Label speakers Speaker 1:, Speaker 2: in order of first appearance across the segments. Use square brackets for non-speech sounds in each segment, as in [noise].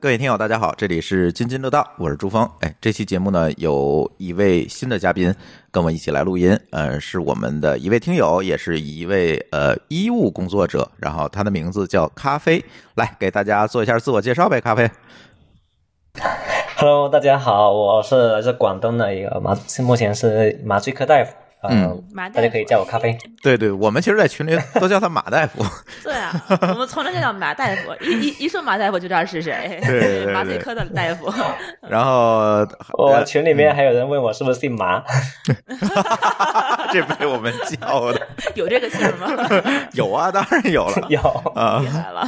Speaker 1: 各位听友，大家好，这里是津津乐道，我是朱峰。哎，这期节目呢，有一位新的嘉宾跟我一起来录音，呃，是我们的一位听友，也是一位呃医务工作者，然后他的名字叫咖啡，来给大家做一下自我介绍呗，咖啡。
Speaker 2: Hello，大家好，我是来自广东的一个麻，是目前是麻醉科大夫，呃、
Speaker 1: 嗯
Speaker 3: 麻
Speaker 2: 大
Speaker 3: 大夫
Speaker 2: 家可以叫我咖啡。
Speaker 1: 对对，我们其实，在群里都叫他马大夫。
Speaker 3: 对啊，我们从来就叫马大夫，一一一说马大夫就知道是谁，
Speaker 1: 对对对
Speaker 3: 麻醉科的大夫。
Speaker 1: 然后，
Speaker 2: 我
Speaker 1: 呃
Speaker 2: 群里面还有人问我是不是姓麻， [laughs]
Speaker 1: 啊这被我们叫的，
Speaker 3: 有这个姓吗？ [laughs]
Speaker 1: 有啊，当然有了
Speaker 2: 有
Speaker 1: 啊
Speaker 3: 厉。害了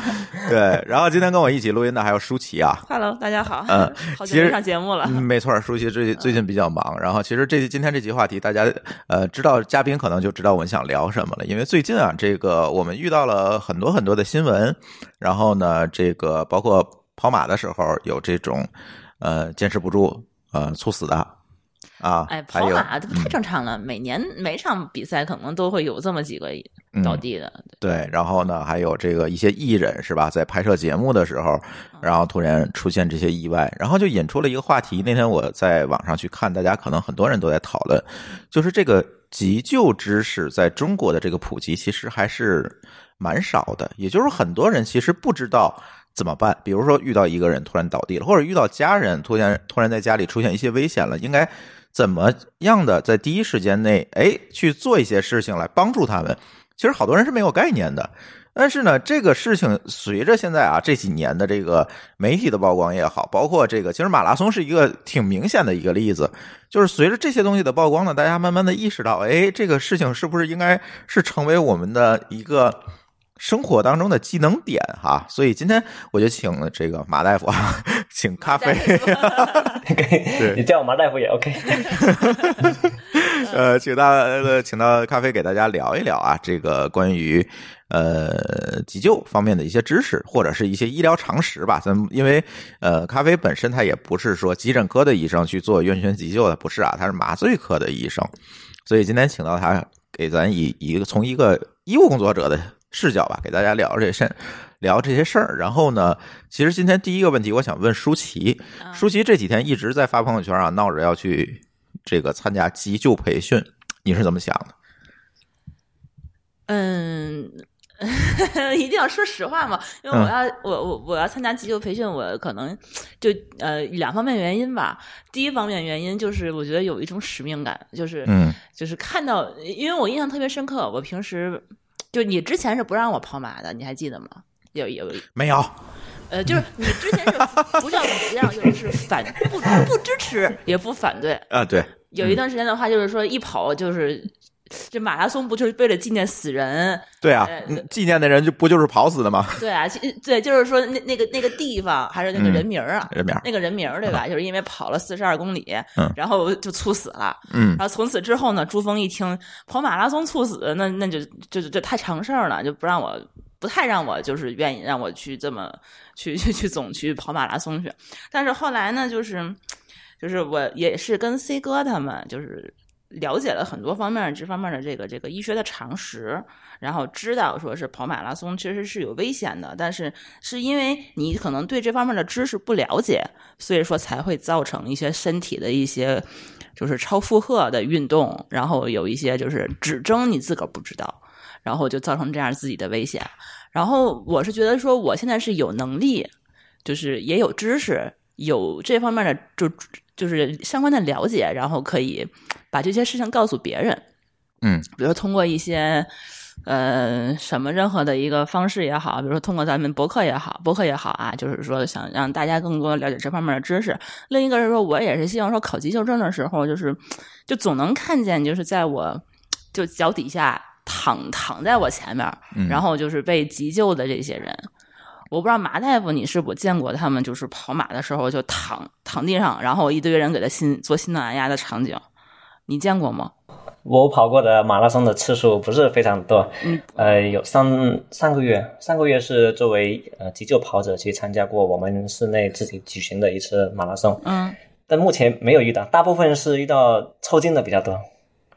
Speaker 1: 对，然后今天跟我一起录音的还有舒淇啊，
Speaker 3: ，Hello，大家好，
Speaker 1: 嗯
Speaker 3: 好
Speaker 1: 其
Speaker 3: 久
Speaker 1: 实
Speaker 3: 没上节目了。
Speaker 1: 嗯，没错，舒淇最最近比较忙。然后其实这今天这期话题，大家呃知道嘉宾可能就知道我们想聊什么了，因为最近啊，这个我们遇到了很多很多的新闻，然后呢，这个包括跑马的时候有这种呃坚持不住呃猝死的啊，
Speaker 3: 哎，
Speaker 1: 还
Speaker 3: 跑
Speaker 1: 有
Speaker 3: 马这不
Speaker 1: 嗯
Speaker 3: 太正常了，每年每场比赛可能都会有这么几个
Speaker 1: 嗯
Speaker 3: 倒地的。
Speaker 1: 对，然后呢，还有这个一些艺人是吧，在拍摄节目的时候，然后突然出现这些意外，然后就引出了一个话题。那天我在网上去看，大家可能很多人都在讨论，就是这个急救知识在中国的这个普及，其实还是蛮少的。也就是很多人其实不知道怎么办，比如说遇到一个人突然倒地了，或者遇到家人突然突然在家里出现一些危险了，应该怎么样的在第一时间内，哎，去做一些事情来帮助他们。其实好多人是没有概念的。但是呢，这个事情随着现在啊这几年的这个媒体的曝光也好，包括这个，其实马拉松是一个挺明显的一个例子，就是随着这些东西的曝光呢，大家慢慢的意识到，哎，这个事情是不是应该是成为我们的一个生活当中的技能点哈？所以今天我就请这个马大夫啊， [laughs] 请咖啡，
Speaker 2: 可以你叫我麻大夫也 OK。 [laughs]
Speaker 1: 呃，请到呃，请到咖啡给大家聊一聊啊，这个关于呃急救方面的一些知识，或者是一些医疗常识吧。咱们因为呃，咖啡本身他也不是说急诊科的医生去做院宣急救的，不是啊，他是麻醉科的医生，所以今天请到他给咱以以一个从一个医务工作者的视角吧，给大家聊这事，聊这些事儿。然后呢，其实今天第一个问题，我想问舒淇，
Speaker 3: 嗯
Speaker 1: 舒淇这几天一直在发朋友圈啊，闹着要去这个参加急救培训，你是怎么想的？
Speaker 3: 嗯， [laughs] 一定要说实话嘛，因
Speaker 1: 嗯
Speaker 3: 为我要、我我我要参加急救培训，我可能就呃两方面原因吧。第一方面原因就是我觉得有一种使命感，就是
Speaker 1: 嗯
Speaker 3: 就是看到，因为我印象特别深刻，我平时就你之前是不让我跑马的，你还记得吗？有有
Speaker 1: 没有，
Speaker 3: 呃，就是你之前是不叫不让，就是反不不支持也不反对，
Speaker 1: 啊，对，
Speaker 3: 有一段时间的话，就是说一跑就是这马拉松不就是为了纪念死人？
Speaker 1: 对啊
Speaker 3: 呃，
Speaker 1: 嗯纪念的人就不就是跑死的吗？
Speaker 3: 对啊，其对，就是说那那个那个地方还是那个人名儿啊，
Speaker 1: 人面儿，
Speaker 3: 那个人名儿对吧？就是因为跑了四十二公里，
Speaker 1: 嗯
Speaker 3: 然后就猝死了。
Speaker 1: 嗯
Speaker 3: 然后从此之后呢，朱峰一听跑马拉松猝死，那那就就就就太常事儿了，就不让我不太让我就是愿意让我去这么去 [laughs] 去去总去跑马拉松去。但是后来呢，就是就是我也是跟 C 哥他们就是了解了很多方面这方面的这个这个医学的常识，然后知道说是跑马拉松其实是有危险的，但是是因为你可能对这方面的知识不了解，所以说才会造成一些身体的一些就是超负荷的运动，然后有一些就是指征你自个儿不知道，然后就造成这样自己的危险。然后我是觉得说，我现在是有能力，就是也有知识，有这方面的就就是相关的了解，然后可以把这些事情告诉别人。
Speaker 1: 嗯
Speaker 3: 比如通过一些呃什么任何的一个方式也好，比如说通过咱们博客也好，博客也好啊，就是说想让大家更多了解这方面的知识。另一个是说，我也是希望说考急救证的时候，就是就总能看见，就是在我就脚底下躺躺在我前面儿，
Speaker 1: 嗯，
Speaker 3: 然后就是被急救的这些人。我不知道马大夫，你是我见过他们就是跑马的时候就躺躺地上，然后一堆人给他心做心脏按压的场景，你见过吗？
Speaker 2: 我跑过的马拉松的次数不是非常多，
Speaker 3: 嗯
Speaker 2: 呃，有上上个月，上个月是作为呃急救跑者去参加过我们市内自己举行的一次马拉松，
Speaker 3: 嗯，
Speaker 2: 但目前没有遇到，大部分是遇到抽筋的比较多。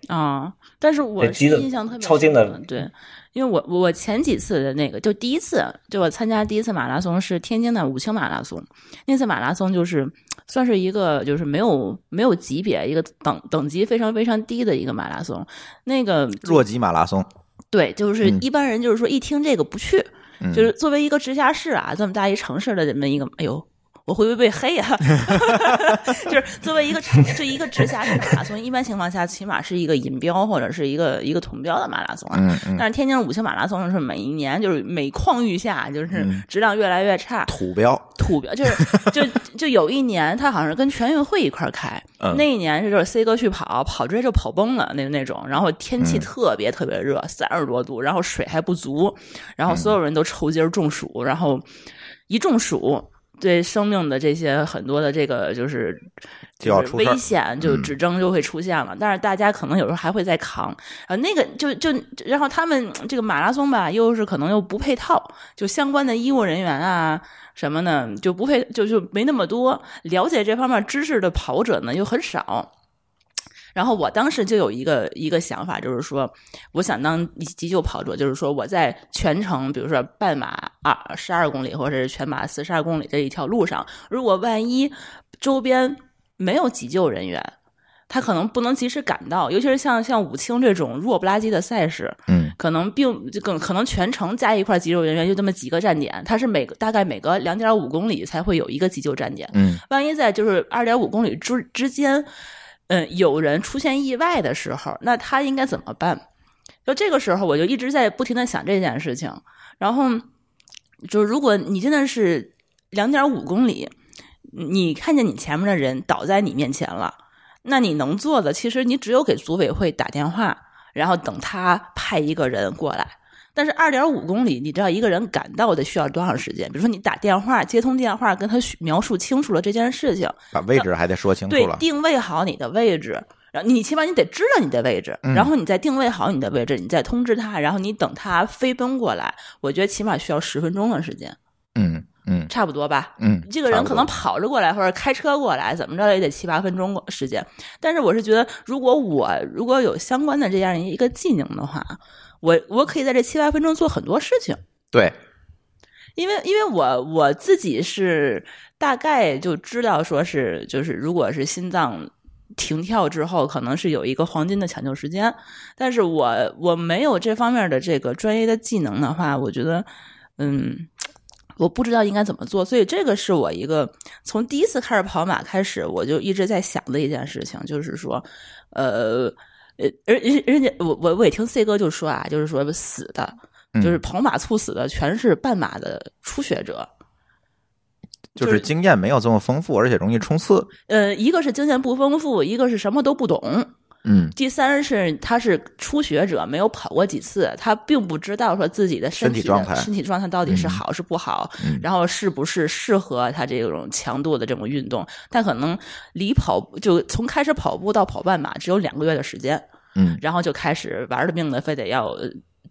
Speaker 3: 啊、但是我
Speaker 2: 对
Speaker 3: 是
Speaker 2: 急得
Speaker 3: 印象特别
Speaker 2: 抽筋了
Speaker 3: 深刻对，因为我我我前几次的那个，就第一次，就我参加第一次马拉松是天津的武清马拉松，那次马拉松就是算是一个就是没有没有级别一个等等级非常非常低的一个马拉松，那个就
Speaker 1: 弱鸡马拉松，
Speaker 3: 对，就是
Speaker 1: 嗯
Speaker 3: 一般人就是说一听这个不去，
Speaker 1: 嗯
Speaker 3: 就是作为一个直辖市啊，这么大一城市的这么一个，哎呦。我会不会被黑呀、 [laughs] 就是作为一个城，就一个直辖市的马拉松，一般情况下起码是一个银标或者是一个一个铜标的马拉松啊。
Speaker 1: 嗯嗯，
Speaker 3: 但是天津五星马拉松是每一年就是每况愈下，就是
Speaker 1: 嗯
Speaker 3: 质量越来越差，
Speaker 1: 土标，
Speaker 3: 土标就是就就有一年，他好像是跟全运会一块儿开，
Speaker 1: 嗯
Speaker 3: 那一年是就是 C 哥去跑，跑直接就跑崩了那那种，然后天气
Speaker 1: 嗯
Speaker 3: 特别特别热，三十、多度，然后水还不足，然后所有人都抽筋儿中暑，然后一中暑。对生命的这些很多的这个就是
Speaker 1: 就要
Speaker 3: 是
Speaker 1: 出事儿
Speaker 3: 危险，就
Speaker 1: 嗯
Speaker 3: 指征就会出现了。但是大家可能有时候还会再扛啊，那个就就然后他们这个马拉松吧，又是可能又不配套，就相关的医务人员啊什么呢，就不配就就没那么多了解这方面知识的跑者呢又很少。然后我当时就有一个一个想法，就是说，我想当急救跑者，就是说我在全程，比如说半马二十二公里或者是全马四十二公里这一条路上，如果万一周边没有急救人员，他可能不能及时赶到，尤其是像像武清这种弱不拉几的赛事，
Speaker 1: 嗯
Speaker 3: 可能并就更可能全程加一块急救人员就这么几个站点，它是每个大概每隔两点五公里才会有一个急救站点。
Speaker 1: 嗯
Speaker 3: 万一在就是二点五公里之之间，嗯，有人出现意外的时候，那他应该怎么办？就这个时候，我就一直在不停的想这件事情。然后，就是如果你真的是两点五公里，你看见你前面的人倒在你面前了，那你能做的，其实你只有给组委会打电话，然后等他派一个人过来。但是二点五公里，你知道一个人赶到得需要多长时间？比如说你打电话接通电话，跟他描述清楚了这件事情，
Speaker 1: 把位置还得说清楚
Speaker 3: 对，
Speaker 1: 了，
Speaker 3: 定位好你的位置，然后你起码你得知道你的位置，
Speaker 1: 嗯
Speaker 3: 然后你再定位好你的位置，你再通知他，然后你等他飞奔过来，我觉得起码需要十分钟的时间，
Speaker 1: 嗯嗯
Speaker 3: 差不多吧。
Speaker 1: 嗯，
Speaker 3: 这个人可能
Speaker 1: 差
Speaker 3: 跑着过来，或者开车过来，怎么着也得七八分钟时间。但是我是觉得，如果我如果有相关的这样一个技能的话，我我可以在这七八分钟做很多事情。
Speaker 1: 不多对，
Speaker 3: 因为因为我我自己是大概就知道，说是就是如果是心脏停跳之后，可能是有一个黄金的抢救时间，但是我我没有这方面的这个专业的技能的话，我觉得嗯。我不知道应该怎么做，所以这个是我一个从第一次开始跑马开始，我就一直在想的一件事情，就是说，呃，呃，而而而且我我我也听 C 哥就说啊，就是说死的，
Speaker 1: 嗯
Speaker 3: 就是跑马猝死的全是半马的初学者。
Speaker 1: 就是经验没有这么丰富，而且容易冲刺，
Speaker 3: 呃，一个是经验不丰富，一个是什么都不懂，
Speaker 1: 嗯，
Speaker 3: 第三是他是初学者，没有跑过几次，他并不知道说自己的身
Speaker 1: 身
Speaker 3: 体的
Speaker 1: 体状态
Speaker 3: 身体状态到底是好是不好，
Speaker 1: 嗯
Speaker 3: 然后是不是适合他这种强度的这种运动。他可能离跑就从开始跑步到跑半马只有两个月的时间，
Speaker 1: 嗯
Speaker 3: 然后就开始玩了命的，非得要呃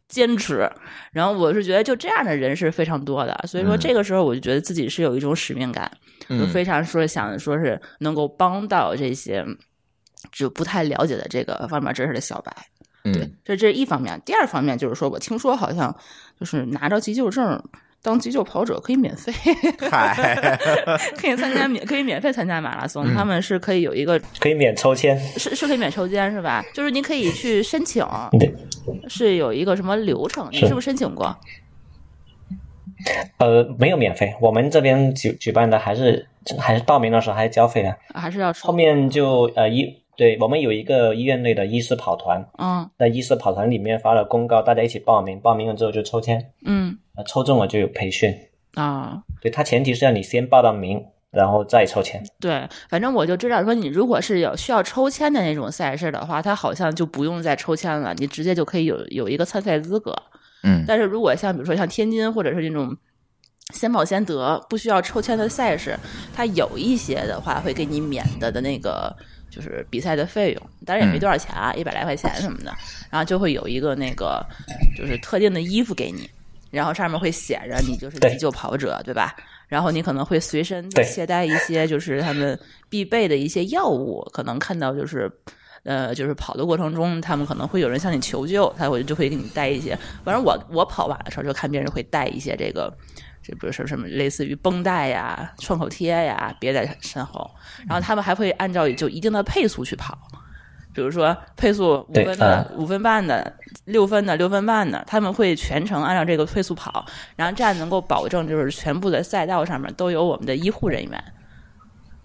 Speaker 3: 坚持。然后我是觉得，就这样的人是非常多的，所以说
Speaker 1: 嗯
Speaker 3: 这个时候我就觉得自己是有一种使命感，就
Speaker 1: 嗯
Speaker 3: 非常说想说是能够帮到这些就不太了解的这个方面知识的小白。
Speaker 1: 嗯
Speaker 3: 这这是一方面，第二方面就是说我听说好像就是拿着急救证。当急救跑者可以免费， [laughs]
Speaker 1: 嗨， [laughs]
Speaker 3: 可以参加免可以免费参加马拉松，
Speaker 1: 嗯
Speaker 3: 他们是可以有一个
Speaker 2: 可以免抽签，
Speaker 3: 是是可以免抽签是吧？就是你可以去申请，
Speaker 1: 嗯
Speaker 2: 你得
Speaker 3: 是有一个什么流程？你
Speaker 2: 是
Speaker 3: 是不是申请过？
Speaker 2: 呃没有免费，我们这边举举办的还是还是报名的时候还是交费的，
Speaker 3: 啊还是要
Speaker 2: 后
Speaker 3: 抽？
Speaker 2: 面就呃医对我们有一个医院内的医师跑团，
Speaker 3: 嗯
Speaker 2: 在医师跑团里面发了公告，大家一起报名，报名了之后就抽签，
Speaker 3: 嗯
Speaker 2: 呃抽中了就有培训，
Speaker 3: 啊，
Speaker 2: 对，它前提是要你先报到名，然后再抽签。
Speaker 3: 对，反正我就知道说，你如果是有需要抽签的那种赛事的话，它好像就不用再抽签了，你直接就可以有有一个参赛资格。
Speaker 1: 嗯
Speaker 3: 但是如果像比如说像天津或者是这种先跑先得不需要抽签的赛事，它有一些的话会给你免的的那个就是比赛的费用，当然
Speaker 2: 嗯
Speaker 3: 也没多少钱啊，一百来块钱什么的，然后就会有一个那个就是特定的衣服给你，然后上面会写着你就是急
Speaker 2: 对
Speaker 3: 救跑者对吧？然后你可能会随身
Speaker 2: 对
Speaker 3: 携带一些就是他们必备的一些药物，可能看到就是。呃，就是跑的过程中，他们可能会有人向你求救，他会就会给你带一些。反正我我跑马的时候，就看别人会带一些这个，这比如说什么类似于绷带呀、创口贴呀，别在身后。然后他们还会按照就一定的配速去跑，比如说配速五
Speaker 2: 对嗯
Speaker 3: 分的、五、分半的、六分的、六分半的，他们会全程按照这个配速跑，然后这样能够保证就是全部的赛道上面都有我们的医护人员，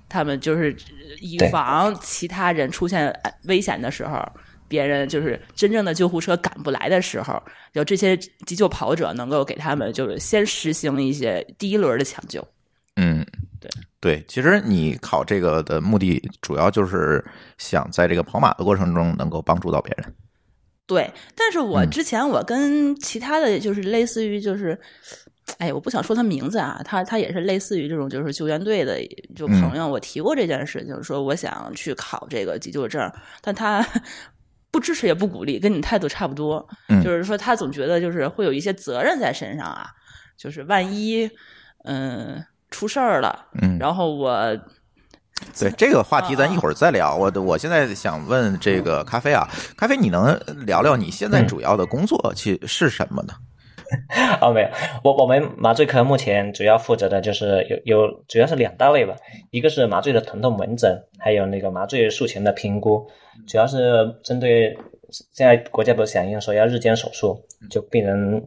Speaker 3: 他们就是以
Speaker 2: 对
Speaker 3: 防其他人出现危险的时候。别人就是真正的救护车赶不来的时候，有这些急救跑者能够给他们就是先实行一些第一轮的抢救。
Speaker 1: 嗯，
Speaker 3: 对
Speaker 1: 对，其实你考这个的目的主要就是想在这个跑马的过程中能够帮助到别人。
Speaker 3: 对，但是我
Speaker 1: 嗯
Speaker 3: 之前我跟其他的就是类似于就是，哎，我不想说他名字啊，他他也是类似于这种就是救援队的就朋
Speaker 1: 嗯
Speaker 3: 友，我提过这件事情，说我想去考这个急救证，但他不支持也不鼓励，跟你态度差不多，
Speaker 1: 嗯
Speaker 3: 就是说他总觉得就是会有一些责任在身上啊，就是万一嗯、出事儿了，
Speaker 1: 嗯，
Speaker 3: 然后我
Speaker 1: 对这个话题，
Speaker 3: 啊
Speaker 1: 咱一会儿再聊。我我现在想问这个咖啡啊，咖啡，你能聊聊你现在主要的工作其是什么呢？
Speaker 2: [laughs] 哦，没有，我我们麻醉科目前主要负责的就是有有主要是两大类吧，一个是麻醉的疼痛门诊，还有那个麻醉术前的评估，主要是针对现在国家不是响应说要日间手术，就病人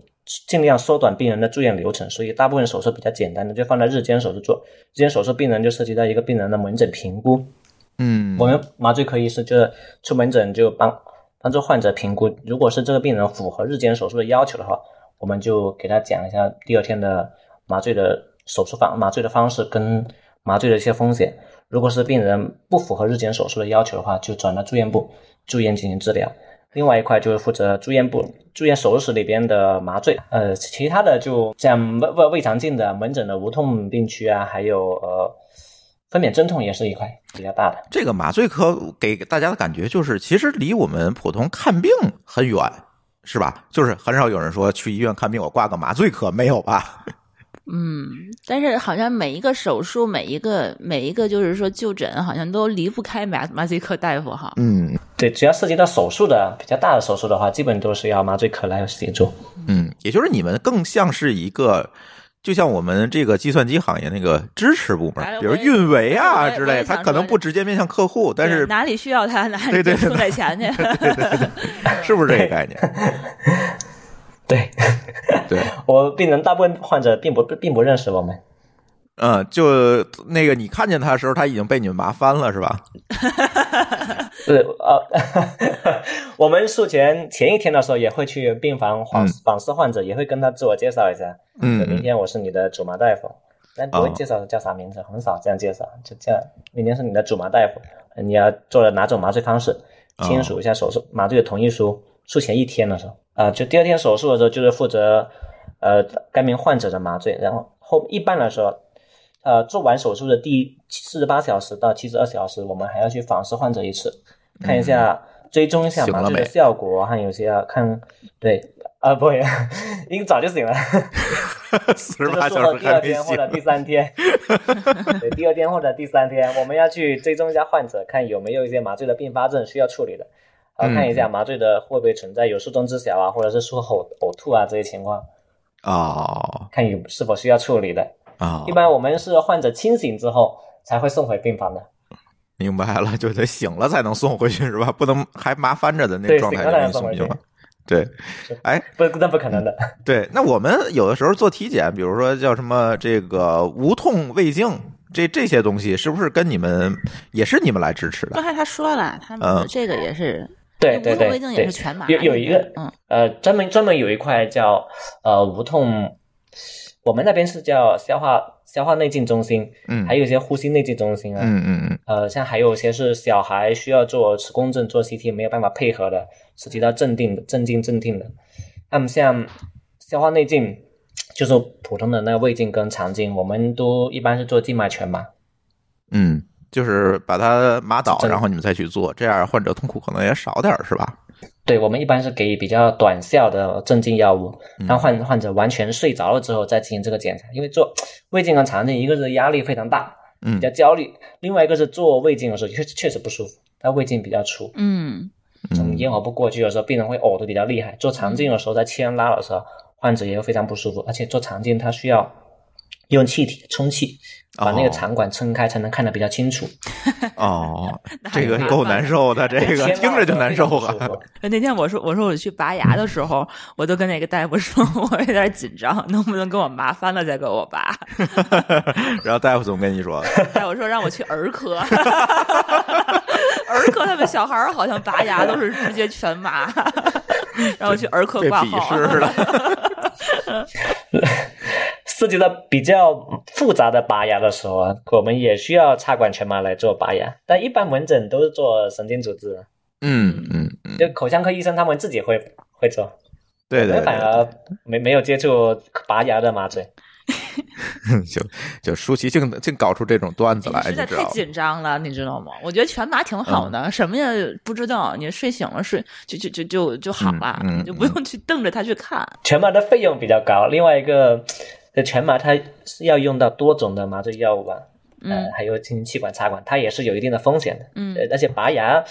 Speaker 2: 尽量缩短病人的住院流程，所以大部分手术比较简单的就放在日间手术做，日间手术病人就涉及到一个病人的门诊评估，
Speaker 1: 嗯，
Speaker 2: 我们麻醉科医师就是出门诊就帮帮助患者评估，如果是这个病人符合日间手术的要求的话，我们就给他讲一下第二天的麻醉的手术方麻醉的方式跟麻醉的一些风险。如果是病人不符合日间手术的要求的话，就转到住院部住院进行治疗。另外一块就是负责住院部住院手术室里边的麻醉，呃，其他的就像胃胃胃肠镜的门诊的无痛病区啊，还有呃分娩镇痛也是一块比较大的。
Speaker 1: 这个麻醉科给大家的感觉就是，其实离我们普通看病很远，是吧？就是很少有人说去医院看病，我挂个麻醉科，没有吧？
Speaker 3: 嗯，但是好像每一个手术，每一个每一个就是说就诊，好像都离不开麻麻醉科大夫哈。
Speaker 1: 嗯
Speaker 2: 对，只要涉及到手术的比较大的手术的话，基本都是要麻醉科来协助。
Speaker 1: 嗯，也就是你们更像是一个。就像我们这个计算机行业那个支持部
Speaker 3: 哎
Speaker 1: 门，比如
Speaker 3: 我也
Speaker 1: 运维
Speaker 3: 我
Speaker 1: 啊
Speaker 3: 也
Speaker 1: 之
Speaker 3: 我也
Speaker 1: 类，
Speaker 3: 想
Speaker 1: 它可能
Speaker 3: 说
Speaker 1: 不直接面向客户，但
Speaker 3: 对
Speaker 1: 是
Speaker 3: 哪里需要他，哪
Speaker 1: 对
Speaker 3: 里
Speaker 1: 对
Speaker 3: 就
Speaker 1: 对
Speaker 3: 出点钱去。
Speaker 1: 是不是这个概念？
Speaker 2: 对
Speaker 1: 对，
Speaker 2: 我病人大部分患者并不并不认识我们，
Speaker 1: 嗯，就那个你看见他的时候，他已经被你们麻翻了，是吧？
Speaker 2: 是呃， [laughs] 我们术前前一天的时候也会去病房访
Speaker 1: 嗯
Speaker 2: 访视患者，也会跟他自我介绍一下，
Speaker 1: 嗯
Speaker 2: [laughs] 明天我是你的主麻大夫，但不会
Speaker 1: 哦
Speaker 2: 介绍叫啥名字，很少这样介绍，就这样，明天是你的主麻大夫，你要做了哪种麻醉方式，
Speaker 1: 哦
Speaker 2: 签署一下手术麻醉的同意书，术前一天的时候，啊、就第二天手术的时候就是负责，呃，该名患者的麻醉，然后后一般来说，呃，做完手术的第四十八小时到七十二小时，我们还要去访视患者一次，看一下、追踪一下
Speaker 1: 嗯醒
Speaker 2: 麻
Speaker 1: 了
Speaker 2: 醉的
Speaker 1: 没
Speaker 2: 效果，还有一些要看对，啊、不会， [laughs] 应该早就醒了。
Speaker 1: 四
Speaker 2: 就
Speaker 1: 十
Speaker 2: 是
Speaker 1: 八
Speaker 2: 说
Speaker 1: 小
Speaker 2: 到
Speaker 1: 时
Speaker 2: 第二
Speaker 1: 还没
Speaker 2: 天
Speaker 1: 醒
Speaker 2: 或者。第
Speaker 1: [laughs]
Speaker 2: 三天，对，第二天或者第三天，我们要去追踪一下患者，看有没有一些麻醉的并发症需要处理的，
Speaker 1: 嗯
Speaker 2: 然后看一下麻醉的会不会存在有术中知晓啊，或者是术后呕吐啊这些情况，
Speaker 1: 哦
Speaker 2: 看有是否需要处理的。
Speaker 1: 哦
Speaker 2: 一，般我们是患者清醒之后才会送回病房的，
Speaker 1: 明白了，就得醒了才能送回去，是吧？不能还麻翻着的那
Speaker 2: 对
Speaker 1: 状态
Speaker 2: 醒
Speaker 1: 就
Speaker 2: 了
Speaker 1: 给你
Speaker 2: 才送
Speaker 1: 送
Speaker 2: 回
Speaker 1: 病
Speaker 2: 去
Speaker 1: 了。对，哎，
Speaker 2: 不，那不可能的。
Speaker 1: 对，那我们有的时候做体检，比如说叫什么这个无痛胃镜，这这些东西是不是跟你们也是你们来支持的
Speaker 3: [laughs] 刚？才他说了，他们
Speaker 1: 嗯
Speaker 3: 这个也是，
Speaker 2: [laughs] 对
Speaker 3: 无
Speaker 2: 对
Speaker 3: 痛
Speaker 2: 对
Speaker 3: 胃镜也
Speaker 2: 对
Speaker 3: 是全麻。
Speaker 2: 有有一个
Speaker 3: 嗯，
Speaker 2: 呃，专门专门有一块叫呃无痛，我们那边是叫消化消化内镜中心，
Speaker 1: 嗯
Speaker 2: 还有一些呼吸内镜中心啊，
Speaker 1: 嗯嗯嗯，
Speaker 2: 呃，像还有一些是小孩需要做磁共振、做 CT 没有办法配合的，涉及到镇定的、镇静、镇定的。那么像消化内镜，就是普通的那个胃镜跟肠镜，我们都一般是做静脉全麻。
Speaker 1: 嗯，就是把它麻倒，
Speaker 2: 这
Speaker 1: 然后你们再去做，这样患者痛苦可能也少点儿，是吧？
Speaker 2: 对我们一般是给予比较短效的镇静药物，
Speaker 1: 嗯
Speaker 2: 让患患者完全睡着了之后再进行这个检查。因为做胃镜和肠镜，一个是压力非常大，
Speaker 1: 嗯
Speaker 2: 比较焦虑；另外一个是做胃镜的时候确确实不舒服，但胃镜比较粗，
Speaker 3: 嗯
Speaker 2: 从咽喉部过去的时候，病人会呕的比较厉害。做肠镜的时候，在牵拉的时候，患者也会非常不舒服，而且做肠镜它需要用气体充气，把那
Speaker 1: 哦
Speaker 2: 个肠管撑开才能看得比较清楚。 [laughs]
Speaker 1: 哦，
Speaker 3: 那还
Speaker 1: 这个
Speaker 3: 麻
Speaker 1: 够
Speaker 3: 烦
Speaker 1: 难
Speaker 3: 了
Speaker 1: 受的，这
Speaker 2: 对
Speaker 1: 个
Speaker 2: 牵
Speaker 1: 听
Speaker 2: 拉
Speaker 1: 着
Speaker 2: 的
Speaker 1: 就
Speaker 2: 时候
Speaker 1: 难受
Speaker 2: 非常不
Speaker 1: 啊
Speaker 2: 舒。服
Speaker 3: 那天我说我说我去拔牙的时候，我都跟那个大夫说 [laughs] 我有点紧张，能不能给我麻烦了再给我拔？
Speaker 1: 然后大夫总跟你
Speaker 2: [laughs]
Speaker 1: 说，
Speaker 3: 大夫说让我去儿科， [laughs] 儿科他们小孩儿好像拔牙都是直接全麻， [laughs] 让我去儿科
Speaker 1: 被
Speaker 3: 挂
Speaker 1: 鄙
Speaker 3: 号啊
Speaker 1: 视。
Speaker 2: [laughs]
Speaker 1: 了。
Speaker 2: 涉及到比较复杂的拔牙的时候啊，我们也需要插管全麻来做拔牙，但一般门诊都是做神经组织，
Speaker 1: 嗯嗯嗯，
Speaker 2: 就口腔科医生他们自己会会做，
Speaker 1: 对对
Speaker 2: 我反
Speaker 1: 对
Speaker 2: 而没没有接触拔牙的麻醉。
Speaker 1: 对，就就舒淇竟竟搞出这种段子来，
Speaker 3: 实
Speaker 1: 你
Speaker 3: 在
Speaker 1: 知
Speaker 3: 太
Speaker 1: 道吗？嗯
Speaker 3: 紧张了，你知道吗？我觉得全麻挺好的，什么也不知道，你睡醒了睡就就就就就好了，
Speaker 1: 嗯嗯
Speaker 3: 你就不用去瞪着他去看。
Speaker 2: 全麻的费用比较高，另外一个，呃，全麻它是要用到多种的麻醉药物吧，
Speaker 3: 嗯
Speaker 1: 哎
Speaker 2: 呃，还有进行气管插管，它也是有一定的风险的。
Speaker 3: 嗯
Speaker 2: 呃，而且拔牙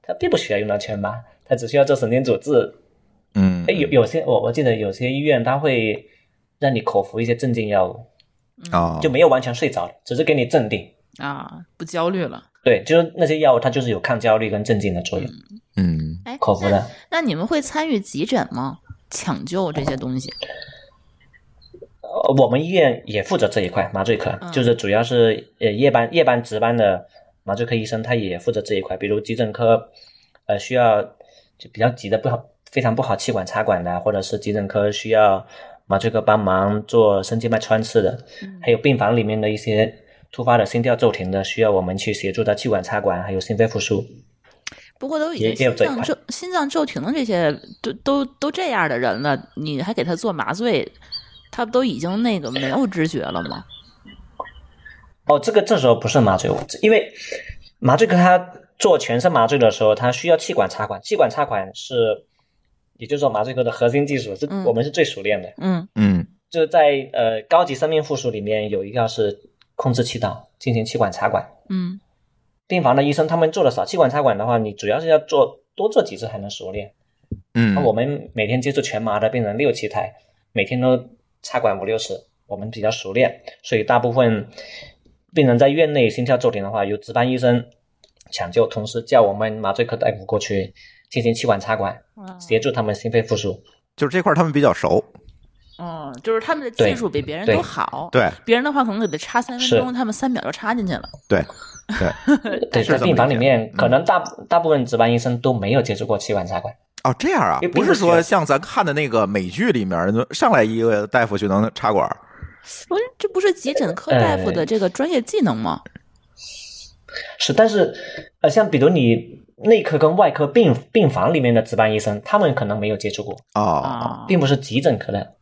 Speaker 2: 它并不需要用到全麻，它只需要做神经阻滞。
Speaker 1: 嗯，
Speaker 2: 哎，有有些我我记得有些医院它会让你口服一些镇静药物，
Speaker 1: 啊，
Speaker 2: 就没有完全睡着，只是给你镇定。
Speaker 3: 啊，不焦虑了。
Speaker 2: 对，就是那些药物它就是有抗焦虑跟镇静的作用，
Speaker 1: 嗯
Speaker 3: 哎，
Speaker 2: 口服的。
Speaker 3: 那你们会参与急诊吗？抢救这些东西？
Speaker 2: 呃，我们医院也负责这一块麻醉科，
Speaker 3: 嗯
Speaker 2: 就是主要是呃夜班夜班值班的麻醉科医生，他也负责这一块，比如急诊科，呃需要就比较急的不好，非常不好气管插管的，或者是急诊科需要麻醉科帮忙做深静脉穿刺的，还有病房里面的一些突发的心跳骤停的，需要我们去协助他气管插管，还有心肺复苏。
Speaker 3: 不过都已
Speaker 2: 也
Speaker 3: 经
Speaker 2: 也有
Speaker 3: 心
Speaker 2: 这一
Speaker 3: 脏
Speaker 2: 块
Speaker 3: 骤心脏骤停的这些都都都这样的人了，你还给他做麻醉，他都已经那个没有知觉了吗？
Speaker 2: 哦，这个这时候不是麻醉，因为麻醉科他做全身麻醉的时候，他需要气管插管，气管插管是，也就是说麻醉科的核心技术，是、
Speaker 3: 嗯
Speaker 2: 我们是最熟练的。
Speaker 3: 嗯
Speaker 1: 嗯
Speaker 2: 就是在呃高级生命复苏里面有一个是控制气道，进行气管插管。
Speaker 3: 嗯
Speaker 2: 病房的医生他们做的少，气管插管的话，你主要是要做多做几次才能熟练。
Speaker 1: 嗯
Speaker 2: 那、，我们每天接触全麻的病人六七台，每天都插管五六十，我们比较熟练，所以大部分病人在院内心跳骤停的话，由值班医生抢救，同时叫我们麻醉科大夫过去进行气管插管，协助他们心肺复苏。
Speaker 1: 就是这块儿他们比较熟，
Speaker 3: 嗯，就是他们的技
Speaker 2: 对
Speaker 3: 术比别人
Speaker 2: 对
Speaker 3: 都
Speaker 2: 哦
Speaker 3: 好，
Speaker 1: 对
Speaker 3: 别人的话可能给他插三分
Speaker 2: 是
Speaker 3: 钟，他们三秒就插进去了。
Speaker 1: 对对，
Speaker 2: 对，
Speaker 1: 是
Speaker 2: 在
Speaker 1: 这么
Speaker 2: 病房里
Speaker 1: 理
Speaker 2: 面，
Speaker 1: 解嗯
Speaker 2: 可能大大部分值班医生都没有接触过气管插管。
Speaker 1: 哦，这样啊
Speaker 2: 因为，并
Speaker 1: 不
Speaker 2: 不
Speaker 1: 是
Speaker 2: 是
Speaker 1: 说像咱看的那个美剧里面上来一个大夫就能插管儿，
Speaker 3: 我说这不是急诊科大夫的
Speaker 2: 呃
Speaker 3: 这个专业技能吗？
Speaker 2: 是，但是呃，像比如你内科跟外科病病房里面的值班医生，他们可能没有接触过，
Speaker 1: 哦，
Speaker 3: 啊，
Speaker 2: 并不是急诊科的。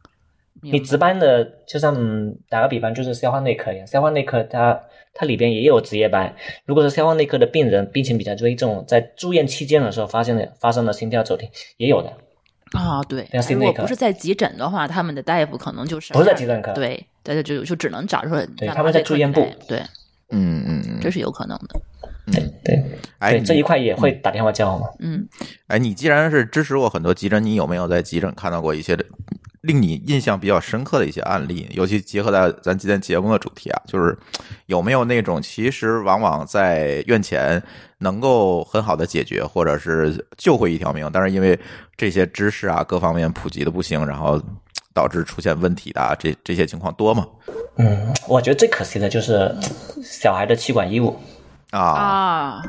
Speaker 3: 明
Speaker 2: 你
Speaker 3: 白
Speaker 2: 值班的，就像嗯打个比方，就是消化内科一样，消化内科它它里边也有值夜班。如果是消化内科的病人病情比较危重，在住院期间的时候发现了发生了心跳骤停，也有的，
Speaker 3: 啊，对
Speaker 2: 良，心
Speaker 3: 如果
Speaker 2: 内科
Speaker 3: 不是在急诊的话，他们的大夫可能就是
Speaker 2: 不是在急诊科
Speaker 3: 对，大家就就只能找出来
Speaker 2: 对
Speaker 3: 那
Speaker 2: 他们
Speaker 3: 麻
Speaker 2: 在
Speaker 3: 醉科
Speaker 2: 住院
Speaker 3: 的大
Speaker 2: 部
Speaker 3: 夫对，
Speaker 1: 嗯嗯
Speaker 3: 这
Speaker 1: 嗯，
Speaker 3: 是有可能的。
Speaker 2: 对
Speaker 1: 哎，
Speaker 2: 对，这
Speaker 1: 你
Speaker 2: 一块也会打电话叫我们。
Speaker 3: 嗯，
Speaker 1: 哎，你既然是支持过很多急诊，你有没有在急诊看到过一些令你印象比较深刻的一些案例？尤其结合到咱今天节目的主题啊，就是有没有那种其实往往在院前能够很好的解决，或者是救回一条命，但是因为这些知识啊各方面普及的不行，然后导致出现问题的、啊、这这些情况多吗？
Speaker 2: 嗯，我觉得最可惜的就是小孩的气管衣物，哦
Speaker 1: 啊，
Speaker 3: 啊，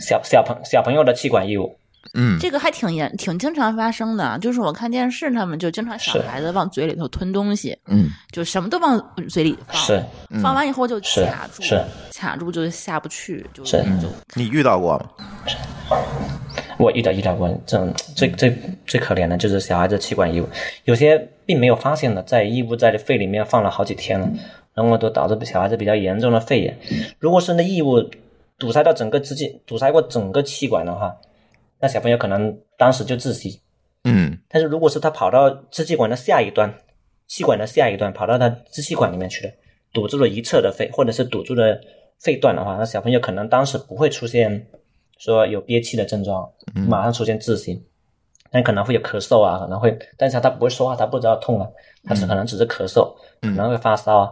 Speaker 2: 小小朋小朋友的气管衣物。
Speaker 1: 嗯，
Speaker 3: 这个还挺严，挺经常发生的。啊就是我看电视，他们就经常小
Speaker 2: 是
Speaker 3: 孩子往嘴里头吞东西，
Speaker 1: 嗯
Speaker 3: 就什么都往嘴里放，
Speaker 2: 是嗯
Speaker 3: 放完以后就卡住，
Speaker 2: 是嗯是
Speaker 3: 卡住就下不去，就是就
Speaker 1: 你遇到过吗？
Speaker 2: 我遇到遇到过这种最最最可怜的就是小孩子气管异物，有些并没有发现的，在异物在肺里面放了好几天了，然后都导致小孩子比较严重的肺炎。如果是那异物堵塞到整个支气，堵塞过整个气管的话，那小朋友可能当时就窒息。
Speaker 1: 嗯
Speaker 2: 但是如果是他跑到支气管的下一端，气管的下一端跑到他支气管里面去了，堵住了一侧的肺，或者是堵住了肺段的话，那小朋友可能当时不会出现说有憋气的症状，
Speaker 1: 嗯
Speaker 2: 马上出现窒息，但可能会有咳嗽啊，可能会，但是他不会说话，他不知道痛啊，他只可能只是咳嗽，
Speaker 1: 嗯
Speaker 2: 可能会发烧啊，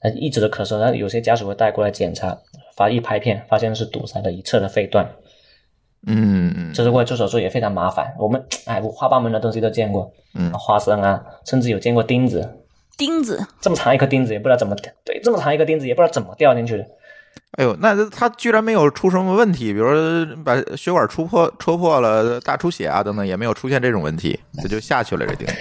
Speaker 2: 他一直的咳嗽，那有些家属会带过来检查，发一拍片，发现是堵塞了一侧的肺段，
Speaker 1: 嗯嗯
Speaker 2: 这是为做手术也非常麻烦。我们哎五花八门的东西都见过，
Speaker 1: 嗯
Speaker 2: 花生啊，甚至有见过钉子，
Speaker 3: 钉子，
Speaker 2: 这么长一颗钉子也不知道怎么，对，这么长一颗钉子也不知道怎么掉进去的。
Speaker 1: 哎呦，那他居然没有出什么问题，比如说把血管戳破、戳破了、大出血啊等等，也没有出现这种问题，他就下去了这钉子。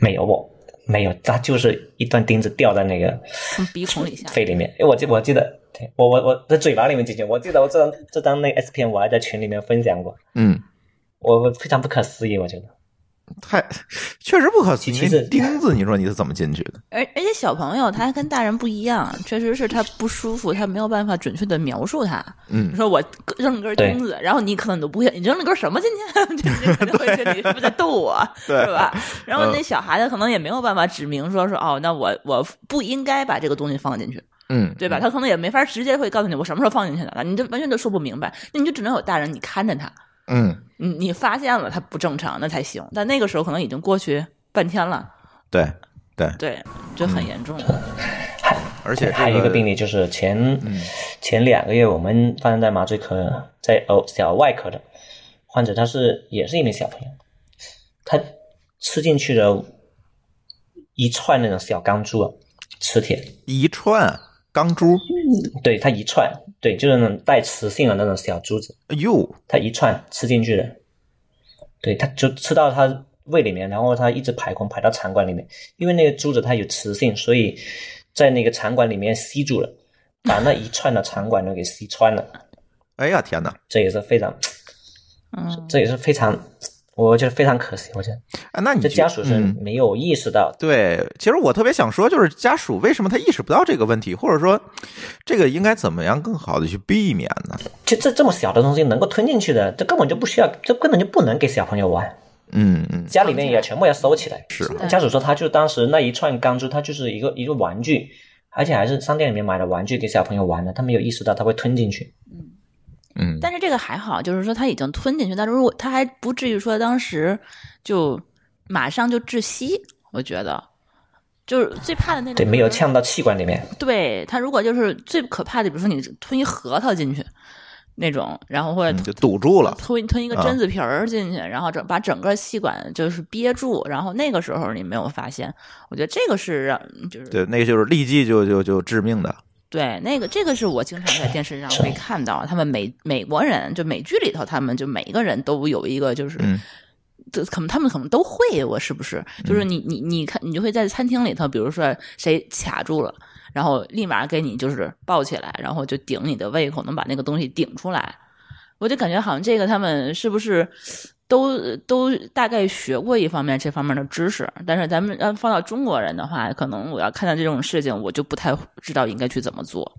Speaker 2: 没有我，没有，它就是一段钉子掉在那个
Speaker 3: 从鼻孔里下。
Speaker 2: 肺里面。哎，我记我记得，对我我我在嘴巴里面进去，我记得我这张这张那个 S 片我还在群里面分享过，
Speaker 1: 嗯，
Speaker 2: 我我非常不可思议，我觉得
Speaker 1: 太确实不可思议。
Speaker 2: 其实
Speaker 1: 那钉子，你说你是怎么进去的？
Speaker 3: 而而且小朋友他跟大人不一样，确实是他不舒服，他没有办法准确的描述他。你
Speaker 1: 嗯，
Speaker 3: 说我扔了根钉子，然后你可能都不会，你扔了根什么进去？ [laughs] 就你可能会觉得你是不是在逗我，
Speaker 1: [laughs] 对嗯
Speaker 3: 是吧？然后那小孩子可能也没有办法指明说说哦，那我我不应该把这个东西放进去，
Speaker 1: 嗯，
Speaker 3: 对吧？他可能也没法直接会告诉你我什么时候放进去的，你这完全都说不明白，那你就只能有大人你看着他，
Speaker 1: 嗯，
Speaker 3: 你你发现了他不正常那才行，但那个时候可能已经过去半天了，
Speaker 1: 对对，
Speaker 3: 对，就
Speaker 1: 嗯
Speaker 3: 很严重。
Speaker 2: 还
Speaker 1: 而且这个
Speaker 2: 还有一个病例就是前、前两个月我们发生在麻醉科，在哦小外科的患者，他是也是一名小朋友，他吃进去了一串那种小钢珠啊，磁铁，
Speaker 1: 一串钢珠，
Speaker 2: 对，他一串，对，就是那种带磁性的那种小珠子，
Speaker 1: 哎呦，
Speaker 2: 他一串吃进去的，对，他就吃到他胃里面，然后他一直排空排到肠管里面，因为那个珠子它有磁性，所以在那个肠管里面吸住了，把那一串的肠管都给吸穿了，
Speaker 1: 哎呀天哪！
Speaker 2: 这也是非常，
Speaker 3: 嗯，
Speaker 2: 这也是非常，我觉得非常可惜，我觉得
Speaker 1: 啊，那你
Speaker 2: 这
Speaker 1: 觉
Speaker 2: 家属是
Speaker 1: 嗯
Speaker 2: 没有意识到，
Speaker 1: 对，其实我特别想说，就是家属为什么他意识不到这个问题，或者说这个应该怎么样更好的去避免呢？
Speaker 2: 就这这么小的东西能够吞进去的，这根本就不需要，这根本就不能给小朋友玩。
Speaker 1: 嗯嗯，
Speaker 2: 家里面也全部要收起来。
Speaker 1: 是
Speaker 3: 的
Speaker 2: 家属说，他就当时那一串钢珠，它就是一个一个玩具，而且还是商店里面买的玩具给小朋友玩的，他没有意识到他会吞进去。
Speaker 1: 嗯，
Speaker 3: 但是这个还好，就是说他已经吞进去，但是如果他还不至于说当时就马上就窒息，我觉得就是最怕的那种，
Speaker 2: 对，没有呛到气管里面。
Speaker 3: 对他如果就是最可怕的，比如说你吞一核桃进去那种，然后或者
Speaker 1: 嗯就堵住了。
Speaker 3: 吞吞一个
Speaker 1: 啊
Speaker 3: 榛子皮儿进去，然后整把整个气管就是憋住，然后那个时候你没有发现，我觉得这个是让就是
Speaker 1: 对，那个就是立即就就就致命的。
Speaker 3: 对，那个这个是我经常在电视上
Speaker 2: 是
Speaker 3: 会看到，他们美美国人就美剧里头，他们就每一个人都有一个就是
Speaker 1: 嗯，
Speaker 3: 这可能他们可能都会，我是不是？就是你你你看，你就会在餐厅里头，比如说谁卡住了，然后立马给你就是抱起来，然后就顶你的胃口，能把那个东西顶出来。我就感觉好像这个他们是不是都都大概学过一方面这方面的知识，但是咱们要放到中国人的话，可能我要看到这种事情，我就不太知道应该去怎么做。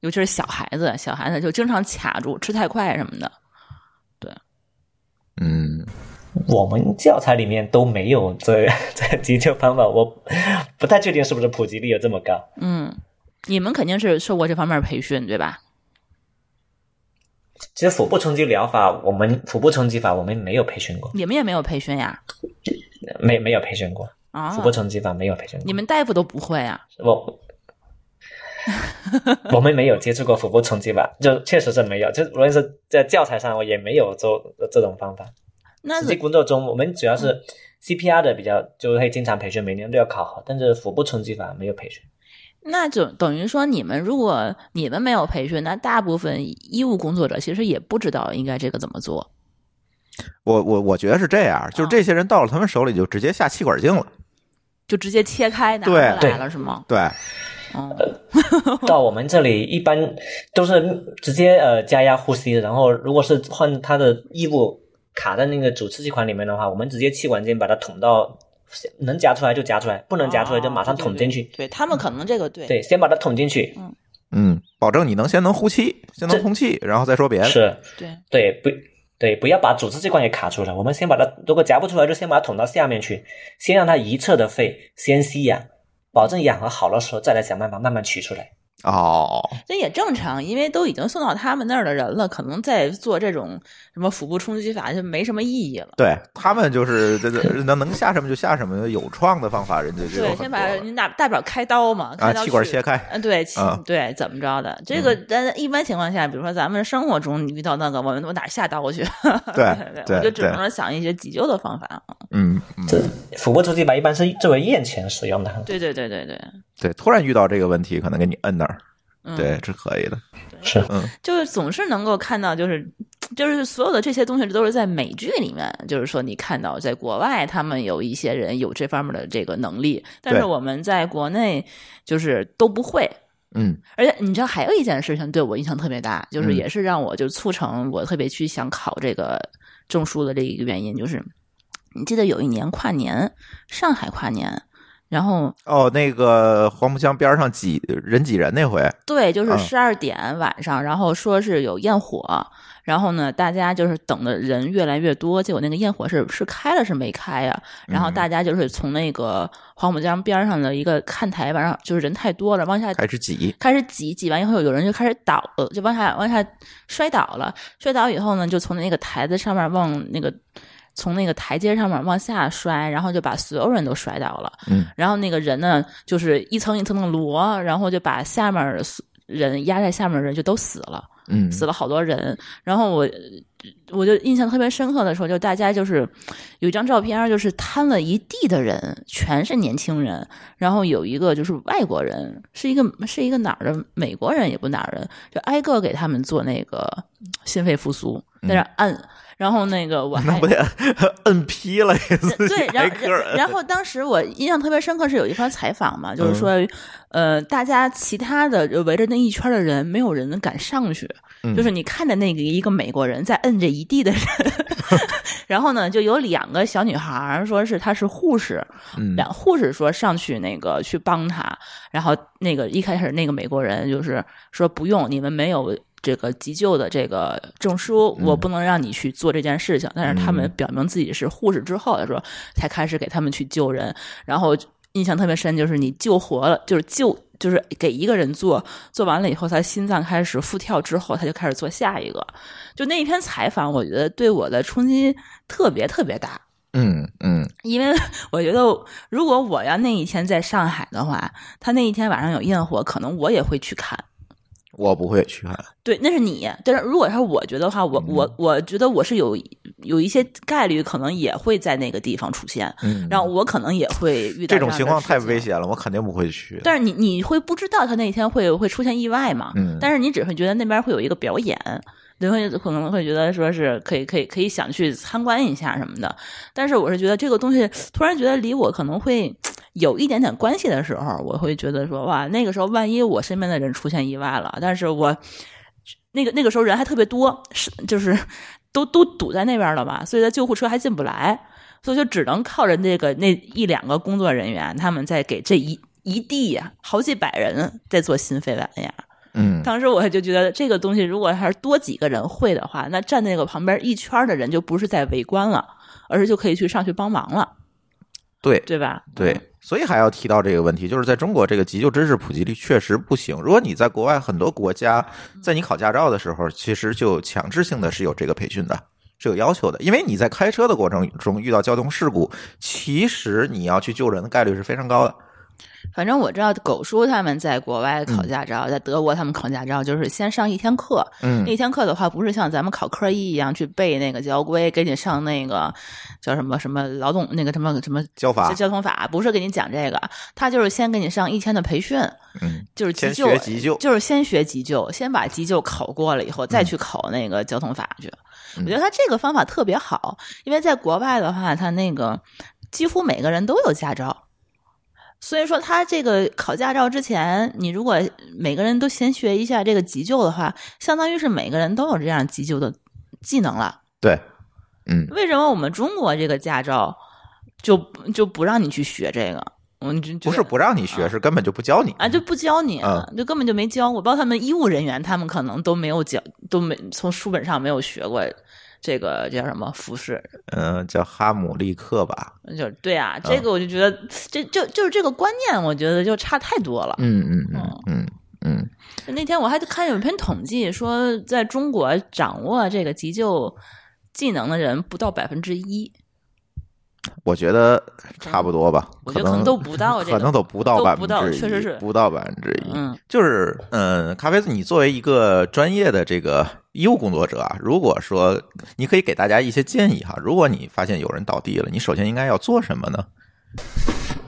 Speaker 3: 尤其是小孩子，小孩子就经常卡住，吃太快什么的。
Speaker 1: 嗯，
Speaker 2: 我们教材里面都没有这这 [laughs] 急救方法，我不太确定是不是普及率有这么高。
Speaker 3: 嗯，你们肯定是受过这方面培训，对吧？
Speaker 2: 其实腹部冲击疗法，我们腹部冲击法我们没有培训过，
Speaker 3: 你们也没有培训呀？
Speaker 2: 没没有培训过，
Speaker 3: 啊
Speaker 2: 腹，部冲击法没有培训过。
Speaker 3: 你们大夫都不会啊？
Speaker 2: [laughs] 我我们没有接触过腹部冲击法，就确实是没有，就无论是在教材上，我也没有做这种方法。
Speaker 3: 那
Speaker 2: 实际工作中，我们主要
Speaker 3: 嗯
Speaker 2: 是 CPR 的比较，就会经常培训，每年都要考核，但是腹部冲击法没有培训。
Speaker 3: 那就等于说，你们如果你们没有培训，那大部分医务工作者其实也不知道应该这个怎么做。
Speaker 1: 我我我觉得是这样，
Speaker 3: 啊
Speaker 1: 就是这些人到了他们手里就直接下气管镜了。
Speaker 3: 就直接切开拿出
Speaker 1: 对
Speaker 3: 来
Speaker 2: 对呃
Speaker 3: 了是吗？
Speaker 1: 对，
Speaker 3: 嗯，
Speaker 2: 到我们这里一般都是直接呃加压呼吸，然后如果是换他的异物卡在那个主支气管里面的话，我们直接气管间把它捅到，能夹出来就夹出来，不能夹出来就马上捅进去。
Speaker 3: 哦对他们可能这个对
Speaker 2: 对，先把它捅进去，
Speaker 1: 嗯，保证你能先能呼气，先能
Speaker 2: 这
Speaker 1: 通气，然后再说别的。
Speaker 2: 是
Speaker 3: 对
Speaker 2: 对，不对，不要把组织这关给卡住了。我们先把它，如果夹不出来，就先把它捅到下面去，先让它一侧的肺先吸氧，保证氧和好的时候再来想办法慢慢取出来。
Speaker 1: 哦，
Speaker 3: 这也正常，因为都已经送到他们那儿的人了，可能再做这种什么腹部冲击法就没什么意义了。
Speaker 1: 对他们就是这这能能下什么就下什么，有创的方法人家就有
Speaker 3: 对，
Speaker 1: 很多
Speaker 3: 先把
Speaker 1: 了
Speaker 3: 你大大不了开刀嘛，开
Speaker 1: 啊
Speaker 3: 刀
Speaker 1: 气管
Speaker 3: 去
Speaker 1: 切开，
Speaker 3: 嗯，对，其
Speaker 1: 啊
Speaker 3: 对，怎么着的？这个，但一般情况下，比如说咱们生活中你遇到那个，我们我哪下刀去？ [laughs]
Speaker 1: 对
Speaker 3: 我就
Speaker 1: 对
Speaker 3: 只
Speaker 1: 对
Speaker 3: 能说想一些急救的方法。啊
Speaker 1: 嗯嗯，
Speaker 2: 这腹部冲击法一般是作为咽钳使用的。
Speaker 3: 对对对对对，
Speaker 1: 对，突然遇到这个问题，可能给你摁那儿，
Speaker 3: 嗯，
Speaker 1: 对，是可以的。
Speaker 2: 是，
Speaker 3: 就是总是能够看到，就是就是所有的这些东西都是在美剧里面，就是说你看到在国外他们有一些人有这方面的这个能力，但是
Speaker 1: 对
Speaker 3: 我们在国内就是都不会。
Speaker 1: 嗯
Speaker 3: 而且你知道还有一件事情对我印象特别大，就是
Speaker 1: 嗯
Speaker 3: 也是让我就促成我特别去想考这个证书的这一个原因，就是你记得有一年跨年，上海跨年，然后
Speaker 1: 哦，那个黄浦江边上挤人挤人那回，
Speaker 3: 对，就是
Speaker 1: 嗯
Speaker 3: 十二点晚上，然后说是有焰火，然后呢，大家就是等的人越来越多，结果那个焰火是是开了是没开呀、然
Speaker 1: 嗯
Speaker 3: 后大家就是从那个黄浦江边上的一个看台吧，晚上就是人太多了，往下
Speaker 1: 开始挤，
Speaker 3: 开始挤，挤完以后有人就开始倒了，就往下往下摔倒了。摔倒以后呢，就从那个台子上面往那个从那个台阶上面往下摔，然后就把所有人都摔倒了。
Speaker 1: 嗯，
Speaker 3: 然后那个人呢，就是一层一层的摞，然后就把下面儿人压在下面的人就都死了。
Speaker 1: 嗯，
Speaker 3: 死了好多人。然后我我就印象特别深刻的时候，就大家就是有一张照片，就是瘫了一地的人，全是年轻人，然后有一个就是外国人，是一个是一个哪儿的美国人也不哪儿人，就挨个给他们做那个心肺复苏，在那儿按。然后那个我
Speaker 1: 嗯那
Speaker 3: 还
Speaker 1: 不得摁劈了给自己挨
Speaker 3: 哎对，然后
Speaker 1: 个儿嗯摁
Speaker 3: 然后当时我印象特别深刻是有一番采访嘛，就是说，呃，大家其他的就围着那一圈的人，没有人敢上去，
Speaker 1: 嗯
Speaker 3: 就是你看着那个一个美国人在摁着一地的人， [laughs] 然后呢，就有两个小女孩儿说是她是护士，
Speaker 1: 嗯
Speaker 3: 两护士说上去那个去帮她，然后那个一开始那个美国人就是说不用，你们没有。这个急救的这个证书，我不能让你去做这件事情。但是他们表明自己是护士之后，他说才开始给他们去救人。然后印象特别深，就是你救活了，就是救，就是给一个人做，做完了以后，他心脏开始复跳之后，他就开始做下一个。就那一篇采访，我觉得对我的冲击特别特别大，
Speaker 1: 嗯嗯
Speaker 3: 因为我觉得如果我要那一天在上海的话，他那一天晚上有焰火，可能我也会去看。
Speaker 1: 我不会去啊看，
Speaker 3: 对，那是你。但是如果是我觉得的话，我
Speaker 1: 嗯
Speaker 3: 我我觉得我是有有一些概率，可能也会在那个地方出现，
Speaker 1: 嗯，
Speaker 3: 然后我可能也会遇到
Speaker 1: 这种
Speaker 3: 样
Speaker 1: 情
Speaker 3: 的
Speaker 1: 况
Speaker 3: 事
Speaker 1: 太
Speaker 3: 情
Speaker 1: 危险了，我肯定不会去。
Speaker 3: 但是你你会不知道他那天会会出现意外嘛？
Speaker 1: 嗯
Speaker 3: 但是你只会觉得那边会有一个表演，你会可能会觉得说是可以可以可以想去参观一下什么的。但是我是觉得这个东西突然觉得离我可能会有一点点关系的时候，我会觉得说哇，那个时候万一我身边的人出现意外了，但是我那个那个时候人还特别多，是就是都都堵在那边了嘛，所以他救护车还进不来。所以就只能靠着那个那一两个工作人员，他们在给这一一地呀、好几百人在做心肺玩呀。
Speaker 1: 嗯，
Speaker 3: 当时我就觉得这个东西，如果还是多几个人会的话，那站那个旁边一圈的人就不是在围观了，而是就可以去上去帮忙了，
Speaker 1: 对
Speaker 3: 对吧？嗯
Speaker 1: 对，所以还要提到这个问题，就是在中国这个急救知识普及率确实不行。如果你在国外很多国家，
Speaker 3: 嗯
Speaker 1: 在你考驾照的时候，其实就强制性的是有这个培训的。是有要求的，因为你在开车的过程中遇到交通事故，其实你要去救人的概率是非常高的。
Speaker 3: 反正我知道狗叔他们在国外考驾照，在德国他们考驾照就是先上一天课，
Speaker 1: 嗯
Speaker 3: 那一天课的话，不是像咱们考科一一样去背那个交规，给你上那个叫什么什么劳动那个什么什么
Speaker 1: 交法
Speaker 3: 交通法，不是给你讲这个，他就是先给你上一天的培训，
Speaker 1: 嗯，
Speaker 3: 就是急
Speaker 1: 先
Speaker 3: 救，
Speaker 1: 学急救
Speaker 3: 就是先学急救，先把急救考过了以后，
Speaker 1: 嗯
Speaker 3: 再去考那个交通法去。我觉得他这个方法特别好，因为在国外的话，他那个几乎每个人都有驾照。所以说，他这个考驾照之前，你如果每个人都先学一下这个急救的话，相当于是每个人都有这样急救的技能了。
Speaker 1: 对，嗯，
Speaker 3: 为什么我们中国这个驾照就就不让你去学这个？嗯，就
Speaker 1: 不是不让你学，是根本就不教你。
Speaker 3: 啊，就不教你啊，
Speaker 1: 嗯
Speaker 3: 就根本就没教。我不知道他们医务人员，他们可能都没有教，都没从书本上没有学过这个这叫什么服饰，
Speaker 1: 嗯、叫哈姆立克吧，
Speaker 3: 就是对啊，这个我就觉得、这就就是这个观念，我觉得就差太多了。
Speaker 1: 嗯嗯
Speaker 3: 哦
Speaker 1: 嗯嗯嗯，
Speaker 3: 那天我还看有一篇统计说，在中国掌握这个急救技能的人不到百分之一，
Speaker 1: 我觉得差不多吧，
Speaker 3: 我
Speaker 1: 可
Speaker 3: 觉得可能
Speaker 1: 能
Speaker 3: 都不到这
Speaker 1: [laughs]
Speaker 3: 个
Speaker 1: 可能都不到
Speaker 3: 都
Speaker 1: 百
Speaker 3: 不
Speaker 1: 分
Speaker 3: 到
Speaker 1: 之一，
Speaker 3: 确实是
Speaker 1: 不到百分之一。
Speaker 3: 嗯
Speaker 1: 就是嗯，咖啡，你作为一个专业的这个医务工作者啊，如果说你可以给大家一些建议哈，如果你发现有人倒地了，你首先应该要做什么呢？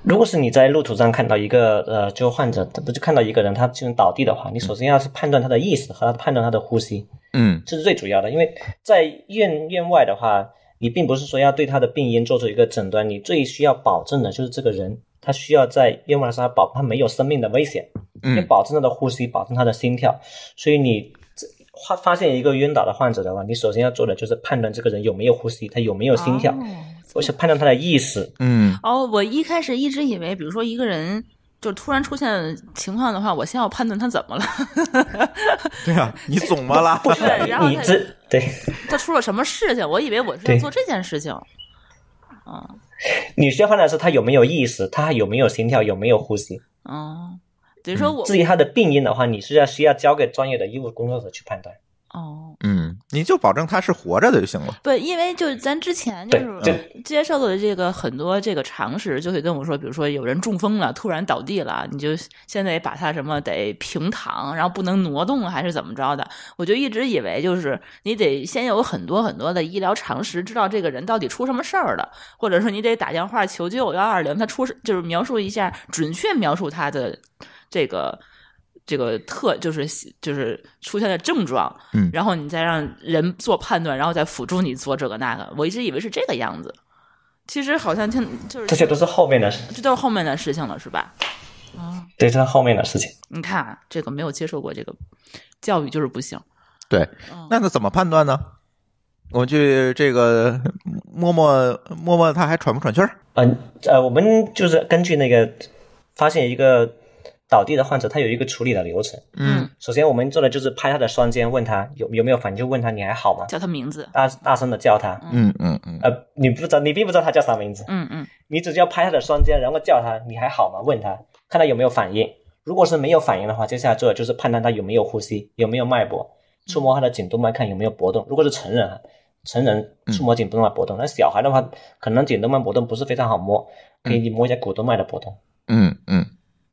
Speaker 2: 如果是你在路途上看到一个呃，就患者，不就看到一个人他进行倒地的话，你首先要去判断他的意识和判断他的呼吸，
Speaker 1: 嗯
Speaker 2: 这是最主要的。因为在院院外的话，你并不是说要对他的病因做出一个诊断，你最需要保证的就是这个人他需要在院外的时候他保他没有生命的危险。也
Speaker 1: 嗯
Speaker 2: 保证他的呼吸，保证他的心跳。所以你这发发现一个晕倒的患者的话，你首先要做的就是判断这个人有没有呼吸，他有没有心跳，而且判断他的意识。
Speaker 1: 嗯
Speaker 3: 哦，我一开始一直以为，比如说一个人就突然出现情况的话，我先要判断他怎么了，
Speaker 1: [laughs] 对啊，你 [laughs] 怎么了？
Speaker 2: 不需要
Speaker 3: 然后
Speaker 2: 你
Speaker 3: 他
Speaker 2: 这对
Speaker 3: 他出了什么事情，我以为我是要
Speaker 2: 对
Speaker 3: 做这件事情。
Speaker 2: 你需要判断的是他有没有意识，他还有没有心跳，有没有呼吸。
Speaker 3: 哦，等于说我、
Speaker 2: 至于他的病因的话，你是要需要交给专业的医务工作者去判断。
Speaker 3: 哦，
Speaker 1: 嗯，你就保证他是活着的就行了。
Speaker 3: 不，因为就是咱之前就是
Speaker 2: 对
Speaker 3: 接受的这个很多这个常识，就会跟我说，比如说有人中风了，突然倒地了，你就现在把他什么得平躺，然后不能挪动啊还是怎么着的？我就一直以为就是你得先有很多很多的医疗常识，知道这个人到底出什么事儿了，或者说你得打电话求救幺二零，他出就是描述一下，准确描述他的这个。这个特就是就是出现的症状，
Speaker 1: 嗯
Speaker 3: 然后你再让人做判断，然后再辅助你做这个那个。我一直以为是这个样子，其实好像听就是
Speaker 2: 这些都是后面的事，
Speaker 3: 这都是后面的事情了，是吧？
Speaker 2: 对，这是后面的事情。
Speaker 3: 你看啊这个没有接受过这个教育就是不行。
Speaker 1: 对，
Speaker 2: 哦
Speaker 1: 那那怎么判断呢？我去这个摸摸摸摸他还喘不喘气儿？
Speaker 2: 嗯呃，我们就是根据那个发现一个倒地的患者，他有一个处理的流程。
Speaker 3: 嗯，
Speaker 2: 首先我们做的就是拍他的双肩，问他有有没有反应，就问他你还好吗？
Speaker 3: 叫他名字，
Speaker 2: 大大声的叫他，
Speaker 1: 嗯嗯嗯
Speaker 2: 呃，你不知道，你并不知道他叫啥名字，
Speaker 3: 嗯嗯
Speaker 2: 你只需要拍他的双肩，然后叫他你还好吗？问他，看他有没有反应。如果是没有反应的话，接下来做的就是判断他有没有呼吸，有没有脉搏，触摸他的颈动脉看有没有搏动。如果是成人啊，成人
Speaker 1: 嗯
Speaker 2: 触摸颈动脉搏动，那小孩的话，可能颈动脉搏动不是非常好摸，可以摸一下股动脉的搏动。
Speaker 1: 嗯嗯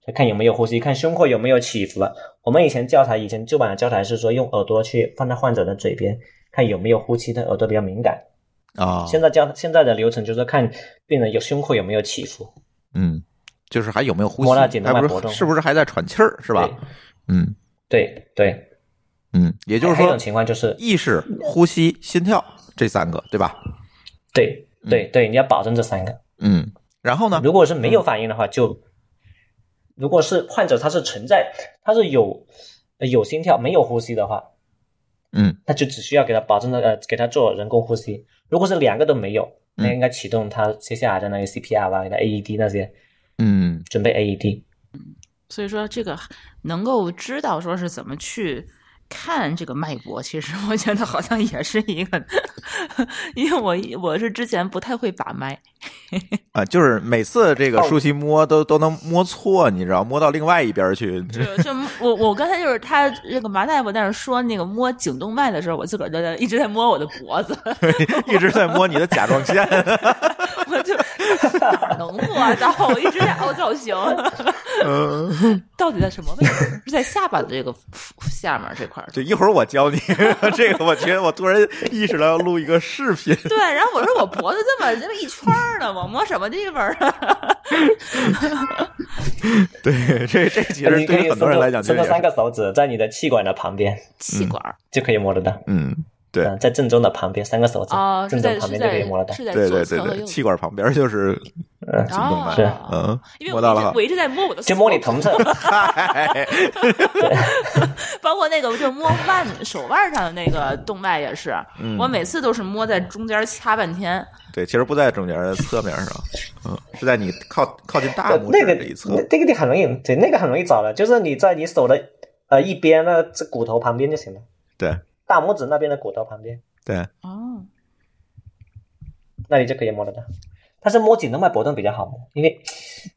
Speaker 2: 就看有没有呼吸，看胸廓有没有起伏啊。我们以前教材，以前旧版的教材是说用耳朵去放在患者的嘴边，看有没有呼吸，他耳朵比较敏感。
Speaker 1: 啊，
Speaker 2: 现在教现在的流程就是看病人有胸廓有没有起伏，
Speaker 1: 嗯，就是还有没有呼吸？
Speaker 2: 摸了颈动脉
Speaker 1: 还
Speaker 2: 搏
Speaker 1: 不
Speaker 2: 动
Speaker 1: 是是不是还在喘气儿？是吧？嗯
Speaker 2: 对？对对，
Speaker 1: 嗯，也就是
Speaker 2: 还有一
Speaker 1: 说
Speaker 2: 种情况就是
Speaker 1: 意识、呼吸、心跳这三个，对吧？
Speaker 2: 对对对，你要保证这三个。
Speaker 1: 嗯，然后呢？
Speaker 2: 如果是
Speaker 1: 嗯
Speaker 2: 没有反应的话，就如果是患者他是存在，他是有呃有心跳没有呼吸的话，
Speaker 1: 嗯
Speaker 2: 那就只需要给他保证那个给他做人工呼吸。如果是两个都没有，那
Speaker 1: 嗯
Speaker 2: 应该启动他接下来的那个 CPR 啊，给他 AED 那些，
Speaker 1: 嗯
Speaker 2: 准备 E AED。
Speaker 3: 所以说这个能够知道说是怎么去。看这个脉搏，其实我觉得好像也是一个， [laughs] 因为我我是之前不太会把脉，
Speaker 1: 啊，就是每次这
Speaker 2: 哦
Speaker 1: 个舒淇摸都都能摸错，你知道，摸到另外一边儿去。
Speaker 3: 就就我我刚才就是他那个麻大夫在那说那个摸颈动脉的时候，我自个儿就在一直在摸我的脖子，
Speaker 1: [laughs]
Speaker 3: [laughs]
Speaker 1: 一直在摸你的甲状腺，
Speaker 3: 我就哪儿能摸到？我一直在凹造型，到底在什么位置？是在下巴的这个下面这块儿。
Speaker 1: 就一会儿我教你 [laughs] 这个。我觉得我突然意识到要录一个视
Speaker 3: [laughs]
Speaker 1: 频，
Speaker 3: 对，然后我说我脖子这么这么一圈儿呢，我摸什么地方啊？
Speaker 1: 对，这这其实
Speaker 2: 你可
Speaker 1: 对于
Speaker 2: 以
Speaker 1: 很多人来讲，其
Speaker 2: 伸
Speaker 1: 实也
Speaker 2: 出三
Speaker 1: 是，
Speaker 2: 个手指，在你的气管的旁边
Speaker 3: 气管儿
Speaker 2: 就可以摸得到。
Speaker 1: 嗯，对
Speaker 2: 嗯，在正中的旁边，三个手指，
Speaker 3: 哦，是
Speaker 2: 嗯正
Speaker 3: 在
Speaker 2: 中旁
Speaker 3: 是
Speaker 2: 边就可以摸得
Speaker 3: 在
Speaker 2: 到。
Speaker 3: 是在
Speaker 1: 对
Speaker 3: 左
Speaker 1: 对
Speaker 3: 侧
Speaker 1: 对
Speaker 3: 和
Speaker 1: 对，
Speaker 3: 右
Speaker 1: 气管旁边就是
Speaker 2: 嗯，
Speaker 1: 颈动脉
Speaker 3: 是，
Speaker 1: 嗯
Speaker 3: 哦因为
Speaker 1: 摸到了哎哈
Speaker 3: 我一直我一直在摸我的，
Speaker 2: 就摸你头侧。
Speaker 1: 嗨，
Speaker 3: 包括那个就摸腕手腕上的那个动脉也是，
Speaker 1: 嗯
Speaker 3: 我每次都是摸在中间掐半天。
Speaker 1: 对，其实不在中间的侧面上，嗯，是在你靠靠近
Speaker 3: 呃
Speaker 1: 大拇
Speaker 2: 那
Speaker 1: 指
Speaker 2: 个
Speaker 1: 这一侧
Speaker 2: 那，那个你很容易，对，那个很容易找的，就是你在你手的呃一边那这骨头旁边就行了，
Speaker 1: 对
Speaker 2: 大拇指那边的骨头旁边。
Speaker 1: 对，
Speaker 3: 哦，
Speaker 2: 那你就可以摸得到。但是摸颈动脉搏动比较好摸，因为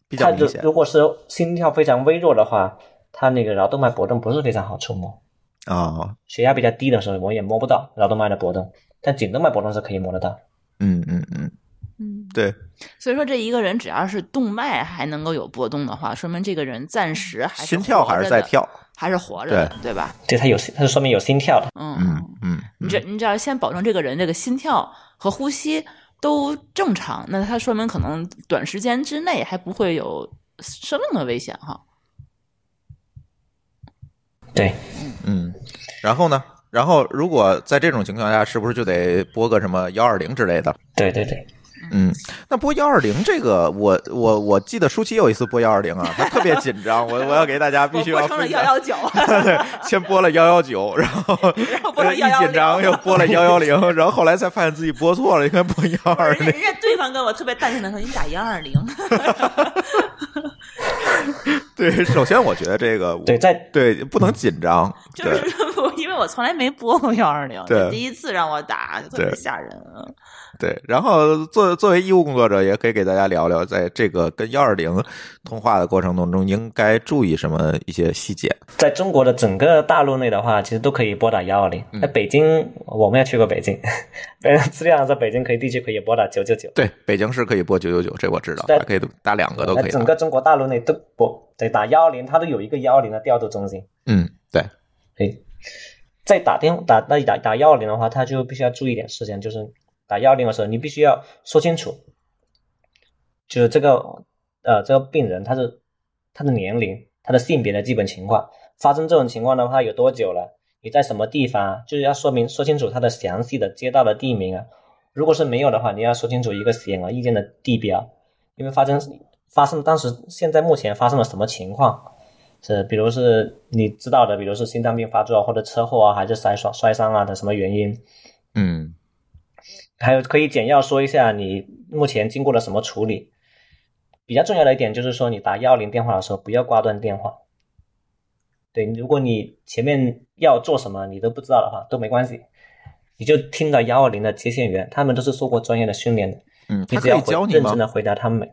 Speaker 1: 比较
Speaker 2: 它
Speaker 1: 明
Speaker 2: 如
Speaker 1: 显
Speaker 2: 如果是心跳非常微弱的话，它那个桡动脉搏动不是非常好触摸。
Speaker 1: 啊，
Speaker 2: 血压比较低的时候，我也摸不到桡动脉的搏动，但颈动脉搏动是可以摸得到。
Speaker 1: 嗯嗯嗯，
Speaker 3: 嗯，
Speaker 1: 对，
Speaker 3: 所以说这一个人只要是动脉还能够有波动的话，说明这个人暂时还是
Speaker 1: 心跳还是在
Speaker 3: 活着的，
Speaker 1: 跳，
Speaker 3: 还是活着的，对吧？
Speaker 2: 对，它有心，它是说明有心跳的。
Speaker 3: 嗯
Speaker 1: 嗯嗯，
Speaker 3: 你这你只要先保证这个人这个心跳和呼吸都正常，那他说明可能短时间之内还不会有生命的危险哈。
Speaker 2: 对，
Speaker 1: 嗯，然后呢？然后如果在这种情况下，是不是就得拨个什么幺二零之类的？
Speaker 2: 对对对，
Speaker 1: 嗯，那拨幺二零这个，我我我记得舒淇有一次拨幺二零啊，她特别紧张，我我要给大家必须
Speaker 3: 我
Speaker 1: 要
Speaker 3: 拨成了
Speaker 1: 分
Speaker 3: 幺
Speaker 1: 享。
Speaker 3: 幺九，
Speaker 1: 对， [laughs] 先拨了幺幺九，然
Speaker 3: [laughs]
Speaker 1: 后
Speaker 3: 然后拨成
Speaker 1: 呃一
Speaker 3: 110
Speaker 1: 紧张又拨了幺幺零，然后后来才发现自己拨错了，应该拨幺二
Speaker 3: 人家
Speaker 1: 零。
Speaker 3: 人家对方跟我特别淡定的说：“你打幺二零。 [laughs]
Speaker 1: 对，首先我觉得这个我
Speaker 2: 对，在
Speaker 1: 对不能紧张，”
Speaker 3: [laughs] 就
Speaker 1: 对
Speaker 3: 是我 [laughs] 因为我从来没拨过幺二零，
Speaker 1: 对
Speaker 3: 这第一次让我打，特别
Speaker 1: 对
Speaker 3: 吓人。嗯
Speaker 1: 对。然后作作为医务工作者，也可以给大家聊聊，在这个跟幺二零通话的过程当中，应该注意什么一些细节。
Speaker 2: 在中国的整个大陆内的话，其实都可以拨打幺二零。那北京，我们也去过北京， [laughs] 别人资料上在北京可以地区可以拨打九九九。
Speaker 1: 对，北京市可以拨九九九，这我知道，
Speaker 2: 在
Speaker 1: 还可以打两个都可
Speaker 2: 那
Speaker 1: 以啊
Speaker 2: 整
Speaker 1: 打。
Speaker 2: 个中国大陆内都不对，打幺二零，它都有一个幺二零的调度中心。
Speaker 1: 嗯，对，
Speaker 2: 所以，在打电打那打打幺二零的话，他就必须要注意一点事情，就是打幺二零的时候，你必须要说清楚，就是这个呃这个病人他是他的年龄、他的性别的基本情况，发生这种情况的话有多久了？你在什么地方？就是要说明说清楚他的详细的街道的地名啊。如果是没有的话，你要说清楚一个显而易见的地标，因为发生发生当时现在目前发生了什么情况，是，比如是你知道的，比如是心脏病发作啊，或者车祸啊，还是摔伤摔伤啊的什么原因？
Speaker 1: 嗯
Speaker 2: 还有可以简要说一下你目前经过了什么处理。比较重要的一点就是说，你打幺零电话的时候不要挂断电话。对，如果你前面要做什么你都不知道的话，都没关系，你就听到幺二零的接线员，他们都是受过专业的训练的，
Speaker 1: 嗯，
Speaker 2: 你
Speaker 1: 他可
Speaker 2: 只
Speaker 1: 以
Speaker 2: 要回
Speaker 1: 教你
Speaker 2: 认
Speaker 1: 吗
Speaker 2: 真？的回答他们每，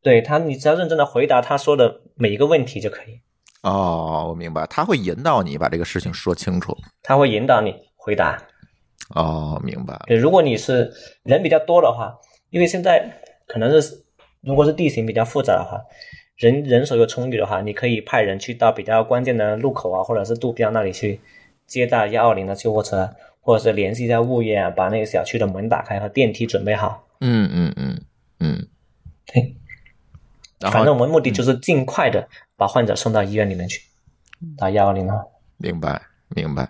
Speaker 2: 对他，你只要认真的回答他说的每一个问题就可以。
Speaker 1: 哦，我明白，他会引导你把这个事情说清楚。
Speaker 2: 他会引导你回答。
Speaker 1: 哦，明白。
Speaker 2: 对，如果你是人比较多的话，因为现在可能是如果是地形比较复杂的话，人人手又充裕的话，你可以派人去到比较关键的路口啊，或者是路标那里去接到幺二零的救护车，或者是联系一下物业啊，把那个小区的门打开和电梯准备好。
Speaker 1: 嗯嗯嗯嗯。
Speaker 2: 对，
Speaker 1: 然
Speaker 2: 反正
Speaker 1: 后嗯
Speaker 2: 我们目的就是尽快的把患者送到医院里面去，打幺二零啊。
Speaker 1: 明白明白。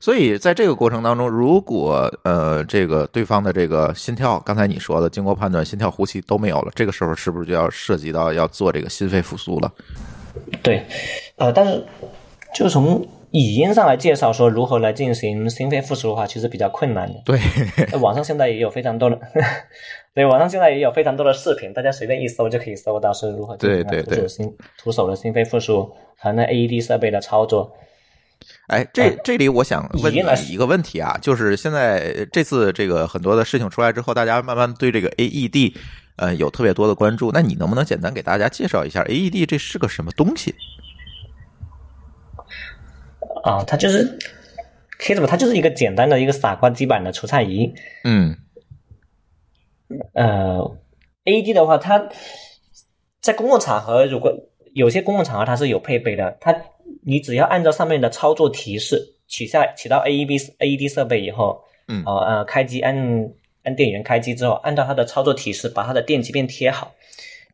Speaker 1: 所以在这个过程当中，如果呃这个对方的这个心跳，刚才你说的，经过判断心跳、呼吸都没有了，这个时候是不是就要涉及到要做这个心肺复苏了？
Speaker 2: 对，呃，但是就从语音上来介绍说如何来进行心肺复苏的话，其实比较困难的。
Speaker 1: 对，
Speaker 2: 那呃网上现在也有非常多的，对，网上现在也有非常多的视频，大家随便一搜就可以搜到是如何进行啊
Speaker 1: 对对
Speaker 2: 徒手
Speaker 1: 对
Speaker 2: 心徒手的心肺复苏和那 AED 设备的操作。
Speaker 1: 哎，这这里我想问
Speaker 2: 已经来
Speaker 1: 你一个问题啊，就是现在这次这个很多的事情出来之后，大家慢慢对这个 AED 呃有特别多的关注，那你能不能简单给大家介绍一下 AED 这是个什么东西？
Speaker 2: 啊，它就是 K 怎么？它就是一个简单的一个傻瓜基板的除颤仪。
Speaker 1: 嗯
Speaker 2: 呃，AED 的话，它在公共场合，如果有些公共场合它是有配备的，它你只要按照上面的操作提示，取下取到 AED AED 设备以后，
Speaker 1: 嗯
Speaker 2: 呃呃，开机按按电源开机之后，按照它的操作提示，把它的电极片贴好，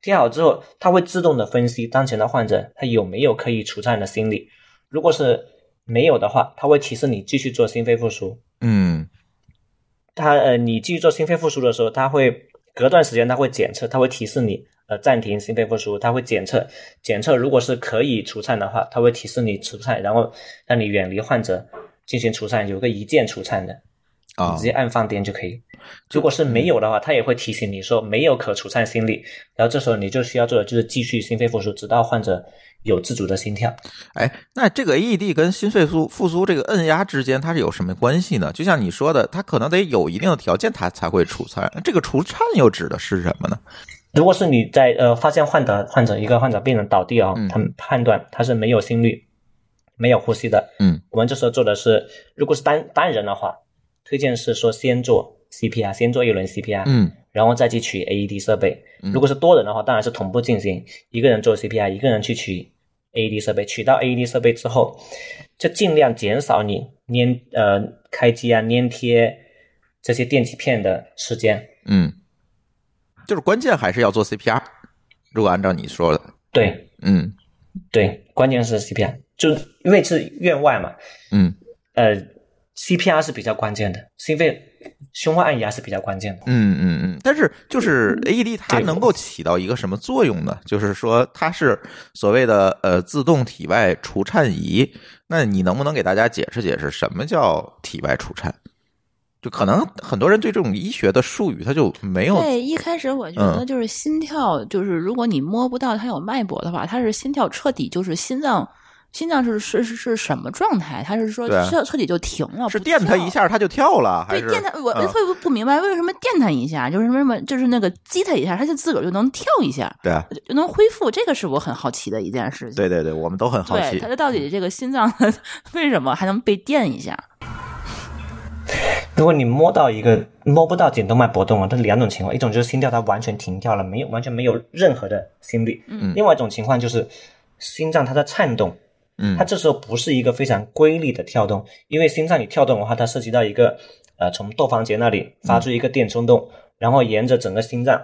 Speaker 2: 贴好之后，它会自动的分析当前的患者他有没有可以除颤的心理，如果是没有的话，它会提示你继续做心肺复苏。
Speaker 1: 嗯
Speaker 2: 它呃，你继续做心肺复苏的时候，它会隔段时间它会检测，它会提示你呃暂停心肺复苏，它会检测检测，如果是可以除颤的话，它会提示你除颤，然后让你远离患者进行除颤，有个一键除颤的，
Speaker 1: 啊
Speaker 2: 你直接按放电就可以。如果是没有的话，他也会提醒你说没有可除颤心理，然后这时候你就需要做的就是继续心肺复苏，直到患者有自主的心跳。
Speaker 1: 哎，那这个 ED 跟心肺复复苏这个摁压之间，它是有什么关系呢？就像你说的，它可能得有一定的条件，它才会除颤。这个除颤又指的是什么呢？
Speaker 2: 如果是你在呃发现患者患者一个患者病人倒地啊、
Speaker 1: 嗯
Speaker 2: 他们判断他是没有心率、没有呼吸的，
Speaker 1: 嗯，
Speaker 2: 我们这时候做的是，如果是单单人的话，推荐是说先做 CPR，先做一轮 CPR，
Speaker 1: 嗯，
Speaker 2: 然后再去取 AED 设备
Speaker 1: 嗯。
Speaker 2: 如果是多人的话，当然是同步进行，一个人做 CPR，一个人去取 AED 设备。取到 AED 设备之后，就尽量减少你粘呃开机啊、粘贴这些电极片的时间。
Speaker 1: 嗯，就是关键还是要做 CPR。如果按照你说的，
Speaker 2: 对
Speaker 1: 嗯
Speaker 2: 对，关键是 CPR，就因为是院外嘛，
Speaker 1: 嗯
Speaker 2: 呃，CPR 是比较关键的，心肺胸外按压是比较关键的。
Speaker 1: 嗯嗯嗯。但是就是
Speaker 3: 嗯
Speaker 1: AED 它
Speaker 2: 对
Speaker 1: 能够起到一个什么作用呢？就是说它是所谓的呃自动体外除颤仪。那你能不能给大家解释解释什么叫体外除颤？就可能很多人对这种医学的术语他就没有
Speaker 3: 对，一开始我觉得
Speaker 1: 嗯
Speaker 3: 就是心跳，就是如果你摸不到它有脉搏的话，它是心跳彻底就是心脏，心脏是是是是什么状态？它是说
Speaker 1: 对啊
Speaker 3: 彻彻底就停了，
Speaker 1: 是
Speaker 3: 不
Speaker 1: 电它
Speaker 3: 跳
Speaker 1: 一。下它就跳了，还
Speaker 3: 对，
Speaker 1: 是
Speaker 3: 电它，我
Speaker 1: 嗯
Speaker 3: 特别不明白为什么电它一下，就是什么，就是那个击它一下，它就自个儿就能跳一下，
Speaker 1: 对啊
Speaker 3: 就能恢复，这个是我很好奇的一件事情。
Speaker 1: 对对对，我们都很好
Speaker 3: 对，
Speaker 1: 奇嗯
Speaker 3: 它。的到底这个心脏 [laughs] 为什么还能被电一下？
Speaker 2: 如果你摸到一个摸不到颈动脉搏动啊，这两种情况，一种就是心跳它完全停掉了，没有完全没有任何的心率；
Speaker 3: 嗯
Speaker 2: 另外一种情况就是心脏它在颤动，
Speaker 1: 嗯
Speaker 2: 它这时候不是一个非常规律的跳动，因为心脏你跳动的话，它涉及到一个呃从窦房结那里发出一个电冲动，然后沿着整个心脏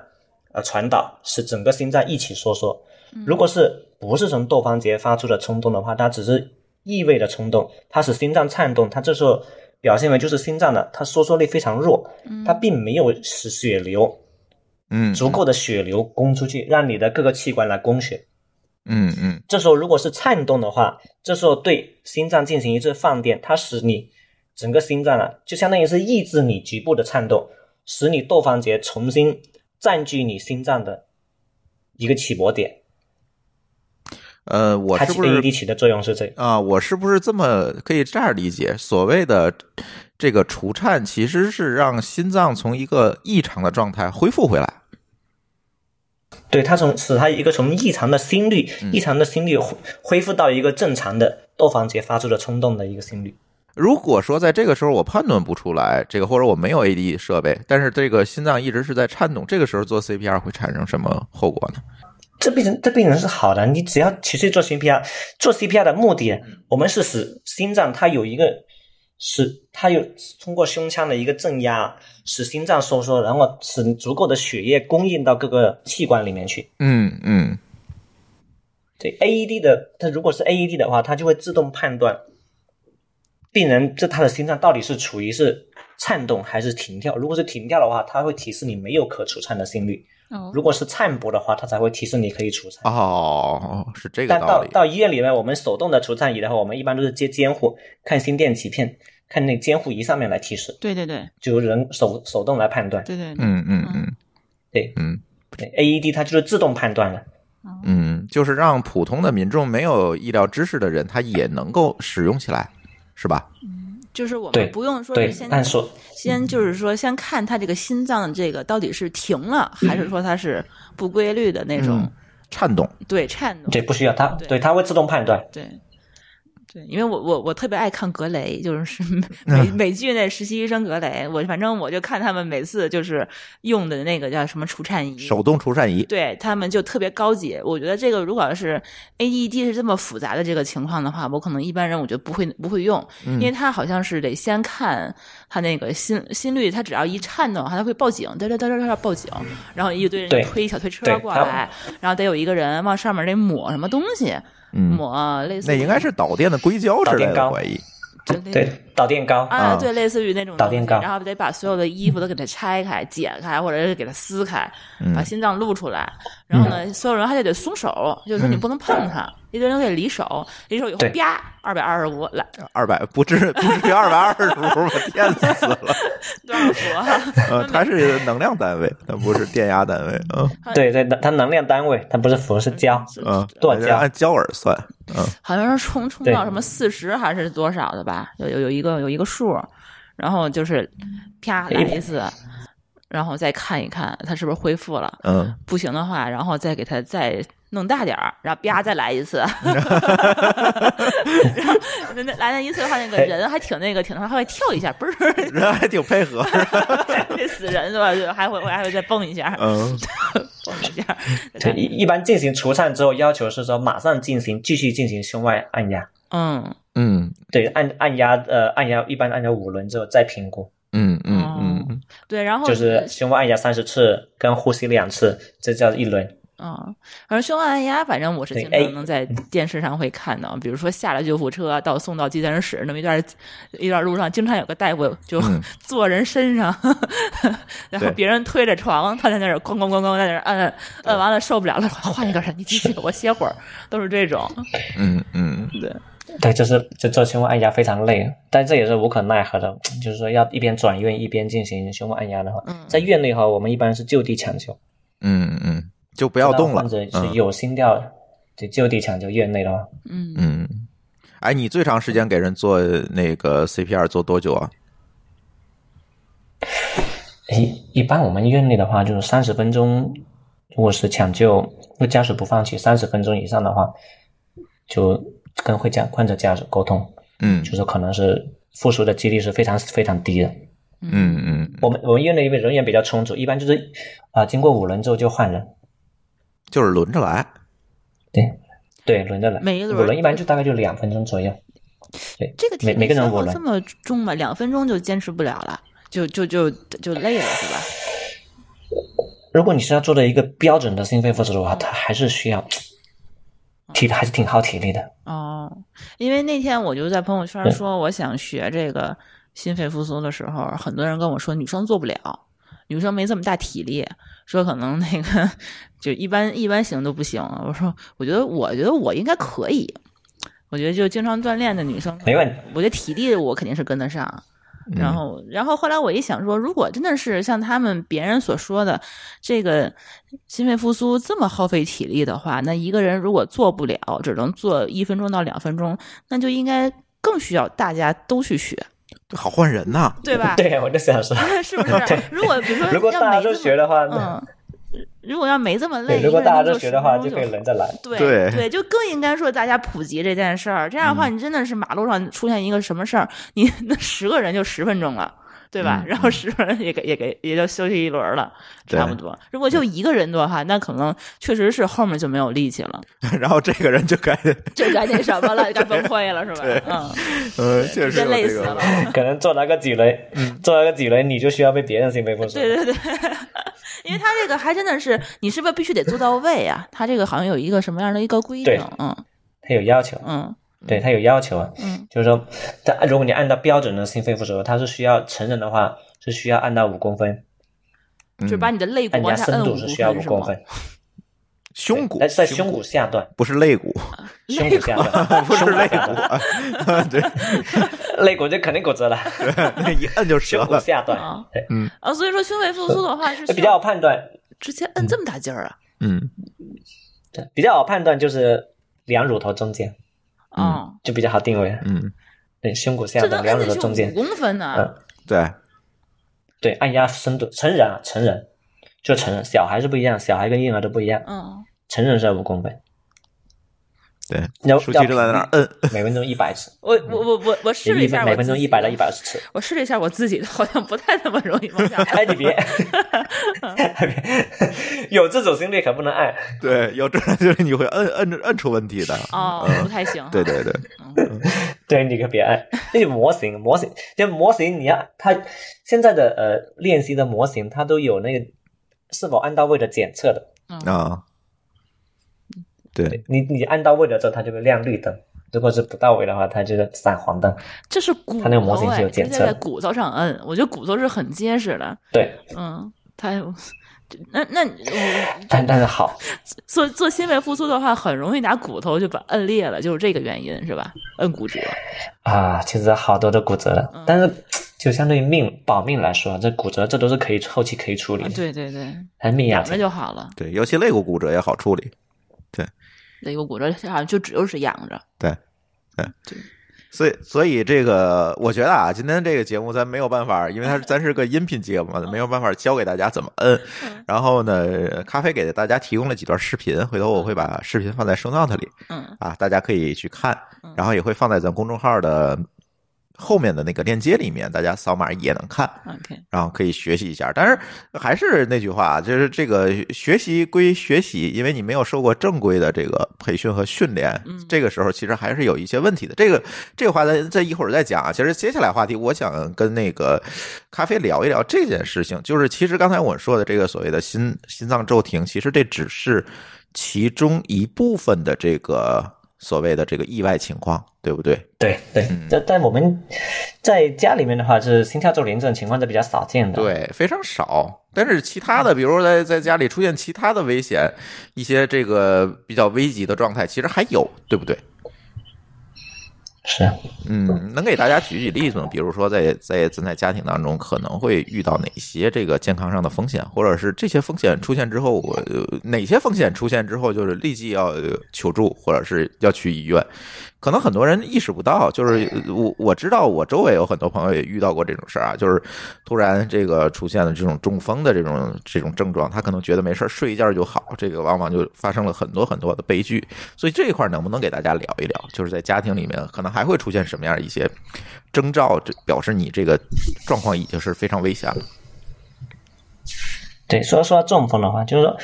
Speaker 2: 呃传导，使整个心脏一起收缩。
Speaker 1: 嗯
Speaker 2: 如果是不是从窦房结发出的冲动的话，它只是异位的冲动，它使心脏颤动，它这时候表现为就是心脏的它收缩力非常弱，
Speaker 3: 嗯
Speaker 2: 它并没有使血流
Speaker 1: 嗯
Speaker 2: 足够的血流供出去，让你的各个器官来供血。
Speaker 1: 嗯嗯
Speaker 2: 这时候如果是颤动的话，这时候对心脏进行一次放电，它使你整个心脏啊，就相当于是抑制你局部的颤动，使你窦房结重新占据你心脏的一个起搏点。
Speaker 1: 呃，我
Speaker 2: 它
Speaker 1: 是
Speaker 2: 起
Speaker 1: 不是
Speaker 2: AED 起的作用是这个？
Speaker 1: 啊、我是不是这么可以这样理解？所谓的这个除颤，其实是让心脏从一个异常的状态恢复回来。
Speaker 2: 对，它从使它一个从异常的心率、
Speaker 1: 嗯
Speaker 2: 异常的心率恢恢复到一个正常的窦房结发出的冲动的一个心率。
Speaker 1: 如果说在这个时候我判断不出来，这个或者我没有 AD 设备，但是这个心脏一直是在颤动，这个时候做 CPR 会产生什么后果呢？
Speaker 2: 这病人这病人是好的，你只要持续做 CPR，做 CPR 的目的，我们是使心脏它有一个使它有通过胸腔的一个镇压，使心脏收缩，然后使足够的血液供应到各个器官里面去。
Speaker 1: 嗯嗯
Speaker 2: 对 AED 的，它如果是 AED 的话，它就会自动判断病人这他的心脏到底是处于是颤动还是停跳。如果是停跳的话，它会提示你没有可除颤的心率；
Speaker 3: 哦
Speaker 2: 如果是颤搏的话，它才会提示你可以除颤。
Speaker 1: 哦，是这个
Speaker 2: 但
Speaker 1: 道
Speaker 2: 到
Speaker 1: 理。
Speaker 2: 到医院里面，我们手动的除颤仪的话，我们一般都是接监护，看心电极片，看那监护仪上面来提示，
Speaker 3: 对对对
Speaker 2: 就人手手动来判断。
Speaker 3: 对对，
Speaker 1: 嗯嗯嗯，
Speaker 2: 对
Speaker 1: 嗯
Speaker 2: 对，AED 它就是自动判断了。
Speaker 1: 嗯，就是让普通的民众没有医疗知识的人，他也能够使用起来，是吧？
Speaker 3: 就是我
Speaker 2: 对
Speaker 3: 们不用说
Speaker 2: 对
Speaker 3: 是，先嗯
Speaker 2: 按说
Speaker 1: 嗯
Speaker 3: 先就是说，先看他这个心脏这个到底是停了，还是说它是不规律的那种、
Speaker 1: 嗯颤动，
Speaker 3: 对颤动。
Speaker 2: 对不需要它，
Speaker 3: 对
Speaker 2: 对它会自动判断。
Speaker 3: 对对因为我我我特别爱看格雷，就是 [laughs]
Speaker 1: 嗯
Speaker 3: 美美剧那实习医生格雷，我反正我就看他们每次就是用的那个叫什么除颤仪，
Speaker 1: 手动除颤仪。
Speaker 3: 对他们就特别高级。我觉得这个如果要是 AED 是这么复杂的这个情况的话，我可能一般人我觉得不会不会用，
Speaker 1: 嗯
Speaker 3: 因为它好像是得先看它那个心心率，它只要一颤动，它会报警，哒哒哒哒哒报警，
Speaker 1: 嗯
Speaker 3: 然后一堆
Speaker 2: 对
Speaker 3: 人推小推车
Speaker 2: 对
Speaker 3: 过
Speaker 2: 它
Speaker 3: 来，然后得有一个人往上面得抹什么东西，
Speaker 1: 嗯，
Speaker 3: 抹类似
Speaker 1: 那
Speaker 3: 于
Speaker 1: 应该是导电的硅胶之类
Speaker 2: 导电
Speaker 1: 的
Speaker 2: 缸
Speaker 1: 怀疑。
Speaker 3: 就那
Speaker 2: 对。，导电膏，
Speaker 1: 啊
Speaker 3: 嗯啊，对，类似于那种
Speaker 2: 导
Speaker 3: 东西
Speaker 2: 电杠
Speaker 3: 然后得把所有的衣服都给它拆开、解开，或者是给它撕
Speaker 2: 嗯
Speaker 3: 开，把心脏露出来。然后呢，所有人还得得松手，就是说你不能碰它，一堆人给离手，离手以后
Speaker 2: 嗯对
Speaker 3: 啪二百二十五来
Speaker 1: 二百不至不至于二百二十伏，我电死了。
Speaker 2: [laughs]
Speaker 3: 多少伏啊？
Speaker 1: 呃，它是能量单位，它不是电压单位。嗯
Speaker 2: 对对，它它能量单位它不是伏是焦，
Speaker 1: 嗯，
Speaker 2: 多少
Speaker 1: 还是
Speaker 2: 焦
Speaker 1: 按焦耳算。嗯，
Speaker 3: [laughs] 好像是冲冲
Speaker 2: 对
Speaker 3: 到什么四十还是多少的吧，有有有一个有一个数，然后就是
Speaker 2: 哎
Speaker 3: 啪来一次，然后再看一看它是不是恢复了，
Speaker 1: 嗯，
Speaker 3: 不行的话，然后再给它再弄大点儿，然后
Speaker 2: 嗯
Speaker 3: 啪再来
Speaker 2: [laughs]
Speaker 3: 一次，然后那那来那一次的话，那个人还挺那个挺，还会跳一下，不 [laughs] 是
Speaker 1: 人还挺配合。
Speaker 3: 这死人对吧？就还会还会再蹦一下，
Speaker 2: 呃
Speaker 1: 嗯，
Speaker 3: 蹦一下，
Speaker 2: 对一一般进行除颤之后，要求是说马上进行继续进行胸外按压，
Speaker 3: 嗯
Speaker 1: 嗯
Speaker 2: 对按按压呃按压一般按压五轮之后再评估，
Speaker 1: 嗯嗯嗯，
Speaker 3: 对，然后
Speaker 2: 就是胸外按压三十次跟呼吸两次，这叫一轮。
Speaker 3: 啊，反正胸外按压，反正我是
Speaker 2: 对
Speaker 3: 经
Speaker 2: 哎
Speaker 3: 常能在电视上会看到，比如说下了救护车到送到急诊室那么一段一段路上，经常有个大夫就
Speaker 1: 嗯
Speaker 3: [laughs] 坐人身上， [laughs] 然后
Speaker 1: 对
Speaker 3: 别人推着床，他在那儿咣咣咣咣在那儿按按完了受不了了，换一个人，你继续，我歇会儿，都是这种。
Speaker 1: 嗯嗯
Speaker 3: 对，
Speaker 2: 对，就是就做胸外按压非常累，但这也是无可奈何的，就是说要一边转院一边进行胸外按压的话，
Speaker 3: 嗯
Speaker 2: 在院内哈，我们一般是就地抢救，
Speaker 1: 嗯嗯，就不要动了
Speaker 2: 患。者是
Speaker 1: 嗯
Speaker 2: 有心跳的，对，就地抢救院内的话，
Speaker 3: 嗯，
Speaker 1: 嗯，哎，你最长时间给人做那个 CPR 做多久啊？嗯
Speaker 2: 一一般我们院内的话，就是三十分钟，如果是抢救，如果家属不放弃，三十分钟以上的话，就跟会家患者家属沟通，
Speaker 1: 嗯
Speaker 2: 就是可能是复苏的几率是非常非常低的。
Speaker 1: 嗯嗯，
Speaker 2: 我们我们院内因为人员比较充足，一般就是啊、经过五轮之后就换人，
Speaker 1: 就是轮着来。
Speaker 2: 对对，轮着来，
Speaker 3: 每一轮
Speaker 2: 五轮一般就大概就两分钟左右。对，
Speaker 3: 这个体
Speaker 2: 每
Speaker 3: 力
Speaker 2: 每个人
Speaker 3: 消
Speaker 2: 五
Speaker 3: 耗
Speaker 2: 轮
Speaker 3: 这么重吗？两分钟就坚持不了了，就就就就累了是吧？
Speaker 2: 如果你是要做的一个标准的心肺复苏的话，它还是需要
Speaker 3: 嗯
Speaker 2: 体还是挺耗体力的。
Speaker 3: 哦，因为那天我就在朋友圈
Speaker 2: 对
Speaker 3: 说我想学这个心肺复苏的时候，很多人跟我说女生做不了，女生没这么大体力，说可能那个就一般一般行都不行。我说我觉得我觉得我应该可以，我觉得就经常锻炼的女生，
Speaker 2: 没问题，
Speaker 3: 我觉得体力我肯定是跟得上。
Speaker 2: 嗯
Speaker 3: 然后，然后后来我一想说，如果真的是像他们别人所说的，这个心肺复苏这么耗费体力的话，那一个人如果做不了，只能做一分钟到两分钟，那就应该更需要大家都去学，
Speaker 1: 这好换人呐。 [laughs]
Speaker 3: 对吧？
Speaker 2: 对，我就想说。
Speaker 3: [laughs]
Speaker 2: [laughs]
Speaker 3: 是不是？如果比如说
Speaker 2: 如果
Speaker 3: 啊要
Speaker 2: 大家都
Speaker 3: 没这么
Speaker 2: 学的话
Speaker 3: 嗯，如果要没这么累，
Speaker 2: 对，如果
Speaker 3: 一个
Speaker 2: 大
Speaker 3: 人
Speaker 2: 家
Speaker 3: 能
Speaker 2: 都
Speaker 3: 做
Speaker 2: 学的话，就
Speaker 3: 10分钟
Speaker 2: 可以轮着
Speaker 3: [laughs]
Speaker 2: 来。
Speaker 3: 对嗯
Speaker 1: 对
Speaker 3: 就更应该说大家普及这件事儿。这样的话，你真的是马路上出现一个什么事儿，你 [laughs] 那十个人就十分钟了，对吧？
Speaker 1: 嗯
Speaker 3: 然后十个人也给也给也就休息一轮儿了，
Speaker 1: 对
Speaker 3: 差不多。如果就一个人的话，那可能确实是后面就没有力气了，
Speaker 1: 然后这个人就该，
Speaker 3: 这该那什么 [laughs] 了，该崩溃了，是
Speaker 1: 对
Speaker 3: 吧？嗯，
Speaker 1: 呃，确实
Speaker 3: 真
Speaker 1: 有
Speaker 3: 累
Speaker 1: 这
Speaker 3: 死了
Speaker 1: 个。。
Speaker 2: 可能做了个几轮，做了个几轮，你就需要被别人心肺复苏。
Speaker 3: 嗯对对对， [laughs] 因为他这个还真的是，你是不是必须得做到位啊？他这个好像有一个什么样的一个规
Speaker 2: 对
Speaker 3: 定？嗯
Speaker 2: 他有要求，
Speaker 3: 嗯
Speaker 2: 对他有要求啊。
Speaker 3: 嗯，
Speaker 2: 就是说，他如果你按照标准的心肺复苏，它是需要成人的话是需要按到五公分，嗯
Speaker 3: 就是把你的肋骨
Speaker 2: 按压
Speaker 3: 往下
Speaker 2: 深
Speaker 3: 摁
Speaker 2: 度
Speaker 3: 五
Speaker 2: 是需要
Speaker 3: 公
Speaker 2: 五
Speaker 3: 分是
Speaker 2: 公
Speaker 3: 吗
Speaker 2: 分，
Speaker 1: 胸骨
Speaker 2: 但，是呃在胸骨下
Speaker 1: [laughs]
Speaker 2: 段，
Speaker 1: 不是肋
Speaker 3: [laughs]
Speaker 1: 骨，
Speaker 2: 胸骨下段，
Speaker 1: 不是
Speaker 2: 胸骨
Speaker 1: 肋
Speaker 2: 下
Speaker 1: 骨 [laughs]
Speaker 2: 段，
Speaker 1: 啊对，
Speaker 2: [laughs] 肋骨就肯定骨折了，
Speaker 1: 那一摁就折
Speaker 2: 胸骨
Speaker 1: 了。
Speaker 2: 下段
Speaker 3: 啊
Speaker 2: 对
Speaker 3: 啊，所以说胸肺复苏的话是需
Speaker 2: 比较好
Speaker 3: 要
Speaker 2: 判断，
Speaker 3: 直接摁这么大劲儿啊？
Speaker 1: 嗯
Speaker 2: 对比较好判断就是两乳头中间
Speaker 1: 嗯
Speaker 3: 啊，
Speaker 2: 就比较好定位，
Speaker 1: 嗯，
Speaker 2: 对，胸骨下
Speaker 3: 这能
Speaker 2: 段两乳
Speaker 3: 摁
Speaker 2: 头
Speaker 3: 进
Speaker 2: 中
Speaker 3: 去
Speaker 2: 间
Speaker 3: 五。公分呢
Speaker 2: 嗯？
Speaker 1: 对，
Speaker 2: 对，按压深度，成人啊，成人就成人，小孩是不一样，小孩跟婴儿都不一样，
Speaker 3: 嗯，
Speaker 2: 成人是五公分，
Speaker 1: 对，
Speaker 2: 要
Speaker 1: 舒淇
Speaker 2: 要
Speaker 1: 就在那儿摁，
Speaker 2: 每分钟一百次，
Speaker 3: 我我我我我试了
Speaker 2: 一
Speaker 3: 一下
Speaker 2: 分
Speaker 3: 我
Speaker 2: 每分
Speaker 3: 自己，
Speaker 2: 钟一百到一百二十次。
Speaker 3: 我试了一下我自己的，好像不太那么容易往下
Speaker 2: [laughs] 哎，你
Speaker 3: [laughs]
Speaker 2: 别，有这种心率可不能按。
Speaker 1: [laughs] 对，有这 [laughs] 就是你会摁摁着摁出问题的。
Speaker 3: 哦，不太行。
Speaker 1: [laughs] 对，
Speaker 3: [laughs]
Speaker 1: 对对，
Speaker 2: 对你可别按，那就模型模型，就模型你要它现在的呃练习的模型，它都有那个是否按到位的检测的。
Speaker 3: 嗯，
Speaker 1: 啊，对，
Speaker 2: 你你按到位了之后，它就会亮绿灯；如果是不到位的话，它就是闪黄灯。
Speaker 3: 这是骨
Speaker 2: 它那个模
Speaker 3: 头
Speaker 2: 型是
Speaker 3: 哎，
Speaker 2: 有
Speaker 3: 直
Speaker 2: 检
Speaker 3: 接
Speaker 2: 测的
Speaker 3: 在骨头上摁，我觉得骨头是很结实的。
Speaker 2: 对，
Speaker 3: 嗯，它有那那我
Speaker 2: 但但是好，
Speaker 3: 做做心肺复苏的话，很容易拿骨头就把摁裂了，就是这个原因是吧？摁骨折，
Speaker 2: 啊，其实好多都骨折
Speaker 3: 嗯
Speaker 2: 了，但是就相对于命保命来说，这骨折这都是可以后期可以处理
Speaker 3: 啊
Speaker 2: 的，
Speaker 3: 对对对，
Speaker 2: 还是命养
Speaker 3: 养着
Speaker 2: 着。
Speaker 3: 就好了。
Speaker 1: 对，尤其肋骨骨折也好处理。
Speaker 3: 肋骨骨折好像就只就是养着，
Speaker 1: 所以，所以这个，我觉得啊，今天这个节目咱没有办法，因为它是咱是个音频节目嘛，没有办法教给大家怎么摁。
Speaker 3: 嗯
Speaker 1: 然后呢，咖啡给大家提供了几段视频，回头我会把视频放在 show note 里
Speaker 3: 嗯
Speaker 1: 啊，大家可以去看
Speaker 3: 嗯，
Speaker 1: 然后也会放在咱公众号的后面的那个链接里面，大家扫码也能看。
Speaker 3: ，OK，
Speaker 1: 然后可以学习一下。但是还是那句话，就是这个学习归学习，因为你没有受过正规的这个培训和训练，
Speaker 3: 嗯
Speaker 1: 这个时候其实还是有一些问题的。这个这个话咱这一会儿再讲啊。其实接下来话题，我想跟那个咖啡聊一聊这件事情，就是其实刚才我说的这个所谓的心心脏骤停，其实这只是其中一部分的这个。所谓的这个意外情况，对不对？
Speaker 2: 对对，但但我们在家里面的话，就是心跳骤停这种情况是比较少见的。，
Speaker 1: 对，非常少。但是其他的，比如说在在家里出现其他的危险，一些这个比较危急的状态，其实还有，对不对？
Speaker 2: 是
Speaker 1: 嗯，能给大家举举例子吗？比如说在在咱在家庭当中可能会遇到哪些这个健康上的风险，或者是这些风险出现之后，我呃哪些风险出现之后就是立即要呃求助，或者是要去医院？可能很多人意识不到，就是呃我我知道我周围有很多朋友也遇到过这种事儿啊，就是突然这个出现了这种中风的这种这种症状，他可能觉得没事儿睡一觉就好，这个往往就发生了很多很多的悲剧。所以这一块儿能不能给大家聊一聊？就是在家庭里面，可能还会出现什么样的一些征兆，这表示你这个状况已经是非常危险了。
Speaker 2: 对，说说到中风的话，就是说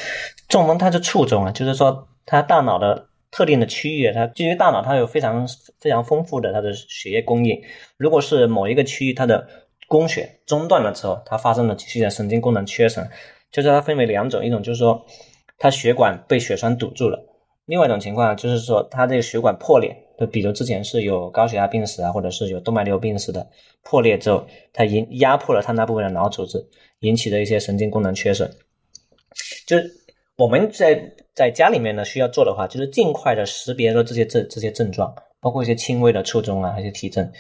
Speaker 2: 中风它是卒中啊，就是说它大脑的特定的区域，它基于大脑它有非常非常丰富的它的血液供应。如果是某一个区域它的供血中断了之后，它发生了急性的神经功能缺损，就是它分为两种，一种就是说它血管被血栓堵住了，另外一种情况啊就是说它这个血管破裂，就比如之前是有高血压病史啊，或者是有动脉瘤病史的破裂之后，它引压迫了它那部分的脑组织，引起的一些神经功能缺损。就是我们在在家里面呢，需要做的话，就是尽快的识别了这些症这些症状，包括一些轻微的卒中啊，一些体征，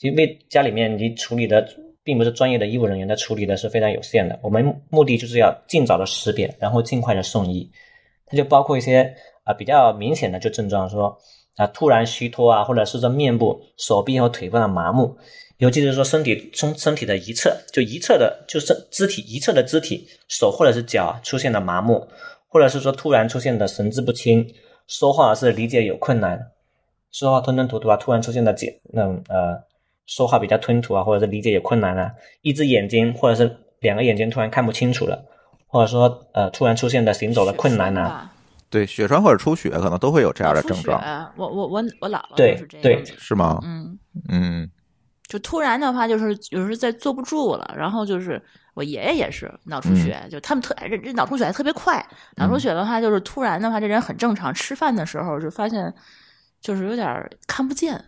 Speaker 2: 因为家里面你处理的并不是专业的医务人员，他处理的是非常有限的。我们目的就是要尽早的识别，然后尽快的送医。它就包括一些啊、比较明显的就症状说啊、突然虚脱啊，或者是说面部、手臂和腿部的麻木，尤其是说身体从身体的一侧，就一侧的，就是肢体一侧的肢体，手或者是脚啊出现了麻木，或者是说突然出现的神志不清，说话是理解有困难，说话吞吞吐吐啊，突然出现的解那种呃说话比较吞吐啊，或者是理解有困难啊，一只眼睛或者是两个眼睛突然看不清楚了，或者说呃突然出现的 [laughs] 行走的困难呐、啊，
Speaker 1: 对，血栓或者出血可能都会有这
Speaker 3: 啊
Speaker 1: 样的症状，
Speaker 3: 状，我我我我姥姥
Speaker 2: 对
Speaker 3: 就是这样
Speaker 2: 对
Speaker 3: 子，
Speaker 1: 是吗？
Speaker 3: 嗯，
Speaker 1: 嗯，
Speaker 3: 就突然的话，就是有时候在坐不住了，然后就是我爷爷也是脑
Speaker 1: 嗯
Speaker 3: 出血，就他们特这这脑出血还特别快，脑出血的话就是突然的话，这人很正常，吃饭的时候就发现就是有点儿看不见，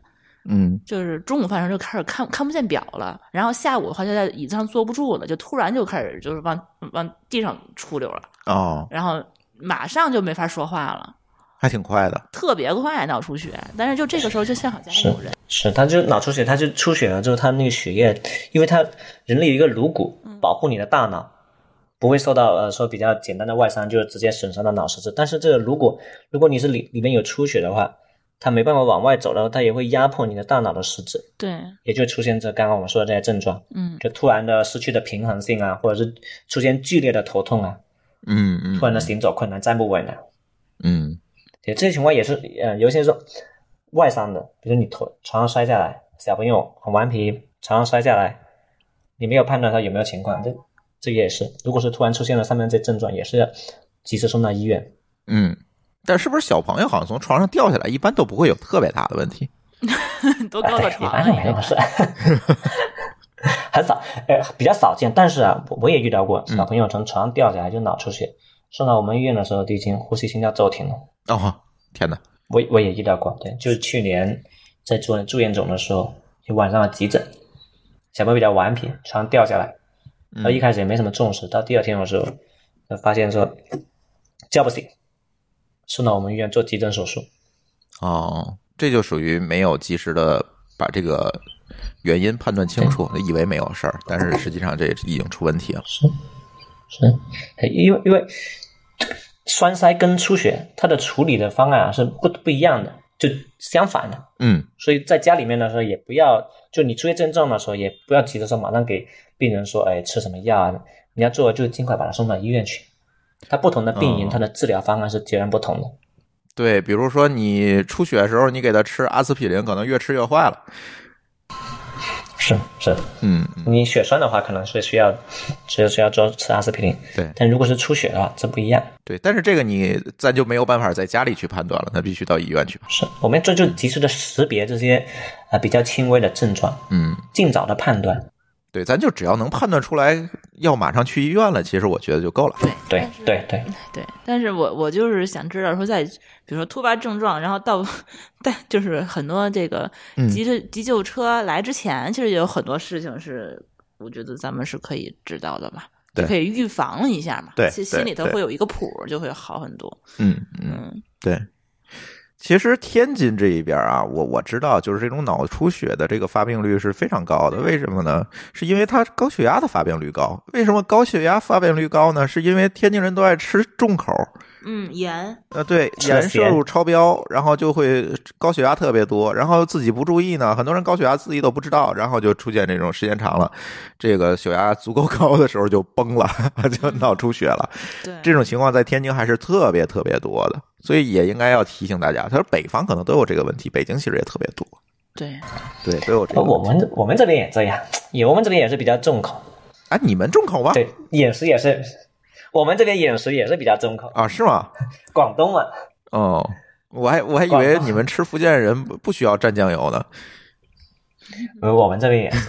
Speaker 1: 嗯，
Speaker 3: 就是中午饭时候就开始看看不见表了，然后下午的话就在椅子上坐不住了，就突然就开始就是往往地上出溜了，
Speaker 1: 哦，
Speaker 3: 然后马上就没法说话了，
Speaker 1: 还挺快的。
Speaker 3: 特别快脑出血，但是就这个时候就幸好家里
Speaker 2: 是
Speaker 3: 有人，
Speaker 2: 是，他就脑出血，他就出血了之后，他那个血液，因为他人类有一个颅骨保护你的大脑，不会受到呃说比较简单的外伤，就是直接损伤到脑实质。但是这个颅骨，如果你是里里面有出血的话，它没办法往外走了，它也会压迫你的大脑的实质，
Speaker 3: 对，
Speaker 2: 也就出现这刚刚我们说的这些症状，
Speaker 1: [laughs]
Speaker 3: 嗯
Speaker 2: 就突然的失去的平衡性啊，或者是出现剧烈的头痛啊，
Speaker 1: 嗯嗯，
Speaker 2: 突然的行走困难、站不稳啊，
Speaker 1: 嗯
Speaker 2: 对，这些情况也是，呃，有一些是外伤的，比如你头床上摔下来，小朋友很顽皮，床上摔下来，你没有判断他有没有情况，这这个也是，如果是突然出现了上面这症状，也是要及时送到医院。
Speaker 1: 嗯。但是不是小朋友好像从床上掉下来，一般都不会有特别大的问题？
Speaker 3: 多
Speaker 2: 哎
Speaker 3: 高个
Speaker 2: 一
Speaker 3: 床啊
Speaker 2: 般也没
Speaker 3: 你
Speaker 2: 有事，很少，呃，比较少见。但是啊，我我也遇到过小朋友从床上掉下来就脑出血，送到我们医院的时候就已经呼吸心跳骤停了。
Speaker 1: 哦，天哪！
Speaker 2: 我我也遇到过，对，就是去年在住住院总的时候，就晚上的急诊，
Speaker 1: 嗯
Speaker 2: 呃小朋友比较顽皮，床上掉下来，他一开始也没什么重视，到第二天的时候，那发现说叫不醒，送到我们医院做急诊手术。
Speaker 1: 哦，这就属于没有及时的把这个原因判断清楚，以为没有事儿，但是实际上这已经出问题了。
Speaker 2: 是是，哎因为因为栓塞跟出血它的处理的方案啊是不不一样的，就相反的。
Speaker 1: 嗯，
Speaker 2: 所以在家里面的时候，也不要就你出现症状的时候，也不要急着说马上给病人说，哎，吃什么药啊？你要做的就是尽快把他送到医院去。他不同的病因，
Speaker 1: 哦
Speaker 2: 他的治疗方案是截然不同的。
Speaker 1: 对，比如说你出血的时候，你给他吃阿司匹林，可能越吃越坏了。
Speaker 2: 是是，
Speaker 1: 嗯，嗯
Speaker 2: 你血栓的话，可能是需要只需要做吃阿司匹林，
Speaker 1: 对
Speaker 2: 但如果是出血的话，这不一样。
Speaker 1: 对，但是这个你咱就没有办法在家里去判断了，那必须到医院去。
Speaker 2: 是我们这就及时的识别这些呃比较轻微的症状，
Speaker 1: 嗯，
Speaker 2: 尽早的判断。
Speaker 1: 对，咱就只要能判断出来要马上去医院了，其实我觉得就够了。
Speaker 2: 对
Speaker 3: 但是
Speaker 2: 对对，
Speaker 3: 对，但是我我就是想知道说在，比如说突发症状，然后到但就是很多这个
Speaker 1: 嗯
Speaker 3: 急着急救车来之前，其实也有很多事情是我觉得咱们是可以知道的嘛，
Speaker 1: 对
Speaker 3: 就可以预防一下嘛，
Speaker 1: 对
Speaker 3: 其实心里头
Speaker 1: 对对
Speaker 3: 会有一个谱，就会好很多。
Speaker 1: 嗯嗯，
Speaker 3: 嗯
Speaker 1: 对。其实天津这一边啊，我我知道，就是这种脑出血的这个发病率是非常高的。为什么呢？是因为它高血压的发病率高。为什么高血压发病率高呢？是因为天津人都爱吃重口，
Speaker 3: 嗯，盐
Speaker 1: 呃，对，
Speaker 2: 吃了
Speaker 1: 盐摄入超标，然后就会高血压特别多，然后自己不注意呢，很多人高血压自己都不知道，然后就出现这种时间长了，这个血压足够高的时候就崩了， [laughs] 就脑出血了。
Speaker 3: 对
Speaker 1: 这种情况在天津还是特别特别多的，所以也应该要提醒大家。他说北方可能都有这个问题，北京其实也特别多，
Speaker 3: 对
Speaker 1: 对，都有这个问
Speaker 2: 呃
Speaker 1: 题。
Speaker 2: 我们这我们这边也这样，也我们这边也是比较重口，
Speaker 1: 哎，你们重口吗？
Speaker 2: [laughs] 对，饮食也是，我们这边饮食也是比较重口，
Speaker 1: 啊，是吗？
Speaker 2: 广东嘛，
Speaker 1: 哦，我还我还以为你们吃福建人不不需要蘸酱油呢。
Speaker 2: 呃
Speaker 1: 嗯
Speaker 2: 我们这边也是，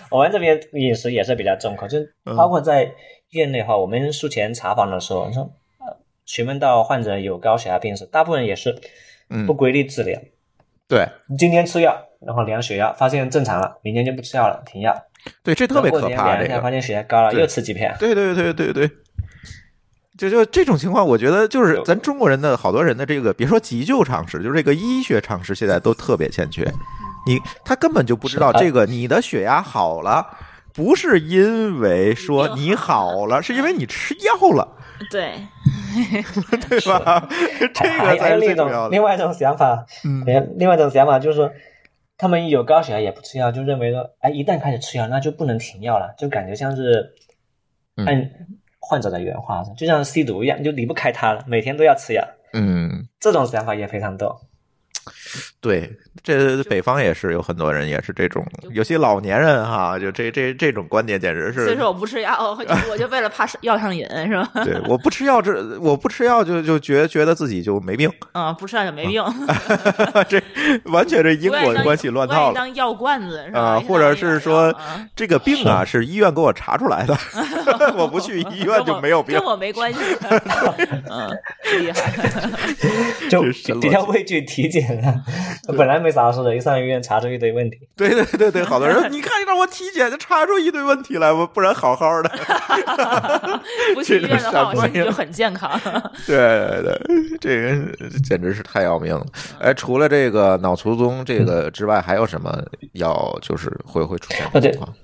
Speaker 2: [laughs] 我们这边饮食也是比较重口，就
Speaker 1: 嗯
Speaker 2: 包括在医院内的话，我们术前查房的时候，你说呃询问到患者有高血压病史，大部分也是
Speaker 1: 嗯
Speaker 2: 不规律治疗，
Speaker 1: 对
Speaker 2: 今天吃药，然后量血压，发现正常了，明天就不吃药了，停药，
Speaker 1: 对，这特别可
Speaker 2: 然后过
Speaker 1: 怕，
Speaker 2: 几
Speaker 1: 这
Speaker 2: 天量一下
Speaker 1: 个
Speaker 2: 发。现血压高了，
Speaker 1: 对
Speaker 2: 又吃几片，
Speaker 1: 对对对对对，就就这种情况，我觉得就是咱中国人的好多人的这个，别说急救常识，就是这个医学常识现在都特别欠缺。你他根本就不知道
Speaker 2: 是的
Speaker 1: 这个你的血压好了，不是因为说
Speaker 3: 你
Speaker 1: 你好了，是因为你吃药了，
Speaker 3: 对，
Speaker 1: 对吧？ [laughs] 这
Speaker 2: 还还
Speaker 1: 个
Speaker 2: 还
Speaker 1: 才
Speaker 2: 有
Speaker 1: 是
Speaker 2: 另
Speaker 1: 最
Speaker 2: 一
Speaker 1: 重要
Speaker 2: 种
Speaker 1: 的
Speaker 2: 另。外一种想法，
Speaker 1: 嗯，
Speaker 2: 哎另另外一种想法就是说，他们有高血压也不吃药，就认为说，哎，一旦开始吃药，那就不能停药了，就感觉像是
Speaker 1: 嗯
Speaker 2: 按患者的原话，就像吸毒一样，就离不开它了，每天都要吃药。
Speaker 1: 嗯，
Speaker 2: 这种想法也非常多，
Speaker 1: 对，这北方也是有很多人也是这种，有些老年人哈，就这这这种观点简直是
Speaker 3: 所以说我不吃药， [laughs]
Speaker 1: [laughs]
Speaker 3: 我就我就为了怕药上瘾是吧？
Speaker 1: 对，我不吃药，这我不吃药就就觉觉得自己就没病，
Speaker 3: 嗯，不吃药就没病，
Speaker 1: [laughs] 这完全啊是因
Speaker 3: 不愿意
Speaker 1: 果
Speaker 3: 当
Speaker 1: 关系乱
Speaker 3: 不愿
Speaker 1: 套了
Speaker 3: 意当药罐子是吧？
Speaker 1: 啊、
Speaker 3: 一天
Speaker 1: 或者
Speaker 3: 到晚
Speaker 1: 是说
Speaker 3: 要啊
Speaker 1: 这个病啊是医院给我查出来的， [laughs] 我不去医院就没有病
Speaker 3: 啊跟。我没关
Speaker 1: [laughs]
Speaker 3: 系。嗯，厉害，
Speaker 2: 就
Speaker 1: 这是
Speaker 2: 比
Speaker 1: 逻
Speaker 2: 较
Speaker 1: 辑
Speaker 2: 畏惧体检了。
Speaker 1: [laughs]
Speaker 2: 本来没啥事的，一上医院查出一堆问题，
Speaker 1: 对对对对，好多人说你看让我体检就查出一堆问题来，我不然好好的。 [laughs]
Speaker 3: 不去医院的话，
Speaker 1: 这种傻
Speaker 3: 我心
Speaker 1: 玩意
Speaker 3: 里
Speaker 1: 儿
Speaker 3: 就很健
Speaker 2: [laughs]
Speaker 3: 康。
Speaker 1: 对对对，这个简直是太要命了。哎，除了这个脑卒中这个之外，还有什么要就是会会出现
Speaker 2: 啊
Speaker 1: 的
Speaker 2: 对
Speaker 1: 情况？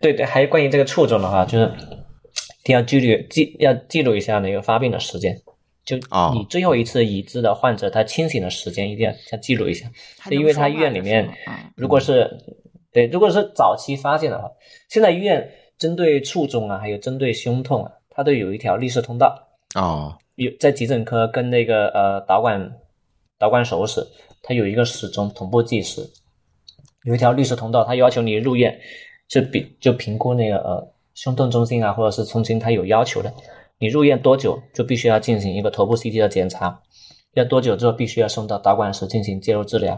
Speaker 2: 对对，还有关于这个触诊的话，就是一定要记录记要记录一下那个发病的时间，就
Speaker 1: 哦
Speaker 2: 你最后一次已知的患者他清醒的时间一定要要记录一下，
Speaker 3: 还能
Speaker 2: 因为
Speaker 3: 说话
Speaker 2: 他医院里面
Speaker 3: 的时候嗯
Speaker 2: 如果是对如果是早期发现的话，现在医院针对卒中啊，还有针对胸痛啊，它都有一条立式通道，
Speaker 1: 哦，
Speaker 2: 有在急诊科跟那个呃导管导管手术室，它有一个时钟同步计时，有一条律师通道，它要求你入院就比就评估那个呃胸痛中心啊，或者是中心，它有要求的，你入院多久就必须要进行一个头部 CT 的检查，要多久之后必须要送到导管室进行介入治疗。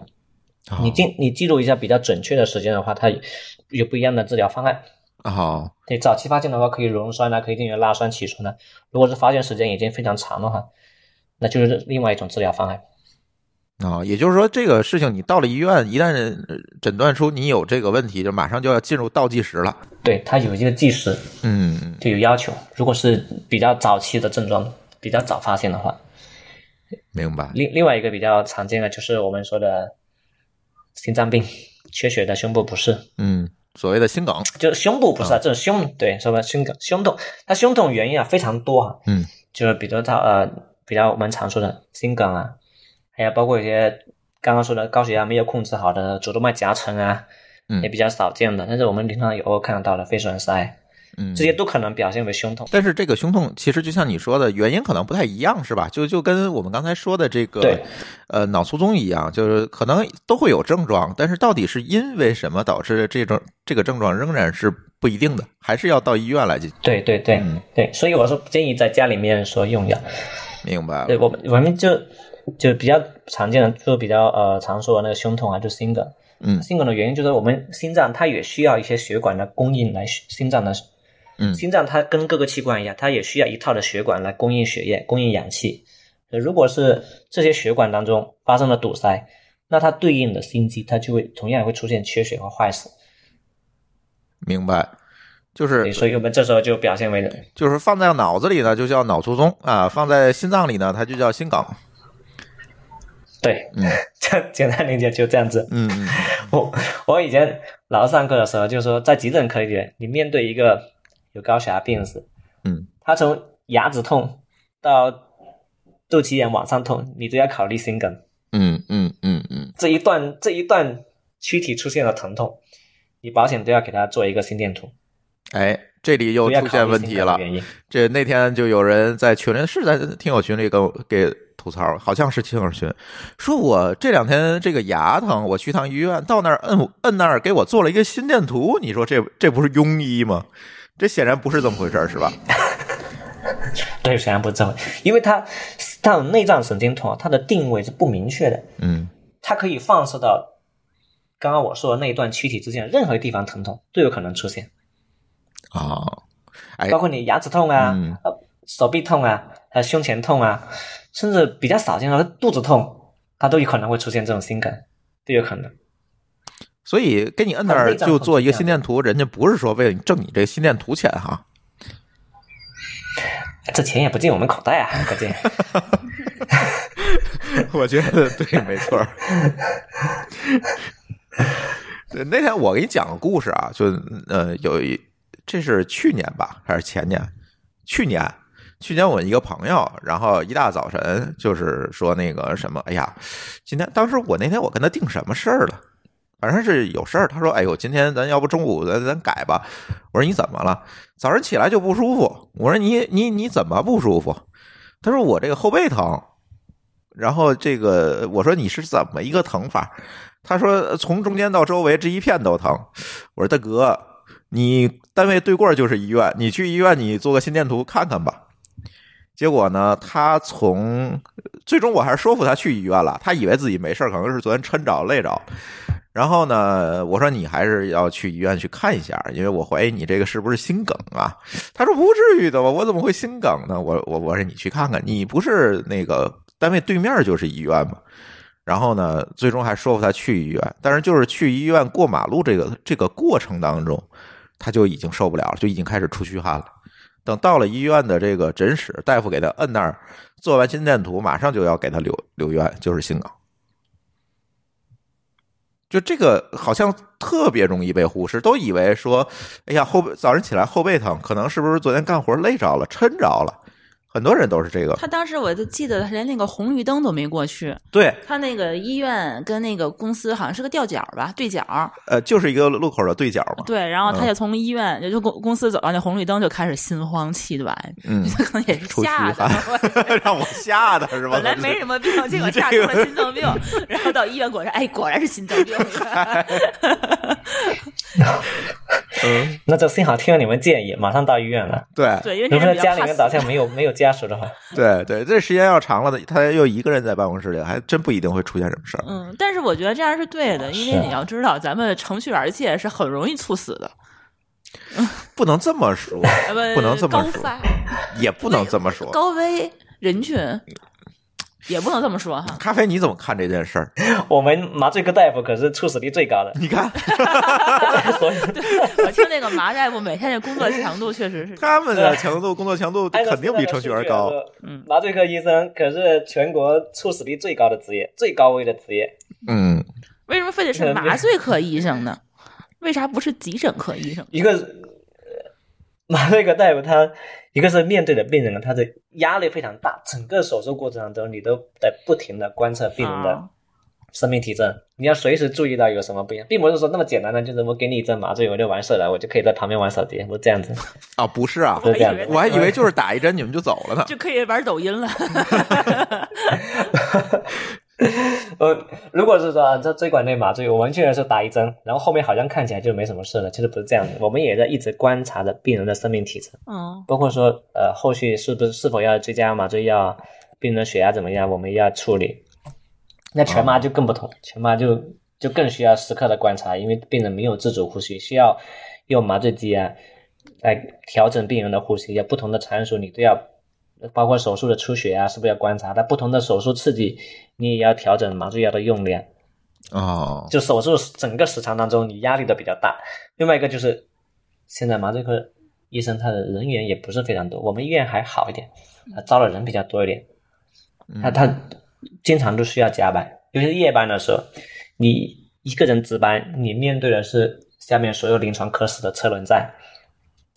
Speaker 1: 哦
Speaker 2: 你记你记录一下比较准确的时间的话，它有不一样的治疗方案。
Speaker 1: 哦，
Speaker 2: 对，早期发现的话，可以溶栓啊，可以进行拉栓起啊栓呢。如果是发现时间已经非常长的话，那就是另外一种治疗方案。
Speaker 1: 啊、也就是说，这个事情你到了医院，一旦呃诊断出你有这个问题，就马上就要进入倒计时了。
Speaker 2: 对，它有一个计时，
Speaker 1: 嗯，
Speaker 2: 就有要求。如果是比较早期的症状，比较早发现的话，
Speaker 1: 明白。
Speaker 2: 另另外一个比较常见的就是我们说的心脏病、缺血的胸部不适，
Speaker 1: 嗯，所谓的心梗，
Speaker 2: 就是胸部不适啊，这种胸对，什么胸梗、胸痛，它胸痛原因啊非常多啊，
Speaker 1: 嗯，
Speaker 2: 就是比如它呃比较我们常说的心梗啊，还有包括一些刚刚说的高血压没有控制好的主动脉夹层啊，
Speaker 1: 嗯
Speaker 2: 也比较少见的，但是我们临床有偶尔看得到的肺栓塞，
Speaker 1: 嗯，
Speaker 2: 这些都可能表现为胸痛。
Speaker 1: 但是这个胸痛其实就像你说的，原因可能不太一样，是吧？就就跟我们刚才说的这个
Speaker 2: 对，
Speaker 1: 呃，脑卒中一样，就是可能都会有症状，但是到底是因为什么导致这种这个症状仍然是不一定的，还是要到医院来进。
Speaker 2: 对对对、
Speaker 1: 嗯
Speaker 2: 对，所以我说不建议在家里面说用药。
Speaker 1: 明白
Speaker 2: 对
Speaker 1: 了，
Speaker 2: 我们我们就就比较常见的，就比较呃常说的那个胸痛啊，就是心梗。
Speaker 1: 嗯
Speaker 2: 心梗的原因就是我们心脏它也需要一些血管的供应来心脏的，
Speaker 1: 嗯
Speaker 2: 心脏它跟各个器官一样，它也需要一套的血管来供应血液、供应氧气。呃如果是这些血管当中发生了堵塞，那它对应的心肌它就会同样会出现缺血和坏死。
Speaker 1: 明白，就
Speaker 2: 对，
Speaker 1: 是
Speaker 2: 所以我们这时候就表现为
Speaker 1: 就是放在脑子里呢，就叫脑卒中啊；放在心脏里呢，它就叫心梗。
Speaker 2: 对，
Speaker 1: 嗯
Speaker 2: 这 [laughs] 简单理解就这样子。
Speaker 1: 嗯嗯
Speaker 2: 我我以前老师上课的时候就说，在急诊科里面，你面对一个有高血压病史，
Speaker 1: 嗯，
Speaker 2: 他从牙齿痛到肚脐眼往上痛，你都要考虑心梗
Speaker 1: 嗯嗯嗯嗯，
Speaker 2: 这一段这一段躯体出现了疼痛，你保险都要给他做一个心电图，
Speaker 1: 哎，这里
Speaker 2: 都
Speaker 1: 又
Speaker 2: 要
Speaker 1: 出
Speaker 2: 考虑
Speaker 1: 现问题
Speaker 2: 心梗的
Speaker 1: 了。
Speaker 2: 原因
Speaker 1: 这那天就有人在群里，是在听友群里跟我给吐槽，好像是听友群，说我这两天这个牙疼，我去趟医院，到那儿摁摁那儿给我做了一个心电图，你说这这不是庸医吗？这显然不是这么回事儿，是吧？
Speaker 2: 对，虽然不是这么，因为它它有内脏神经痛啊，它的定位是不明确的，
Speaker 1: 嗯
Speaker 2: 它可以放射到刚刚我说的那一段躯体之间任何地方疼痛都有可能出现。
Speaker 1: 啊，哎
Speaker 2: 包括你牙齿痛啊、
Speaker 1: 嗯
Speaker 2: 呃手臂痛啊、还有胸前痛啊，甚至比较少见的肚子痛，它都有可能会出现这种心梗，都有可能。
Speaker 1: 所以给你摁那儿就做一个心电图，人家不是说为了你挣你这心电图钱哈。
Speaker 2: 哎这钱也不进我 [laughs] 们口袋啊，关键。
Speaker 1: 我觉得对，没错儿。对那天我给你讲个故事啊，就呃有一这是去年吧还是前年？去年，去年我一个朋友，然后一大早晨就是说那个什么，哎呀，今天当时我那天我跟他定什么事儿了，反正是有事儿。他说，哎呦，今天咱要不中午咱咱改吧？我说你怎么了？早上起来就不舒服。我说你你你怎么不舒服？他说我这个后背疼。然后这个我说你是怎么一个疼法？他说呃从中间到周围这一片都疼。我说大哥，你单位对过儿就是医院，你去医院你做个心电图看看吧。结果呢，他从最终我还是说服他去医院了。他以为自己没事儿，可能是昨天抻着累着。然后呢，我说你还是要去医院去看一下，因为我怀疑你这个是不是心梗啊？他说不至于的吧，我怎么会心梗呢？我我我说你去看看，你不是那个单位对面就是医院吗？然后呢，最终还说服他去医院，但是就是去医院过马路这个这个过程当中，他就已经受不了了，就已经开始出虚汗了。等到了医院的这个诊室，大夫给他摁那儿，做完心电图，马上就要给他留留院，就是心梗。就这个好像特别容易被忽视，都以为说，哎呀，后背早上起来后背疼，可能是不是昨天干活累着了，抻着了？很多人都是这个，
Speaker 3: 他当时我就记得，他连那个红绿灯都没过去。
Speaker 1: 对，
Speaker 3: 他那个医院跟那个公司好像是个调角吧，对角。
Speaker 1: 呃，就是一个路口的对角嘛，
Speaker 3: 对，然后
Speaker 1: 嗯
Speaker 3: 他就从医院、就公公司走到那红绿灯，就开始心慌气短， [laughs]
Speaker 1: 嗯
Speaker 3: 他可能也是
Speaker 1: 出虚
Speaker 3: 吓的。
Speaker 1: [laughs] 让我吓的是吧？
Speaker 3: 本来没什么
Speaker 1: [laughs]
Speaker 3: 病，结果
Speaker 1: 你这
Speaker 3: 吓出
Speaker 1: 个
Speaker 3: 了心
Speaker 1: [laughs]
Speaker 3: 脏病，然后到医院果然，哎，果然是心脏病。
Speaker 1: 嗯，
Speaker 2: 那就幸好听了你们建议，马上到医院了。
Speaker 1: 对
Speaker 3: 对，因为
Speaker 2: 如
Speaker 3: 那
Speaker 2: 果
Speaker 3: 人比
Speaker 2: 家
Speaker 3: 较
Speaker 2: 里
Speaker 3: 怕
Speaker 2: 面
Speaker 3: 死
Speaker 2: 打算没有没有家属的话，
Speaker 1: 对对，这时间要长了的，他又一个人在办公室里，还真不一定会出现什么事儿。
Speaker 3: 嗯，但是我觉得这样是对的，因
Speaker 2: 是
Speaker 3: 为
Speaker 2: 啊
Speaker 3: 你要知道，咱们程序员界是很容易猝死的，
Speaker 1: 不能这么说，
Speaker 3: 呃，
Speaker 1: 不能这么
Speaker 3: 高
Speaker 1: 说
Speaker 3: 发、
Speaker 1: 也不能这么说。
Speaker 3: 高危人群。也不能这么说哈。 [laughs]
Speaker 1: 咖啡，你怎么看这件事儿？ [laughs]
Speaker 2: 我们麻醉科大夫可是猝死率最高的，
Speaker 1: 你看，
Speaker 2: 所以
Speaker 3: 我听那个麻大夫每天这工作强度确实是，
Speaker 1: 他们的强度、工作强度肯定比程序员高。。
Speaker 3: 嗯，
Speaker 2: 麻醉科医生可是全国猝死率最高的职业，最高危的职业。
Speaker 1: 嗯，
Speaker 3: 为什么非得是
Speaker 2: 嗯
Speaker 3: 麻醉科医生呢？为啥不是急诊科医生？
Speaker 2: 一个呃麻醉科大夫他一个是面对的病人，他的压力非常大，整个手术过程当中你都在不停的观测病人的
Speaker 3: 啊
Speaker 2: 生命体征，你要随时注意到有什么不一样，并不是说那么简单的就是我给你一针麻醉我就完事了，我就可以在旁边玩手机，不是这样子。 [laughs]
Speaker 1: 啊，不是啊，
Speaker 3: 我
Speaker 2: 对
Speaker 3: 还以为
Speaker 1: 我还以为就是打一针你们就走了呢。
Speaker 3: 就可以玩抖音了。 [laughs]
Speaker 2: 呃，如果是说啊这椎管内麻醉，我们确实是打一针，然后后面好像看起来就没什么事了，其实不是这样子，我们也在一直观察着病人的生命体征。
Speaker 3: 嗯，
Speaker 2: 包括说呃后续是不是是否要追加麻醉药，病人的血压怎么样，我们要处理。那全麻就更不同，全麻就就更需要时刻的观察，因为病人没有自主呼吸，需要用麻醉机啊来调整病人的呼吸，要不同的参数你都要。包括手术的出血啊，是不是要观察？但不同的手术刺激，你也要调整麻醉药的用量。
Speaker 1: 哦，
Speaker 2: 就手术整个时长当中，你压力都比较大。另外一个就是，现在麻醉科医生他的人员也不是非常多，我们医院还好一点，他招的人比较多一点，他他经常都需要加班，尤其是夜班的时候，你一个人值班，你面对的是下面所有临床科室的车轮战。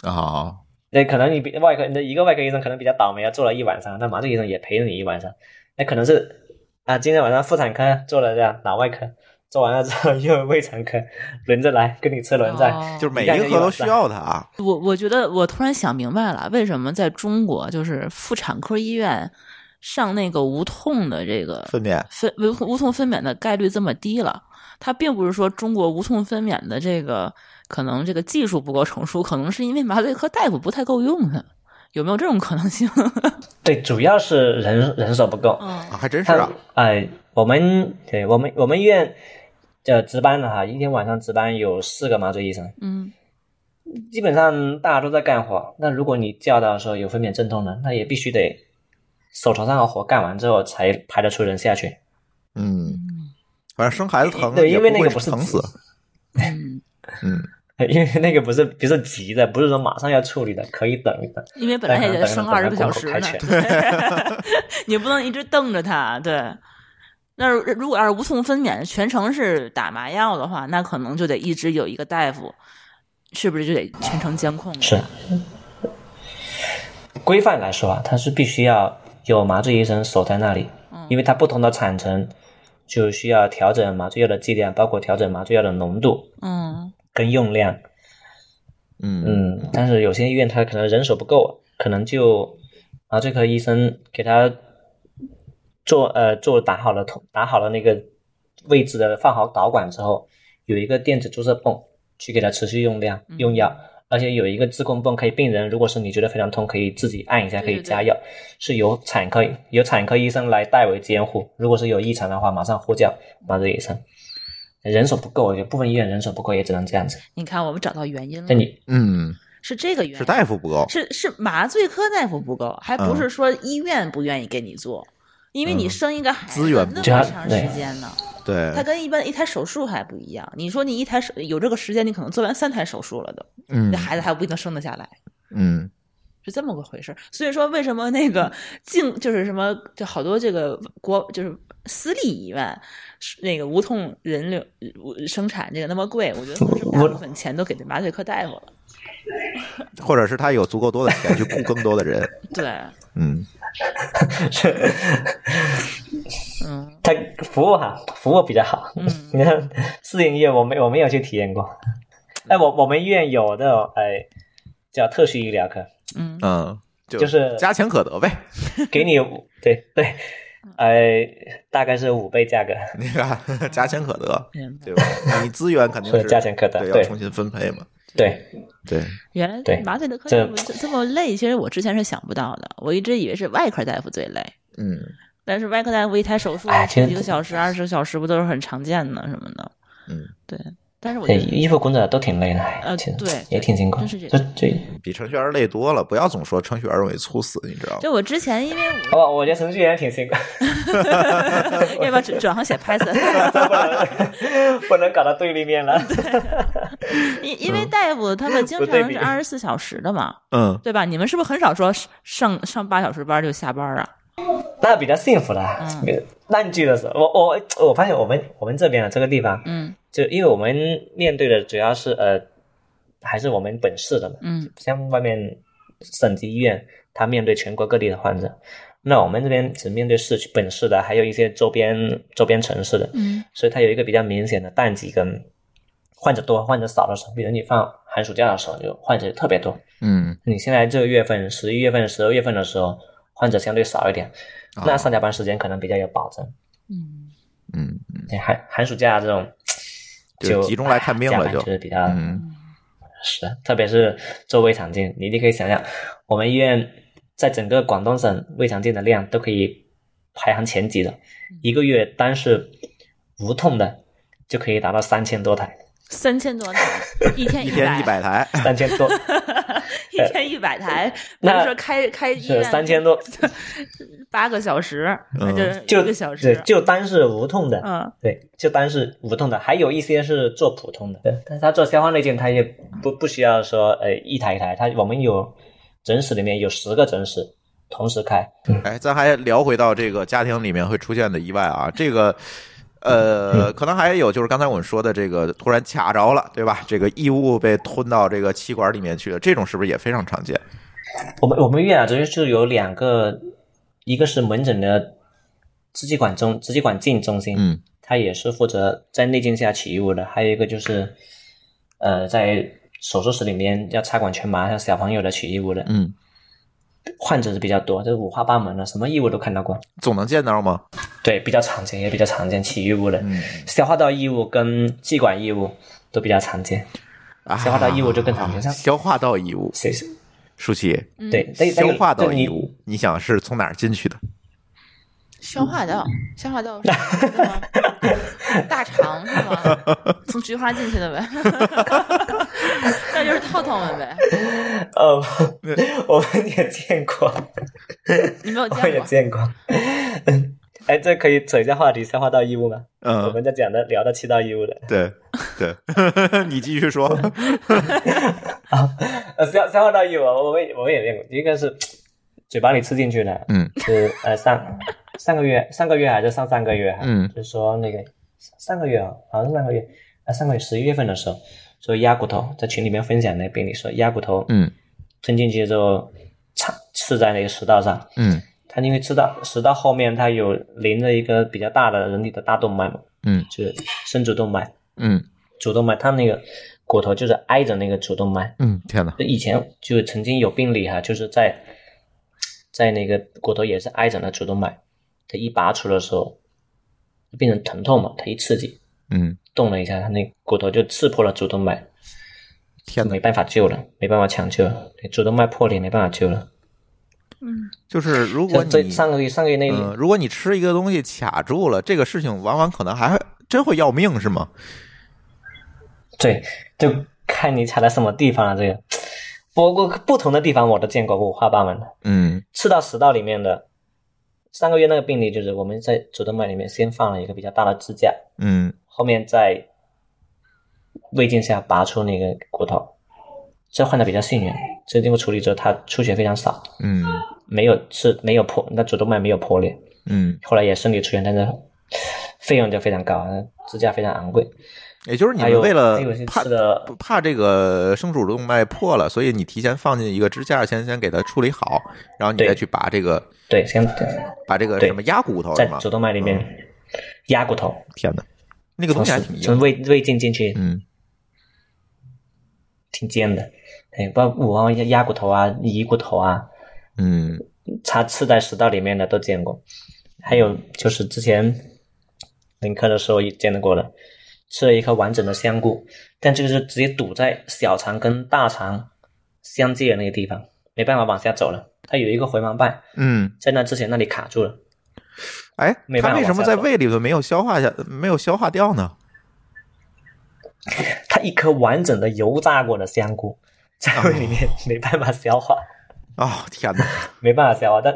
Speaker 1: 哦，
Speaker 2: 那可能你比外科，你的一个外科医生可能比较倒霉啊，做了一晚上，那麻醉医生也陪了你一晚上。那可能是啊，今天晚上妇产科做了这样脑外科，做完了之后又有胃肠科轮着来跟你车轮战。
Speaker 3: 哦
Speaker 1: 就是每一个科都需要他啊。
Speaker 3: 我我觉得我突然想明白了，为什么在中国就是妇产科医院上那个无痛的这个
Speaker 1: 分娩
Speaker 3: 分无痛无痛分娩的概率这么低了？它并不是说中国无痛分娩的这个可能这个技术不够成熟，可能是因为麻醉科大夫不太够用它，有没有这种可能性？
Speaker 2: 对，主要是人人手不够。
Speaker 3: 嗯
Speaker 1: 啊，还真是
Speaker 2: 他
Speaker 1: 啊。
Speaker 2: 哎、我们对我们我们医院呃值班的哈，一天晚上值班有四个麻醉医生，
Speaker 3: 嗯
Speaker 2: 基本上大家都在干活。那如果你叫到说有分娩阵痛的，那也必须得手头上的活干完之后才排得出人下去。
Speaker 1: 嗯，反正生孩子疼
Speaker 2: 对
Speaker 1: 也
Speaker 2: 因为那
Speaker 1: 会
Speaker 2: 个不是
Speaker 1: 疼
Speaker 2: 自
Speaker 1: 死。
Speaker 3: 嗯，
Speaker 1: 嗯，
Speaker 2: [laughs] 因为那个不是不是急的，不是说马上要处理的，可以等一等。
Speaker 3: 因为本来也得生二十个小时呢
Speaker 2: 等着，
Speaker 3: [laughs] 你不能一直瞪着他。对，那如如果要是无痛分娩，全程是打麻药的话，那可能就得一直有一个大夫，是不是就得全程监控着
Speaker 2: 是规范来说啊，它是必须要有麻醉医生守在那里，
Speaker 3: 嗯
Speaker 2: 因为它不同的产程就需要调整麻醉药的剂量，包括调整麻醉药的浓度
Speaker 3: 嗯
Speaker 2: 跟用量。
Speaker 1: 嗯
Speaker 2: 嗯，但是有些医院它可能人手不够，啊可能就麻醉科医生给他做呃做打好了通打好了那个位置的放好导管之后，有一个电子注射泵去给他持续用量
Speaker 3: 嗯
Speaker 2: 用药，而且有一个自控泵可以病人如果是你觉得非常痛，可以自己按一下可
Speaker 3: 对
Speaker 2: 以
Speaker 3: 对
Speaker 2: 加
Speaker 3: 对
Speaker 2: 药，是由产科由产科医生来代为监护，如果是有异常的话，马上呼叫麻醉医生。人手不够，有部分医院人手不够，也只能这样子。
Speaker 3: 你看，我们找到原因了
Speaker 2: 那，你
Speaker 1: 嗯，
Speaker 3: 是这个原
Speaker 1: 是
Speaker 3: 因，
Speaker 1: 大夫不够。
Speaker 3: 是是麻醉科大夫不够，还不是说医院不愿意给你做，因为你
Speaker 1: 嗯
Speaker 3: 生一个孩子
Speaker 1: 资源
Speaker 3: 那
Speaker 2: 就
Speaker 3: 么
Speaker 2: 他
Speaker 3: 长
Speaker 2: 对
Speaker 3: 时间呢。
Speaker 1: 对
Speaker 3: 它，跟一般一台手术还不一样。你说你一台手有这个时间，你可能做完三台手术了都，
Speaker 1: 嗯
Speaker 3: 这孩子还不一定生得下来，
Speaker 1: 嗯
Speaker 3: 是这么个回事儿。所以说，为什么那个净就是什么，就好多这个国就是私立医院是那个无痛人流无生产这个那么贵，我觉得可能是大部分钱都给这麻醉科大夫了。
Speaker 1: 或者是他有足够多的钱去雇更多的人。
Speaker 3: 对，
Speaker 1: [laughs] 嗯，
Speaker 3: 嗯
Speaker 2: 它服务哈，服务比较好。
Speaker 3: 嗯
Speaker 2: 你看私营医院，我没我没有去体验过。哎，我我们医院有那种哎叫特需医疗科，
Speaker 3: 嗯
Speaker 1: 嗯，就
Speaker 2: 就是
Speaker 1: 加钱可得呗。 [laughs]
Speaker 2: 给你对对，哎，大概是五倍价格。
Speaker 1: 你看，加钱可得，
Speaker 3: 明
Speaker 1: [laughs]
Speaker 3: 白
Speaker 1: 对吧？你资源肯定
Speaker 2: 是
Speaker 1: 是
Speaker 2: 加钱可得
Speaker 1: 对，
Speaker 2: 对
Speaker 1: 要重新分配嘛。
Speaker 2: 对，
Speaker 1: 对，
Speaker 3: 原来
Speaker 2: 对
Speaker 3: 麻醉的科大
Speaker 2: 这
Speaker 3: 夫这这么累，其实我之前是想不到的，我一直以为是外科大夫最累。
Speaker 1: 嗯，
Speaker 3: 但是外科大夫一台手术
Speaker 2: 哎其实
Speaker 3: 一个小时、二十个小时不都是很常见的什么的？
Speaker 1: 嗯，
Speaker 3: 对。但是我
Speaker 2: 对
Speaker 3: 觉得
Speaker 2: 哎衣服、滚仔都挺累的，哎
Speaker 3: 呃
Speaker 2: 其实
Speaker 3: 对
Speaker 2: 也挺辛苦的。
Speaker 3: 真是这
Speaker 2: 这这，
Speaker 1: 比程序员累多了，不要总说程序员容易猝死，你知道吗？
Speaker 3: 就我之前因为
Speaker 2: 好吧，哦我觉得程序员
Speaker 1: [laughs]
Speaker 2: 挺辛苦，
Speaker 3: 我 [laughs] 要不要转转行写
Speaker 1: 啊
Speaker 3: Python？
Speaker 2: 不 [laughs] 能不能搞到对立面了。
Speaker 3: 因因为大夫他们经
Speaker 2: 嗯不对
Speaker 3: 常
Speaker 2: 比
Speaker 3: 是二十四小时的嘛，
Speaker 1: 嗯，
Speaker 3: 对吧？你们是不是很少说上上上八小时班就下班啊？
Speaker 2: 那比较幸福了。
Speaker 3: 嗯
Speaker 2: 烂剧的时候，我我我发现我们我们这边的啊这个地方，
Speaker 3: 嗯
Speaker 2: 就因为我们面对的主要是呃，还是我们本市的嘛，
Speaker 3: 嗯
Speaker 2: 像外面省级医院，他面对全国各地的患者，那我们这边只面对市区本市的，还有一些周边周边城市的，
Speaker 3: 嗯
Speaker 2: 所以它有一个比较明显的淡季跟患者多、患者少的时候，比如你放寒暑假的时候，就患者特别多。
Speaker 1: 嗯，
Speaker 2: 你现在这个月份，十一月份、十二月份的时候，患者相对少一点，
Speaker 1: 啊
Speaker 2: 那上下班时间可能比较有保证。
Speaker 3: 嗯，
Speaker 1: 嗯，
Speaker 2: 对寒寒暑假这种，
Speaker 1: 就集中来看病了
Speaker 2: 就
Speaker 1: 就
Speaker 2: 加班是比较、
Speaker 1: 嗯，
Speaker 2: 是，特别是做胃肠镜，你就可以想象，我们医院在整个广东省胃肠镜的量都可以排行前几的，
Speaker 3: 嗯
Speaker 2: 一个月单是无痛的就可以达到三千多
Speaker 3: [laughs]
Speaker 2: 台，
Speaker 3: 三千多台，一
Speaker 2: 啊
Speaker 3: 天
Speaker 1: 一
Speaker 3: 百
Speaker 1: 天一百台，
Speaker 2: 三千
Speaker 3: [laughs]
Speaker 2: 多
Speaker 3: 一天一百
Speaker 2: [laughs]
Speaker 3: 台，比
Speaker 2: 那
Speaker 3: 如说开开医
Speaker 2: 是
Speaker 3: 院
Speaker 2: 三千多，嗯
Speaker 3: 八个小时，那就
Speaker 2: 就
Speaker 3: [laughs] 一个小
Speaker 2: 对
Speaker 3: 时，，
Speaker 2: 就单是无痛的，
Speaker 3: 嗯
Speaker 2: 对，就单是无痛的，还有一些是做普通的，对，但是他做消化内镜，他也不不需要说呃一台一台，他我们有诊室里面有十个诊室同时开，
Speaker 1: 哎，咱还聊回到这个家庭里面会出现的意外啊，这个。呃，可能还有就是刚才我们说的这个突然卡着了，对吧？这个异物被吞到这个气管里面去了，这种是不是也非常常见？
Speaker 2: 我们我们医院啊，这就是有两个，一个是门诊的支气管中支气管镜中心，
Speaker 1: 嗯，
Speaker 2: 它也是负责在内镜下起异物的；还有一个就是，呃，在手术室里面要插管全麻，像小朋友的起异物的，
Speaker 1: 嗯，
Speaker 2: 患者是比较多，这五花八门的，什么异物都看到过。
Speaker 1: 总能见到吗？
Speaker 2: 对，比较常见，也比较常见起异物的，
Speaker 1: 嗯
Speaker 2: 消化道异物跟气管异物都比较常见。
Speaker 1: 啊，
Speaker 2: 消化道异物就更常见像嗯
Speaker 1: 消化道异物，
Speaker 2: 谁是？
Speaker 1: 舒淇，
Speaker 3: 嗯
Speaker 2: 对，那
Speaker 1: 嗯
Speaker 2: 那
Speaker 1: 消
Speaker 2: 个
Speaker 1: 化道
Speaker 2: 那你
Speaker 1: 异物，你想是从哪儿进去的？
Speaker 3: 消化道，消化道是吗？
Speaker 2: [laughs]
Speaker 3: 大肠是吗？从菊花进去的呗， [laughs] 那就是套套们呗。
Speaker 2: 呃， [laughs] 我们也见过。
Speaker 3: 你没有
Speaker 2: [laughs] 我也
Speaker 3: 见过？
Speaker 2: 见过。哎，这可以扯一下话题，消化道异物吗？我
Speaker 1: 嗯，
Speaker 2: 们在讲的聊到气道异物的，
Speaker 1: 对对， [laughs] 你继续说。
Speaker 2: 呃，消消化道异物，我们我们也见过，一个是嘴巴里吃进去的，
Speaker 1: 嗯
Speaker 2: 是呃上上个月上个月还是上上个月啊，
Speaker 1: 嗯
Speaker 2: 就是说那个上个月啊，好像是上个月啊，上个月十一月份的时候，说鸭骨头在群里面分享那病例，说鸭骨头
Speaker 1: 嗯
Speaker 2: 吞进去之后，插刺在那个食道上，
Speaker 1: 嗯
Speaker 2: 它因为吃到食道后面，它有连着一个比较大的人体的大动脉嘛，
Speaker 1: 嗯，
Speaker 2: 就是深主动脉，
Speaker 1: 嗯
Speaker 2: 主动脉它那个骨头就是挨着那个主动脉。
Speaker 1: 嗯，天哪！
Speaker 2: 以前就曾经有病例哈、就是在在那个骨头也是挨着那主动脉，它一拔出的时候，就变成疼痛嘛，它一刺激
Speaker 1: 嗯，
Speaker 2: 动了一下，它那骨头就刺破了主动脉，
Speaker 1: 天哪
Speaker 2: 没！办法救了，没办法抢救了，对主动脉破裂没办法救了。
Speaker 1: 就是如果
Speaker 2: 像这
Speaker 1: 你
Speaker 2: 上个月上个月那例
Speaker 1: 嗯、如果你吃一个东西卡住了，这个事情往往可能还会真会要命，是吗？
Speaker 2: 对，就看你踩在什么地方了、这个，不过不同的地方我都见过五花八门的，
Speaker 1: 嗯
Speaker 2: 赤道食道里面的。上个月那个病例就是我们在主动脉里面先放了一个比较大的支架，
Speaker 1: 嗯
Speaker 2: 后面在胃镜下拔出那个骨头。这患者比较幸运，这经过处理之后，他出血非常少，
Speaker 1: 嗯
Speaker 2: 没有是没有破，那主动脉没有破裂。
Speaker 1: 嗯，
Speaker 2: 后来也顺利出院，但是费用就非常高，支架非常昂贵。
Speaker 1: 也就是你
Speaker 2: 还
Speaker 1: 们
Speaker 2: 有
Speaker 1: 为了
Speaker 2: 还有些
Speaker 1: 怕
Speaker 2: 吃的
Speaker 1: 怕这个生主动脉破了，所以你提前放进一个支架，先先给它处理好，然后你
Speaker 2: 对
Speaker 1: 再去拔这个
Speaker 2: 对，先
Speaker 1: 把这个
Speaker 2: 对
Speaker 1: 什么压骨头
Speaker 2: 在
Speaker 1: 是吗？
Speaker 2: 主动脉里面压骨头，
Speaker 1: 天哪，那个东西还挺
Speaker 2: 从
Speaker 1: 硬。
Speaker 2: 胃胃镜进去，
Speaker 1: 嗯
Speaker 2: 挺尖的。哎，包括我压压骨头啊、移骨头啊，
Speaker 1: 嗯
Speaker 2: 插刺在食道里面的都见过。还有就是之前临科的时候也见到过的，吃了一颗完整的香菇，但这个是直接堵在小肠跟大肠相接的那个地方，没办法往下走了。它有一个回盲瓣，
Speaker 1: 嗯，
Speaker 2: 在那之前那里卡住了。
Speaker 1: 哎，
Speaker 2: 没
Speaker 1: 它
Speaker 2: 办法
Speaker 1: 为什么
Speaker 2: 往下
Speaker 1: 在
Speaker 2: 走
Speaker 1: 胃里头没有消化下，没有消化掉呢？
Speaker 2: 一颗完整的油炸过的香菇，在胃里面没办法消化，
Speaker 1: 哦，天哪！
Speaker 2: 没办法消化。但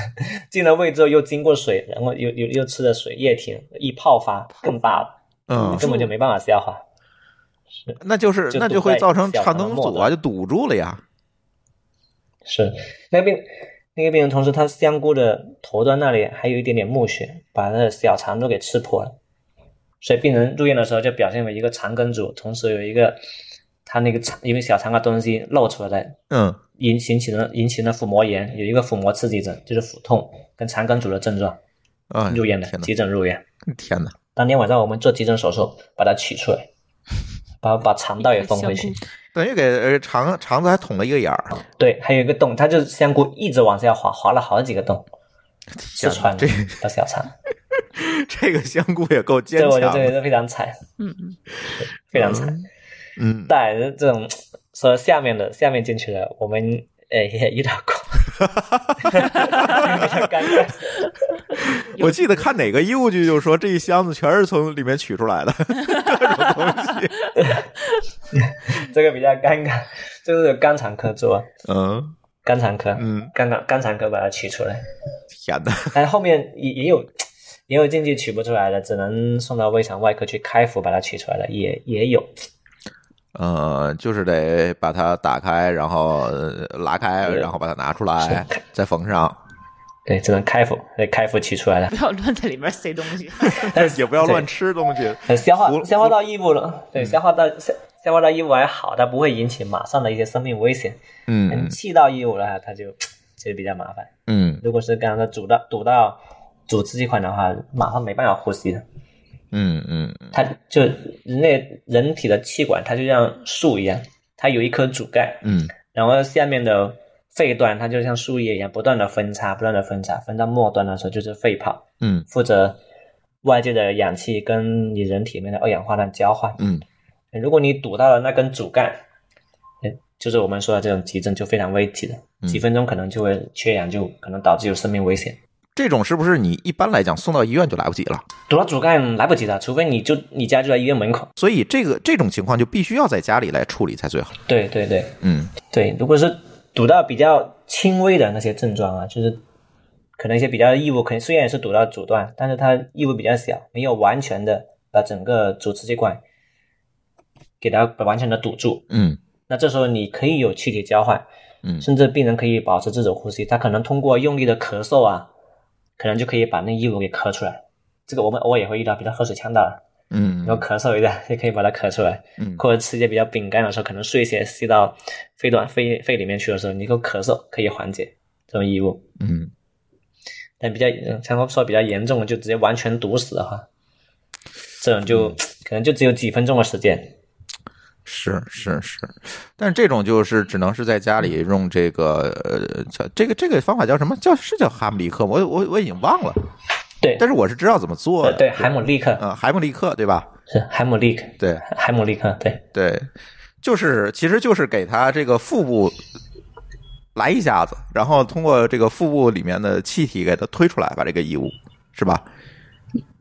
Speaker 2: [laughs] 进了胃之后又经过水，然后又又又吃了水液体，一泡发更大了，
Speaker 1: 嗯
Speaker 2: [laughs] 你，根本就没办法消化。
Speaker 1: 那就是
Speaker 2: 就
Speaker 1: 那
Speaker 2: 堵
Speaker 1: 就会
Speaker 2: 在
Speaker 1: 造成
Speaker 2: 小
Speaker 1: 肠
Speaker 2: 肠
Speaker 1: 梗
Speaker 2: 末
Speaker 1: 阻啊，
Speaker 2: 端
Speaker 1: 就堵住了呀。
Speaker 2: 是那个病，那个病人同时他香菇的头端那里还有一点点苜血，把他的小肠都给吃破了，所以病人入院的时候就表现为一个肠梗阻，同时有一个他那个肠因为小肠的东西漏出来了，
Speaker 1: 嗯，
Speaker 2: 引引起了引起了腹膜炎，有一个腹膜刺激症，就是腹痛跟肠梗阻的症状，
Speaker 1: 啊，
Speaker 2: 入院的
Speaker 1: 天
Speaker 2: 急诊入院。
Speaker 1: 哪，天哪！
Speaker 2: 当天晚上我们做急诊手术，把它取出来，
Speaker 1: [laughs]
Speaker 2: 把把肠道也封回去
Speaker 3: 香。
Speaker 1: 等于给呃肠肠子还捅了一个眼儿，
Speaker 2: 对，还有一个洞，它就是香菇一直往下滑，滑了好几个洞，刺
Speaker 1: 天哪
Speaker 2: 穿了
Speaker 1: 这
Speaker 2: 到小肠。
Speaker 1: [laughs] 这个香菇也够 [laughs] 坚
Speaker 2: 对，我
Speaker 1: 强
Speaker 2: 觉得这个
Speaker 1: 的。
Speaker 2: 是非常惨，
Speaker 3: 嗯嗯，
Speaker 2: 非常惨。
Speaker 1: 嗯，
Speaker 2: 但是这种说下面的下面进去的，我们呃也遇到
Speaker 1: [laughs]
Speaker 2: 过，比较尴尬。
Speaker 1: 我记得看哪个医务剧就说这一箱子全是从里面取出
Speaker 2: [laughs]
Speaker 1: 来的各种东西。
Speaker 2: 这个比较尴尬，就是肝肠科做
Speaker 1: 嗯
Speaker 2: 肝肠科，
Speaker 1: 嗯，
Speaker 2: 肝肠肝肠科把它取出来，
Speaker 1: 天哪，
Speaker 2: 但后面也也有。也有进去取不出来的，只能送到胃肠外科去开腹把它取出来的，也也有。
Speaker 1: 呃，就是得把它打开，然后呃拉开，
Speaker 2: 对
Speaker 1: 然后把它拿出来，再缝上，
Speaker 2: 对，只能开腹，对，开腹取出来的
Speaker 3: 不，要乱在里面塞东西。
Speaker 2: [laughs] 但是
Speaker 1: 也不要
Speaker 2: 对
Speaker 1: 乱吃东西。
Speaker 2: 呃消化
Speaker 1: 服嗯
Speaker 2: 消化道异物了，对，消化道消消化道异物还好，它不会引起马上的一些生命危险。
Speaker 1: 嗯
Speaker 2: 嗯，气道异物的话，它就就比较麻烦。
Speaker 1: 嗯
Speaker 2: 如果是刚刚的阻到堵到阻滞气管的话，马上没办法呼吸的。
Speaker 1: 嗯嗯嗯，
Speaker 2: 它就人类人体的气管，它就像树一样，它有一颗主干，
Speaker 1: 嗯，
Speaker 2: 然后下面的肺段，它就像树叶一样，不断的分叉，不断的分叉，分到末端的时候就是肺泡，
Speaker 1: 嗯
Speaker 2: 负责外界的氧气跟你人体里面的二氧化碳交换。
Speaker 1: 嗯
Speaker 2: 如果你堵到了那根主干，哎就是我们说的这种急症，就非常危急
Speaker 1: 嗯
Speaker 2: 的，几分钟可能就会缺氧，就可能导致有生命危险。
Speaker 1: 这种是不是你一般来讲送到医院就来不及了？
Speaker 2: 堵到主干来不及的，除非你就你家就在医院门口。
Speaker 1: 所以这个这种情况就必须要在家里来处理才最好。
Speaker 2: 对对对
Speaker 1: 嗯
Speaker 2: 对，如果是堵到比较轻微的那些症状啊，就是可能一些比较异物，可能虽然也是堵到主段，但是它异物比较小，没有完全的把整个主支气管给它完全的堵住。
Speaker 1: 嗯
Speaker 2: 那这时候你可以有气体交换，
Speaker 1: 嗯
Speaker 2: 甚至病人可以保持自主呼吸，他可能通过用力的咳嗽啊，可能就可以把那异物给咳出来。这个我们偶尔也会遇到，比如喝水呛到了，
Speaker 1: 嗯
Speaker 2: 然后咳嗽一下也可以把它咳出来，
Speaker 1: 嗯
Speaker 2: 或者吃一些比较饼干的时候，可能碎屑吸到肺段肺肺里面去的时候，你够咳嗽可以缓解这种异物。
Speaker 1: 嗯，
Speaker 2: 但比较嗯像说比较严重的，就直接完全堵死的话，这种
Speaker 1: 嗯
Speaker 2: 就可能就只有几分钟的时间。
Speaker 1: 是是是，但是这种就是只能是在家里用这个呃叫这个这个方法叫什么叫是叫哈姆立克吗？我我我已经忘了，
Speaker 2: 对，
Speaker 1: 但是我是知道怎么做
Speaker 2: 呃
Speaker 1: 的。
Speaker 2: 对海姆立克
Speaker 1: 呃海姆立克对吧？
Speaker 2: 是海姆立克，
Speaker 1: 对
Speaker 2: 海姆立克对。
Speaker 1: 对，就是其实就是给他这个腹部来一下子，然后通过这个腹部里面的气体给它推出来，把这个异物是吧？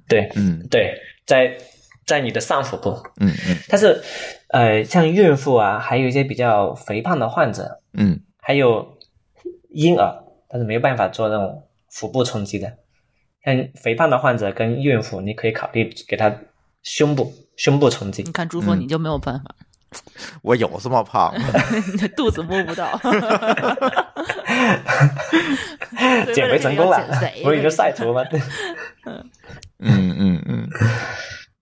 Speaker 2: 对，
Speaker 1: 嗯
Speaker 2: 对，在在你的上腹部，
Speaker 1: 嗯嗯
Speaker 2: 但是呃，像孕妇啊，还有一些比较肥胖的患者，
Speaker 1: 嗯
Speaker 2: 还有婴儿，但是没有办法做这种腹部冲击的。像肥胖的患者跟孕妇，你可以考虑给他胸部胸部冲击
Speaker 3: 你，看朱峰，
Speaker 1: 嗯
Speaker 3: 你就没有办法，
Speaker 1: 我有这么胖吗？
Speaker 2: 嗯
Speaker 3: 你的肚子摸不到。所
Speaker 2: [laughs]
Speaker 3: 以
Speaker 2: 减
Speaker 3: 嗯
Speaker 2: 肥
Speaker 3: 为了这个
Speaker 2: 成功
Speaker 3: 要减
Speaker 2: 了 [laughs]
Speaker 3: 肥，
Speaker 2: 不是你就晒图吗？
Speaker 1: [laughs] 嗯嗯嗯，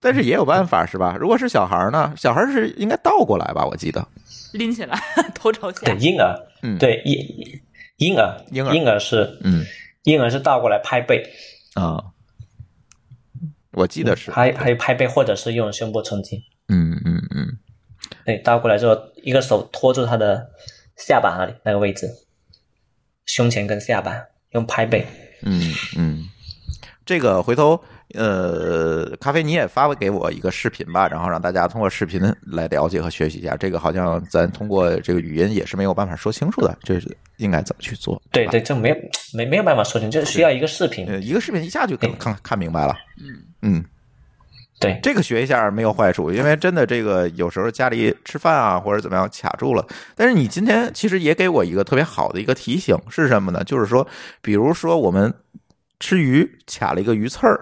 Speaker 1: 但是也有办法是吧？如果是小孩儿呢，小孩儿是应该倒过来吧？我记得，
Speaker 3: 拎起来，头朝下
Speaker 2: 对，，婴儿，
Speaker 1: 嗯，，
Speaker 2: 对婴婴儿，
Speaker 1: 婴儿
Speaker 2: 婴儿是
Speaker 1: 嗯
Speaker 2: 婴儿是倒过来拍背，
Speaker 1: 啊，我记得是，
Speaker 2: 还还有拍背，或者是用胸部冲击。
Speaker 1: 嗯嗯嗯，
Speaker 2: 对，倒过来之后，一个手托住他的下巴那里那个位置，胸前跟下巴，用拍背。
Speaker 1: 嗯嗯，这个回头呃，咖啡你也发给我一个视频吧，然后让大家通过视频来了解和学习一下。这个好像咱通过这个语音也是没有办法说清楚的，这是应该怎么去做？
Speaker 2: 对
Speaker 1: 吧
Speaker 2: 对，，这没有没没有办法说清，就是需要一个视频。
Speaker 1: 呃，一个视频一下就看看看明白了。
Speaker 3: 嗯，
Speaker 1: 嗯
Speaker 2: 对，
Speaker 1: 这个学一下没有坏处，因为真的这个有时候家里吃饭啊或者怎么样卡住了。但是你今天其实也给我一个特别好的一个提醒是什么呢？就是说，比如说我们吃鱼卡了一个鱼刺儿，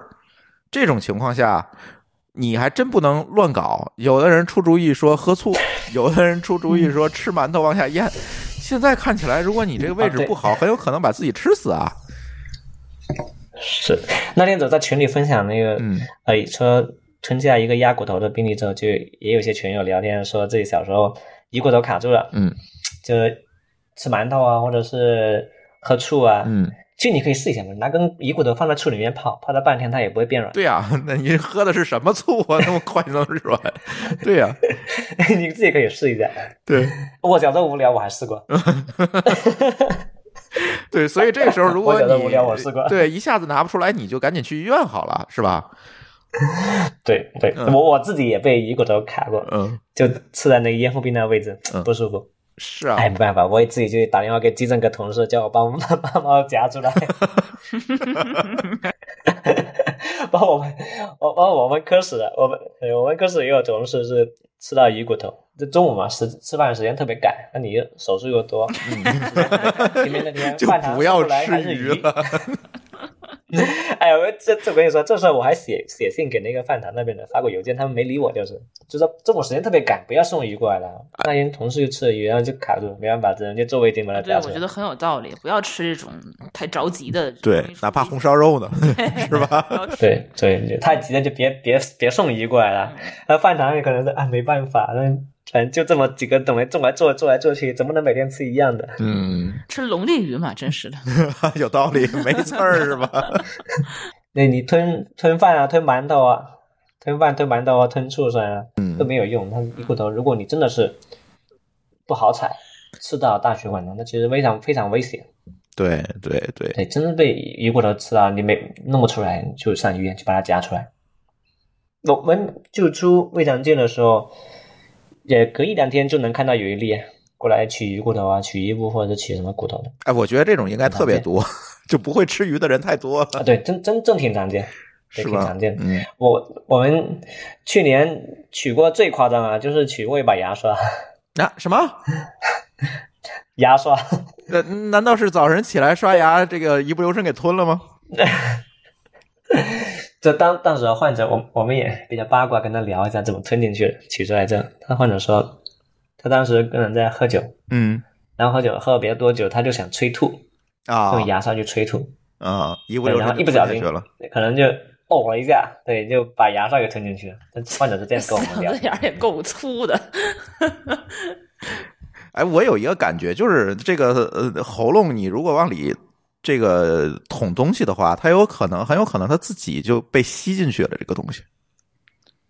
Speaker 1: 这种情况下。你还真不能乱搞，有的人出主意说喝醋，有的人出主意说吃馒头往下咽。现在看起来，如果你这个位置不好，很有可能把自己吃死啊！
Speaker 2: 是，那天走在群里分享那个，
Speaker 1: 嗯
Speaker 2: 呃，说吞下一个鸭骨头的病例之后，就也有些群友聊天说自己小时候一骨头卡住了，
Speaker 1: 嗯
Speaker 2: 就吃馒头啊，或者是喝醋啊。
Speaker 1: 嗯，
Speaker 2: 其实你可以试一下嘛，拿根鱼骨头放在醋里面泡，泡它半天它也不会变软。 [laughs]
Speaker 1: 对呀、那你喝的是什么醋啊？那么快就能软？对啊呀、
Speaker 2: 你自己可以试一下。
Speaker 1: [laughs] 对
Speaker 2: 我小时候无聊，我还试过。
Speaker 1: 嗯对，所以这个时候如
Speaker 2: 我
Speaker 1: 果
Speaker 2: 觉得
Speaker 1: 你
Speaker 2: 无聊我试过
Speaker 1: 对一下子拿不出来，你就赶紧去医院好了，是吧？
Speaker 2: 对对，
Speaker 1: 嗯
Speaker 2: 我我自己也被鱼骨头卡过，
Speaker 1: 嗯，
Speaker 2: 就刺在那个咽腹壁那个位置
Speaker 1: 嗯，
Speaker 2: 不舒服。
Speaker 1: 是啊，
Speaker 2: 哎，没办法，我也自己就打电话给急诊科同事，叫我帮我帮我夹出来， [laughs] 帮我们，我帮我们科室的，我们哎我们科室也有同事是吃到鱼骨头，这中午嘛时吃饭时间特别赶，那你手术
Speaker 1: [laughs]
Speaker 2: 又多，前面那天
Speaker 1: 就
Speaker 2: 饭堂
Speaker 1: 不要
Speaker 2: 送过来还
Speaker 1: 吃
Speaker 2: 是
Speaker 1: 鱼
Speaker 2: 鱼
Speaker 1: [laughs] 了。
Speaker 2: [laughs] 哎，我这这我跟你说，这事儿我还写写信给那个饭堂那边的发过邮件，他们没理我，就是就说中午时间特别赶，不要送鱼过来了。那天同事就吃了鱼，然后就卡住，没办法，只能就做胃镜把它
Speaker 3: 啊对，
Speaker 2: 夹
Speaker 3: 我
Speaker 2: 出
Speaker 3: 觉
Speaker 2: 来。
Speaker 3: 得很有道理，不要吃这种太着急的。容易
Speaker 1: 对
Speaker 3: 出，
Speaker 1: 哪怕
Speaker 3: 问
Speaker 1: 红
Speaker 3: 题
Speaker 1: 烧肉呢，是
Speaker 3: [laughs]
Speaker 1: 吧？
Speaker 2: 对对，就太急了就别别别送鱼过来了。
Speaker 3: 嗯
Speaker 2: 那饭堂也可能是啊、没办法，那反正就这么几个东西，种来做做来做去，怎么能每天吃一样的？
Speaker 1: 嗯，
Speaker 3: 吃龙利鱼嘛，真是的。
Speaker 1: [laughs] 有道理，没刺儿是吧？
Speaker 2: 那你吞吞饭啊，吞馒头啊，吞饭吞馒头啊，吞醋酸啊，
Speaker 1: 嗯
Speaker 2: 都没有用。它一骨头，如果你真的是不好踩，刺到大血管的，那其实非常非常危险。
Speaker 1: [laughs] 对对对，
Speaker 2: 对，真的被鱼骨头刺到，你没弄不出来，你就上医院去把它夹出来。我们就出胃肠镜的时候，也隔一两天就能看到有一例过来取鱼骨头啊，取鱼部或者取什么骨头的
Speaker 1: 哎，我觉得这种应该特别多， [laughs] 就不会吃鱼的人太多了，
Speaker 2: 啊，对，真真正挺常见，
Speaker 1: 是
Speaker 2: 对，挺
Speaker 1: 吧
Speaker 2: 常见？的。
Speaker 1: 嗯，
Speaker 2: 我我们去年取过最夸张啊，就是取过一把牙刷，
Speaker 1: 那、什么？
Speaker 2: 牙刷，
Speaker 1: 呃，难道是早晨起来刷牙，这个一不留神给吞了吗？
Speaker 2: 这当当时的患者，我我们也比较八卦，跟他聊一下怎么吞进去的，取出来这样。他患者说，他当时跟人在喝酒，
Speaker 1: 嗯
Speaker 2: 然后喝酒喝了别多久，他就想催吐，
Speaker 1: 啊
Speaker 2: 用牙刷去催吐，
Speaker 1: 啊，一不留
Speaker 2: 然
Speaker 1: 神
Speaker 2: 后
Speaker 1: 就
Speaker 2: 一不
Speaker 1: 吞
Speaker 2: 小
Speaker 1: 下
Speaker 2: 心
Speaker 1: 去了。
Speaker 2: 可能就呕了一下，对，就把牙刷给吞进去了。这患者是这样跟我们
Speaker 3: 嗓 [laughs]
Speaker 2: 聊
Speaker 3: 子，眼儿也够粗的。 [laughs]
Speaker 1: 哎，我有一个感觉，就是这个呃喉咙，你如果往里这个捅东西的话，它有可能很有可能它自己就被吸进去了，这个东西。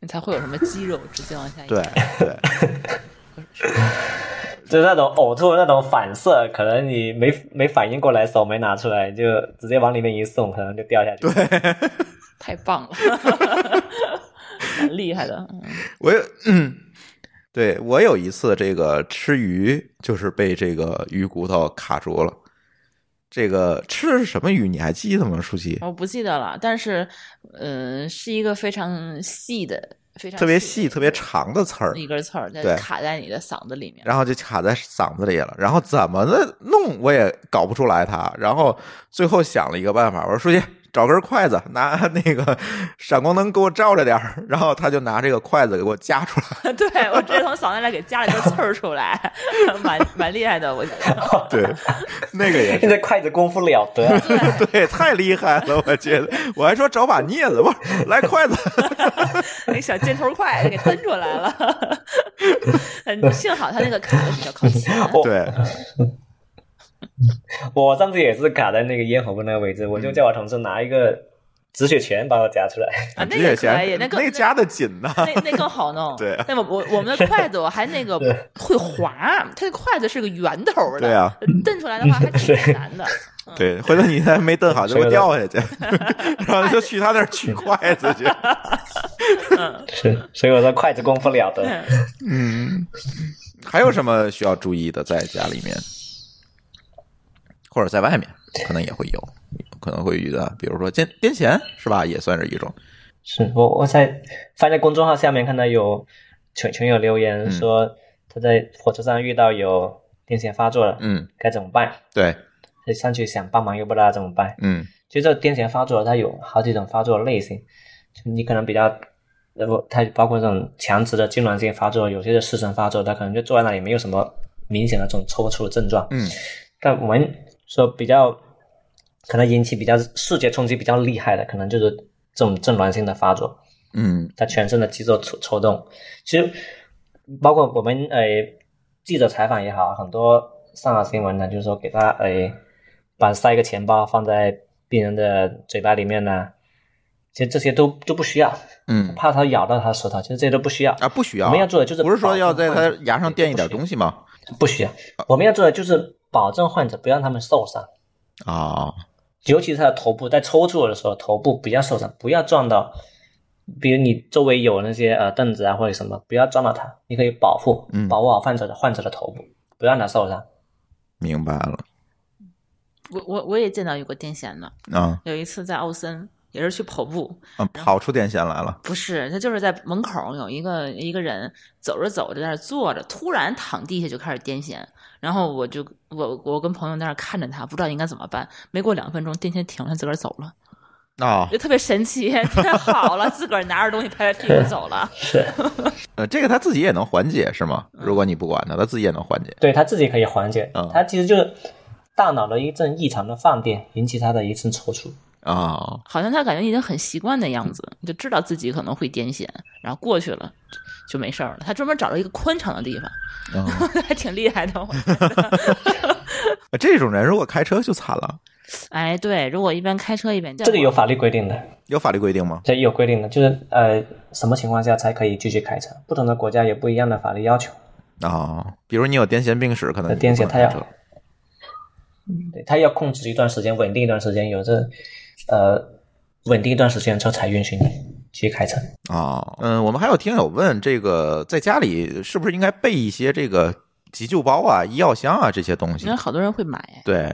Speaker 3: 你才会有什么肌肉直接往下
Speaker 1: 对
Speaker 3: 压。
Speaker 1: 对，
Speaker 2: 就是那种呕吐的那种反射，可能你没没反应过来，手没拿出来，就直接往里面一送，可能就掉下去。对，
Speaker 3: 太棒了，
Speaker 1: [laughs]
Speaker 3: 蛮厉害的。嗯
Speaker 1: 我有，嗯，对我有一次这个吃鱼，就是被这个鱼骨头卡住了。这个吃的是什么鱼？你还记得吗，舒淇？
Speaker 3: 我不记得了，但是，嗯，是一个非常细的、非常
Speaker 1: 特别
Speaker 3: 的
Speaker 1: 细、
Speaker 3: 一
Speaker 1: 特别
Speaker 3: 个
Speaker 1: 长的刺儿，
Speaker 3: 一根刺儿，在
Speaker 1: 对
Speaker 3: 卡在你的嗓子里面。
Speaker 1: 然后就卡在嗓子里了，然后怎么的弄我也搞不出来它，然后最后想了一个办法，我说书记找根筷子，拿那个闪光灯给我照着点儿，然后他就拿这个筷子给我夹出来， [laughs]
Speaker 3: [laughs] 对我直接从嗓子里给夹了一根刺儿出来，蛮蛮厉害的，我觉得。 [laughs]
Speaker 1: 对，那个也
Speaker 2: [laughs]
Speaker 1: 是。
Speaker 2: 现在筷子功夫了得，啊
Speaker 1: 对，太厉害了，我觉得。我还说找把镊子，不是来筷子。
Speaker 3: [laughs] 那小尖头快给蹬出来
Speaker 1: [laughs]
Speaker 3: 了， [laughs] 嗯幸好他那个卡的比较靠前。
Speaker 2: 我
Speaker 3: 啊
Speaker 1: [laughs] 对，
Speaker 2: 我上次也是卡在那个咽喉部那个位置，我就叫我同事拿一个止血钳把我夹出来。 [laughs]
Speaker 3: 啊，那
Speaker 1: 止
Speaker 3: 个
Speaker 1: 血
Speaker 3: 可以，
Speaker 1: 钳
Speaker 3: 那个
Speaker 1: 那夹的紧呐。
Speaker 3: 那那更好弄。
Speaker 1: [laughs] 对啊
Speaker 3: 那么我我们的筷子我还那个
Speaker 2: 对
Speaker 3: 会滑，它的筷子是个圆头的，呃
Speaker 1: 对啊，
Speaker 3: 蹬出来的话还挺难的。 [laughs]
Speaker 1: 对，回头你再没蹬好就会掉下去，然后就去 [laughs] 他那儿取筷子去。
Speaker 2: 是，所以我说筷子功夫了得。
Speaker 3: 嗯
Speaker 1: 嗯，还有什么需要注意的？在家里面，或者在外面，可能也会有，可能会遇到，比如说癫癫痫是吧？也算是一种
Speaker 2: 是我我在翻在公众号下面看到有群群友留言说他在火车上遇到有癫痫发作了，
Speaker 1: 嗯，
Speaker 2: 该怎么办？
Speaker 1: 对，
Speaker 2: 他上去想帮忙又不知道怎么办。
Speaker 1: 嗯
Speaker 2: 其实这个癫痫发作它有好几种发作类型，就你可能比较，呃不，它包括这种强直的痉挛性发作，有些是失神发作，它可能就坐在那里没有什么明显的这种抽搐的症状。
Speaker 1: 嗯
Speaker 2: 但我们说比较可能引起比较视觉冲击比较厉害的，可能就是这种痉挛性的发作。
Speaker 1: 嗯
Speaker 2: 他全身的肌肉抽抽动。其实包括我们呃记者采访也好，很多上了新闻呢，就是说给他呃把塞一个钱包放在病人的嘴巴里面呢，其实这些都都不需要，
Speaker 1: 嗯
Speaker 2: 怕他咬到他的舌头，其实这些都不需要。
Speaker 1: 啊，不需要啊，
Speaker 2: 我们要做的就是
Speaker 1: 不是说要在他牙上垫一点
Speaker 2: 西，
Speaker 1: 东西吗？
Speaker 2: 不需要。我们要做的就是保证患者不让他们受伤。
Speaker 1: 啊，
Speaker 2: 尤其是他的头部在抽搐的时候，头部不要受伤，不要撞到，比如你周围有那些呃凳子啊或者什么，不要撞到它，你可以保护
Speaker 1: 嗯，
Speaker 2: 保护好患者的患者的头部，不让他受伤。
Speaker 1: 明白了
Speaker 3: 我我我也见到有过癫痫的，
Speaker 1: 啊
Speaker 3: 有一次在奥森也是去跑步，
Speaker 1: 啊，跑出电线来了，
Speaker 3: 不是他就是在门口有一个一个人走着走着在那儿坐着，突然躺地下就开始癫痫，然后我就我我跟朋友在那儿看着他，不知道应该怎么办。没过两分钟，癫痫停了，他自个儿走了，
Speaker 1: 啊
Speaker 3: 就，特别神奇， [laughs] 太好了，自个儿拿着东西拍拍屁股走了。
Speaker 2: 是，
Speaker 1: 呃，这个他自己也能缓解是吗？
Speaker 2: 嗯
Speaker 1: 如果你不管他，他自己也能缓解。
Speaker 2: [laughs] 对他自己可以缓解
Speaker 1: 嗯，
Speaker 2: 他其实就是大脑的一阵异常的放电引起他的一阵抽搐。
Speaker 1: 啊，
Speaker 3: 好像他感觉已经很习惯的样子，就知道自己可能会癫痫，然后过去了就就没事儿了。他专门找了一个宽敞的地方，
Speaker 1: 嗯
Speaker 3: [laughs] 还挺厉害的。我
Speaker 1: 这种人如果开车就惨了，
Speaker 3: 哎，对，如果一边开车一边
Speaker 2: 这个有法律规定的，
Speaker 1: 有法律规定吗？
Speaker 2: 这有规定的，就是呃什么情况下才可以继续开车，不同的国家有不一样的法律要求。
Speaker 1: 啊，比如你有癫痫病史，可能你
Speaker 2: 呃癫痫
Speaker 1: 不能
Speaker 2: 他
Speaker 1: 开
Speaker 2: 要
Speaker 1: 车
Speaker 2: 对，他要控制一段时间，稳定一段时间，有这呃稳定一段时间之后才允许你去开车。
Speaker 1: 啊。嗯，我们还有听友问，这个在家里是不是应该备一些这个急救包啊、医药箱啊这些东西
Speaker 3: 因为？好多人会买，
Speaker 1: 对，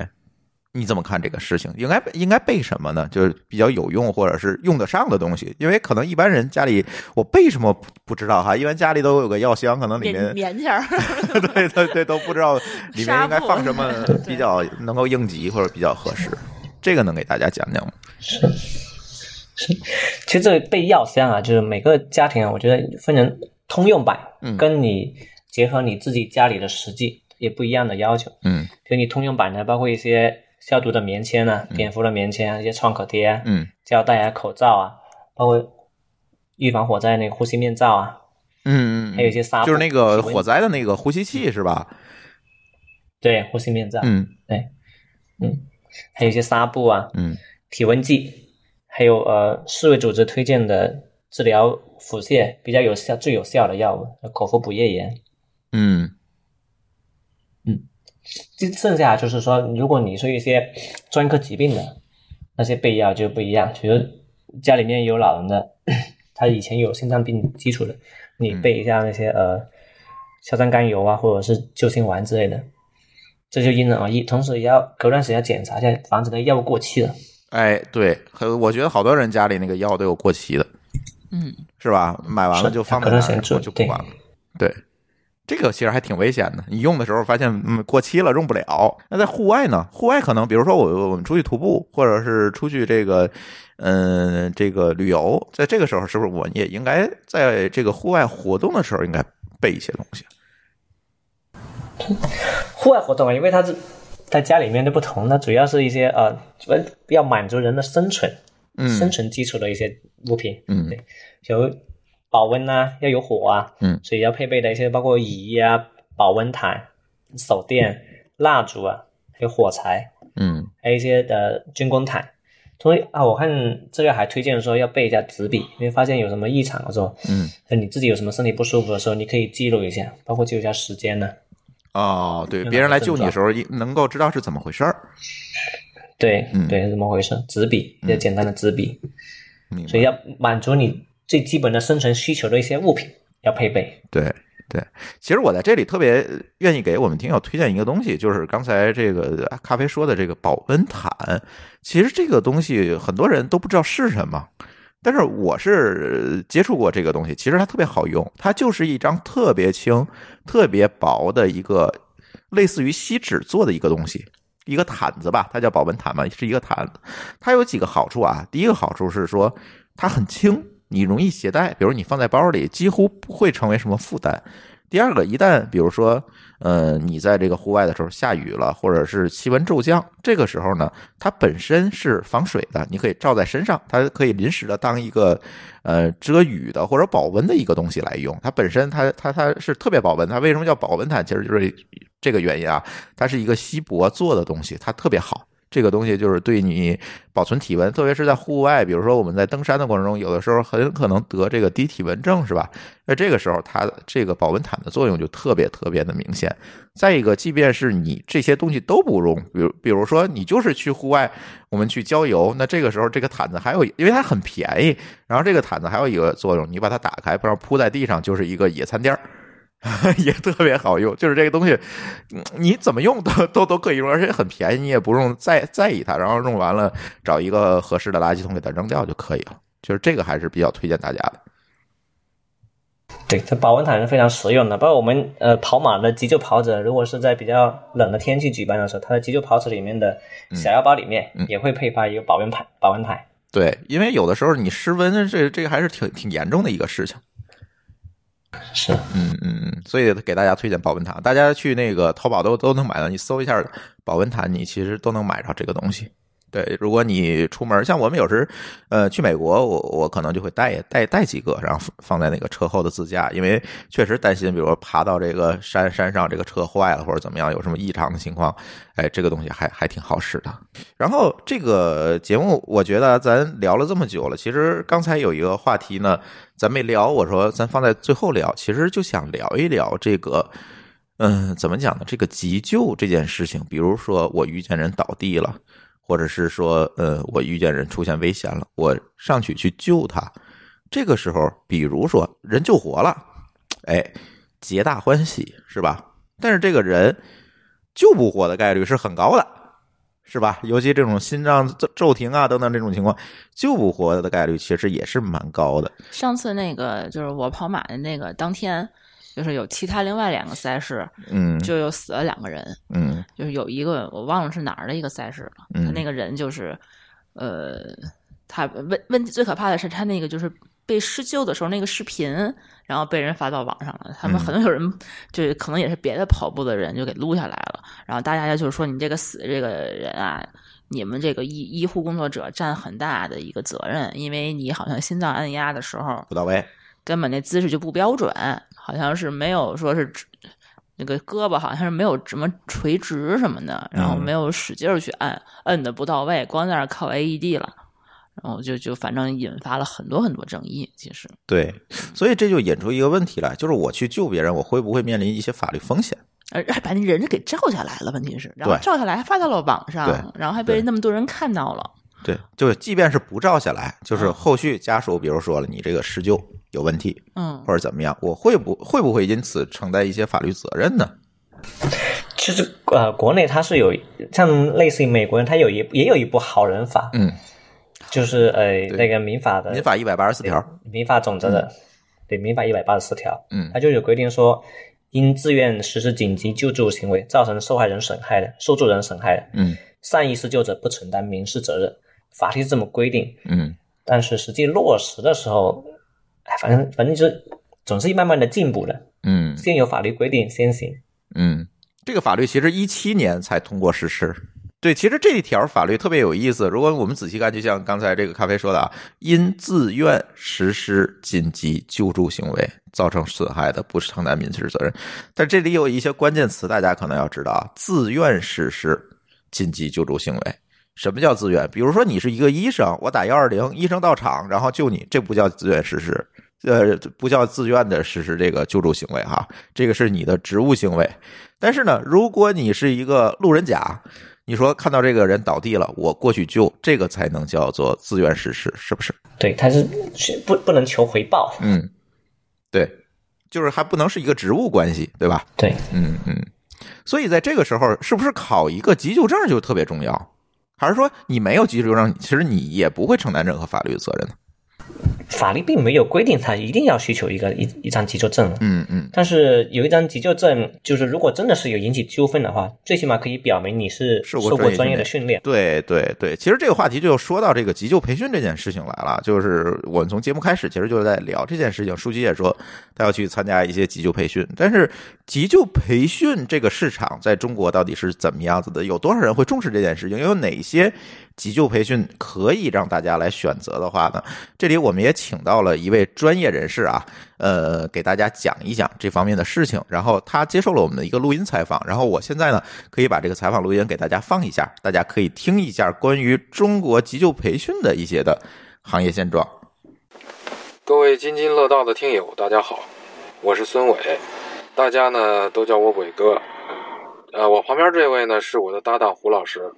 Speaker 1: 你怎么看这个事情？应该应该备什么呢？就是比较有用或者是用得上的东西，因为可能一般人家里我备什么不不知道哈，一般家里都有个药箱，可能里
Speaker 3: [laughs]
Speaker 1: 面
Speaker 3: 棉棉签儿。
Speaker 1: [laughs] 对对对都不知道里面应该放什么
Speaker 3: 纱布
Speaker 1: 比较能够应急或者比较合适。这个能给大家讲讲吗？
Speaker 2: 其实这个备药箱啊，就是每个家庭啊，我觉得分成通用版，
Speaker 1: 嗯
Speaker 2: 跟你结合你自己家里的实际也不一样的要求。
Speaker 1: 嗯
Speaker 2: 比如你通用版呢，包括一些消毒的棉签啊、碘伏的棉签啊、一些创可贴啊、
Speaker 1: 嗯
Speaker 2: 胶带啊、口罩啊，包括预防火灾那个呼吸面罩啊，
Speaker 1: 嗯，嗯
Speaker 2: 还有一些纱布
Speaker 1: 就是那个
Speaker 2: 体温
Speaker 1: 火灾的那个呼吸器是吧？
Speaker 2: 对，呼吸面罩，
Speaker 1: 嗯
Speaker 2: 还有一些纱布啊，
Speaker 1: 嗯
Speaker 2: 体温计，还有呃世卫组织推荐的治疗腹泻比较有效、最有效的药物呃口服补液盐。
Speaker 1: 嗯
Speaker 2: 这剩下就是说，如果你是一些专科疾病的那些备药就不一样，比如家里面有老人的，他以前有心脏病基础的，你备一下那些、呃硝酸甘油啊，或者是救心丸之类的。这就因人而异，同时也要隔段时间检查一下，防止那个药物过期了。
Speaker 1: 哎，对，和我觉得好多人家里那个药都有过期的，
Speaker 3: 嗯，
Speaker 1: 是吧？买完了
Speaker 2: 是
Speaker 1: 就放在
Speaker 2: 可
Speaker 1: 那
Speaker 2: 能
Speaker 1: 儿，
Speaker 2: 显著
Speaker 1: 我就不管了。对，这个其实还挺危险的。你用的时候发现，嗯，过期了，用不了。那在户外呢？户外可能，比如说我我们出去徒步，或者是出去这个，嗯，这个旅游，在这个时候，是不是我也应该在这个户外活动的时候，应该备一些东西？
Speaker 2: 户外活动啊，因为它是在家里面的不同，它主要是一些呃，主要要满足人的生存、生
Speaker 1: 嗯
Speaker 2: 存基础的一些物品，
Speaker 1: 嗯
Speaker 2: 有保温啊，要有火啊，
Speaker 1: 嗯
Speaker 2: 所以要配备的一些包括椅衣啊、保温毯、手电、蜡烛啊，还有火柴，
Speaker 1: 嗯
Speaker 2: 还有一些呃军工毯。所以啊，我看这个还推荐说要备一下纸笔，因为发现有什么异常的时候，
Speaker 1: 嗯，
Speaker 2: 呃你自己有什么身体不舒服的时候，你可以记录一下，包括记录一下时间呢、
Speaker 1: 哦，对，
Speaker 2: 用
Speaker 1: 别
Speaker 2: 哪
Speaker 1: 人
Speaker 2: 个
Speaker 1: 来
Speaker 2: 症
Speaker 1: 救你的
Speaker 2: 状
Speaker 1: 时候，一能够知道是怎么回事儿。
Speaker 2: 对，
Speaker 1: 嗯
Speaker 2: 对，是怎么回事？纸笔，一些简单的纸笔，
Speaker 1: 明白
Speaker 2: 所以要满足你最基本的生存需求的一些物品要配备。
Speaker 1: 对对，其实我在这里特别愿意给我们听友推荐一个东西，就是刚才这个咖啡说的这个保温毯。其实这个东西很多人都不知道是什么，但是我是接触过这个东西，其实它特别好用，它就是一张特别轻、特别薄的一个类似于锡纸做的一个东西，一个毯子吧，它叫保温毯嘛，是一个毯子。它有几个好处啊，第一个好处是说它很轻，你容易携带，比如你放在包里，几乎不会成为什么负担。第二个，一旦比如说，呃，你在这个户外的时候下雨了，或者是气温骤降，这个时候呢，它本身是防水的，你可以罩在身上，它可以临时的当一个呃遮雨的或者保温的一个东西来用。它本身它它它是特别保温，它为什么叫保温毯？其实就是这个原因啊，它是一个锡箔做的东西，它特别好。这个东西就是对你保存体温，特别是在户外，比如说我们在登山的过程中，有的时候很可能得这个低体温症，是吧？那这个时候，它这个保温毯的作用就特别特别的明显。再一个，即便是你这些东西都不用，比如比如说你就是去户外，我们去郊游，那这个时候这个毯子还有，因为它很便宜，然后这个毯子还有一个作用，你把它打开，不然铺在地上就是一个野餐垫儿。 [laughs] 也特别好用，就是这个东西，嗯你怎么用都都都可以用，而且很便宜，你也不用在在意它。然后用完了，找一个合适的垃圾桶给它扔掉就可以了。就是这个还是比较推荐大家的。
Speaker 2: 对，这保温毯是非常实用的。包括我们呃跑马的急救跑者，如果是在比较冷的天气举办的时候，它的急救跑者里面的
Speaker 1: 嗯
Speaker 2: 小腰包里面也会配发一个保温毯，保温毯。
Speaker 1: 对，因为有的时候你失温，这这个还是挺挺严重的一个事情。
Speaker 2: 是，
Speaker 1: 嗯嗯嗯，所以给大家推荐保温毯，大家去那个淘宝都都能买到，你搜一下保温毯，你其实都能买着这个东西。对，如果你出门，像我们有时，呃，去美国，我我可能就会带带带几个，然后放在那个车后的自驾，因为确实担心，比如说爬到这个山山上，这个车坏了或者怎么样，有什么异常的情况，哎，这个东西还还挺好使的。然后这个节目，我觉得咱聊了这么久了，其实刚才有一个话题呢，咱没聊，我说咱放在最后聊，其实就想聊一聊这个，嗯，怎么讲呢？这个急救这件事情，比如说我遇见人倒地了，或者是说，呃，我遇见人出现危险了，我上去去救他，这个时候，比如说人救活了，哎，皆大欢喜是吧？但是这个人救不活的概率是很高的。是吧？尤其这种心脏骤骤停啊等等这种情况，救不活的概率其实也是蛮高的。
Speaker 3: 上次那个就是我跑马的那个当天，就是有其他另外两个赛事，
Speaker 1: 嗯
Speaker 3: 就有死了两个人，
Speaker 1: 嗯
Speaker 3: 就是有一个我忘了是哪儿的一个赛事了，
Speaker 1: 嗯
Speaker 3: 他那个人就是，呃，他问问最可怕的是他那个就是被施救的时候那个视频，然后被人发到网上了，他们
Speaker 1: 嗯
Speaker 3: 很多有人就是可能也是别的跑步的人就给录下来了，然后大家就是说你这个死这个人啊。你们这个医医护工作者占很大的一个责任，因为你好像心脏按压的时候，
Speaker 1: 不到位，
Speaker 3: 根本那姿势就不标准，好像是没有说是直那个胳膊好像是没有什么垂直什么的，然后
Speaker 1: 嗯
Speaker 3: 没有使劲儿去按，摁的不到位，光在那儿靠 AED 了，然后就就反正引发了很多很多争议。其实，
Speaker 1: 对，所以这就引出一个问题来，就是我去救别人，我会不会面临一些法律风险？
Speaker 3: 而还把那人给照下来了，问题是，然后
Speaker 1: 对
Speaker 3: 照下来还发到了网上，
Speaker 1: 对
Speaker 3: 然后还被
Speaker 1: 对
Speaker 3: 那么多人看到了。
Speaker 1: 对，嗯就是即便是不照下来，就是后续家属，比如说了你这个施救有问题
Speaker 3: 嗯，
Speaker 1: 或者怎么样，我会不会不会因此承担一些法律责任呢？
Speaker 2: 其实呃，国内它是有像类似于美国人，他有一也有一部好人法，
Speaker 1: 嗯，
Speaker 2: 就是呃
Speaker 1: 对
Speaker 2: 那个民法的
Speaker 1: 民法一百八十四条，
Speaker 2: 民法总则的，对民法一百八十四条，
Speaker 1: 嗯
Speaker 2: 它就有规定说，因自愿实施紧急救助行为造成受害人损害的，受助人损害的，
Speaker 1: 嗯
Speaker 2: 善意施救者不承担民事责任，法律是这么规定，
Speaker 1: 嗯
Speaker 2: 但是实际落实的时候，哎，反正反正就是总是慢慢的进步的，
Speaker 1: 嗯
Speaker 2: 先有法律规定先行，
Speaker 1: 嗯，这个法律其实一七年才通过实施。对，其实这一条法律特别有意思。如果我们仔细看，就像刚才这个咖啡说的啊，因自愿实施紧急救助行为造成损害的，不承担民事责任。但这里有一些关键词，大家可能要知道啊，自愿实施紧急救助行为。什么叫自愿？比如说你是一个医生，我打幺二零，医生到场然后救你，这不叫自愿实施，呃，不叫自愿的实施这个救助行为哈，这个是你的职务行为。但是呢，如果你是一个路人甲，你说看到这个人倒地了，我过去救，这个才能叫做自愿实施，是不是？
Speaker 2: 对，它是是不不能求回报，
Speaker 1: 嗯，对，就是还不能是一个职务关系，对吧？
Speaker 2: 对，
Speaker 1: 嗯嗯。所以在这个时候，是不是考一个急救证就特别重要？还是说你没有急救证，其实你也不会承担任何法律责任呢？
Speaker 2: 法律并没有规定他一定要需求一个一一张急救证，
Speaker 1: 嗯嗯
Speaker 2: 但是有一张急救证，就是如果真的是有引起纠纷的话，最起码可以表明你是
Speaker 1: 受
Speaker 2: 受
Speaker 1: 过
Speaker 2: 过
Speaker 1: 专
Speaker 2: 专
Speaker 1: 业
Speaker 2: 业的训练。
Speaker 1: 对对对，其实这个话题就说到这个急救培训这件事情来了。就是我们从节目开始，其实就是在聊这件事情。舒淇也说她要去参加一些急救培训，但是急救培训这个市场在中国到底是怎么样子的？有多少人会重视这件事情？又有哪些急救培训可以让大家来选择的话呢？这里我们也请到了一位专业人士啊，呃，给大家讲一讲这方面的事情。然后他接受了我们的一个录音采访，然后我现在呢可以把这个采访录音给大家放一下，大家可以听一下关于中国急救培训的一些的行业现状。
Speaker 4: 各位津津乐道的听友，大家好，我是孙伟，大家呢都叫我伟哥。呃，我旁边这位呢是我的搭档胡老师。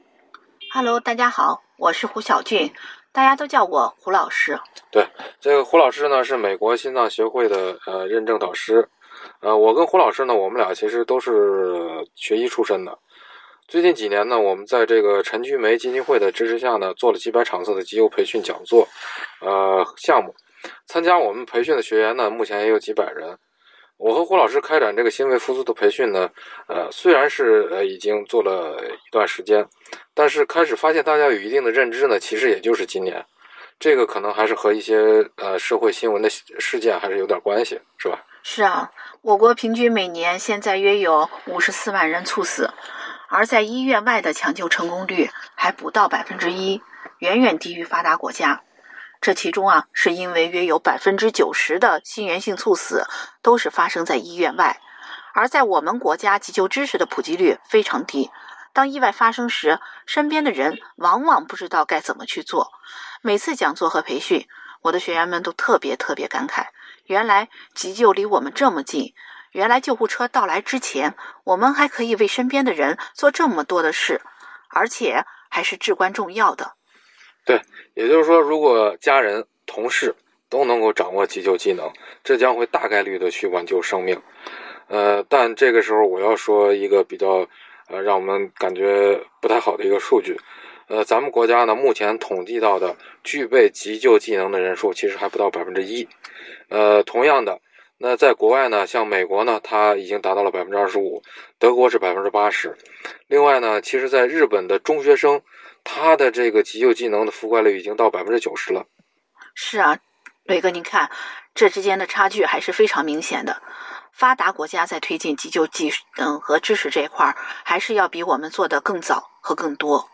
Speaker 5: Hello，大家好，我是胡小俊，大家都叫我胡老师。
Speaker 4: 这个胡老师呢是美国心脏协会的呃认证导师。呃，我跟胡老师呢，我们俩其实都是呃学医出身的。最近几年呢，我们在这个陈菊梅基金会的支持下呢，做了几百场次的急救培训讲座，呃，项目。参加我们培训的学员呢，目前也有几百人。我和胡老师开展这个心肺复苏的培训呢，呃，虽然是呃已经做了一段时间，但是开始发现大家有一定的认知呢，其实也就是今年。这个可能还是和一些呃社会新闻的事件还是有点关系，是吧？
Speaker 5: 是啊，我国平均每年现在约有五十四万人猝死，而在医院外的抢救成功率还不到百分之一，远远低于发达国家。这其中啊，是因为约有百分之九十的心源性猝死都是发生在医院外，而在我们国家急救知识的普及率非常低。当意外发生时，身边的人往往不知道该怎么去做。每次讲座和培训，我的学员们都特别特别感慨，原来急救离我们这么近，原来救护车到来之前，我们还可以为身边的人做这么多的事，而且还是至关重要的。
Speaker 4: 也就是说，如果家人、同事都能够掌握急救技能，这将会大概率的去挽救生命。呃，但这个时候我要说一个比较呃让我们感觉不太好的一个数据，呃，咱们国家呢目前统计到的具备急救技能的人数其实还不到百分之一。呃，同样的，那在国外呢，像美国呢，它已经达到了百分之二十五，德国是百分之八十。另外呢，其实在日本的中学生他的这个急救技能的覆盖率已经到百分之九十了。
Speaker 5: 是啊，伟哥，您看这之间的差距还是非常明显的。发达国家在推进急救技术嗯和知识这一块儿，还是要比我们做的更早和更多。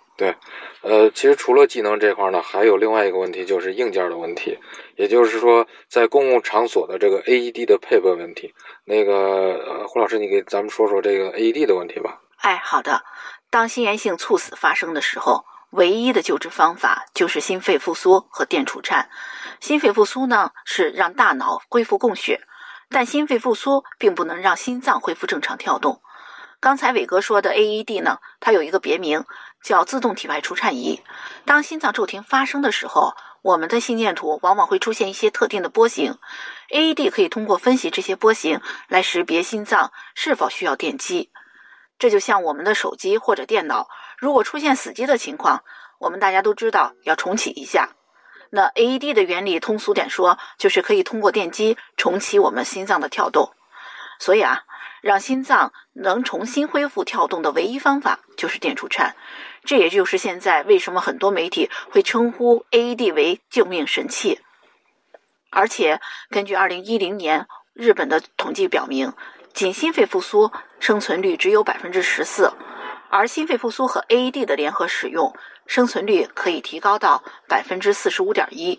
Speaker 4: 呃，其实除了技能这块呢，还有另外一个问题就是硬件的问题，也就是说在公共场所的这个 AED 的配备问题。那个呃，胡老师，你给咱们说说这个 AED 的问题吧。
Speaker 5: 哎，好的。当心源性猝死发生的时候，唯一的救治方法就是心肺复苏和电除颤。心肺复苏呢，是让大脑恢复供血，但心肺复苏并不能让心脏恢复正常跳动。刚才伟哥说的 AED 呢，它有一个别名叫自动体外除颤仪。当心脏骤停发生的时候，我们的心电图往往会出现一些特定的波形。AED 可以通过分析这些波形来识别心脏是否需要电击。这就像我们的手机或者电脑，如果出现死机的情况，我们大家都知道要重启一下。那 AED 的原理通俗点说，就是可以通过电击重启我们心脏的跳动。所以啊，让心脏能重新恢复跳动的唯一方法就是电除颤。这也就是现在为什么很多媒体会称呼 AED 为救命神器。而且，根据2010年日本的统计表明，仅心肺复苏生存率只有百分之十四，而心肺复苏和 AED 的联合使用，生存率可以提高到百分之四十五点一。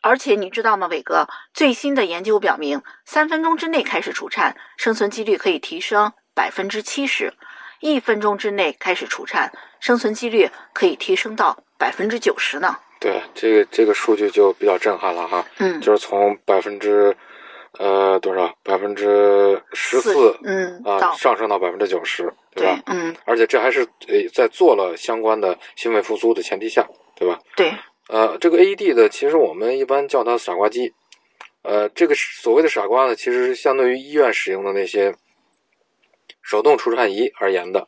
Speaker 5: 而且你知道吗，伟哥？最新的研究表明，三分钟之内开始除颤，生存几率可以提升百分之七十；一分钟之内开始除颤，生存几率可以提升到百分之九十呢。
Speaker 4: 对，这个这个数据就比较震撼了哈，
Speaker 5: 嗯，
Speaker 4: 就是从百分之呃多少百分之十四
Speaker 5: 四嗯
Speaker 4: 啊
Speaker 5: 到
Speaker 4: 上升到百分之九十，对吧？
Speaker 5: 对，嗯，
Speaker 4: 而且这还是呃在做了相关的心肺复苏的前提下，对吧？
Speaker 5: 对，
Speaker 4: 呃，这个 AED 的，其实我们一般叫它傻瓜机。呃，这个是所谓的傻瓜呢，其实是相对于医院使用的那些手动除颤仪而言的。E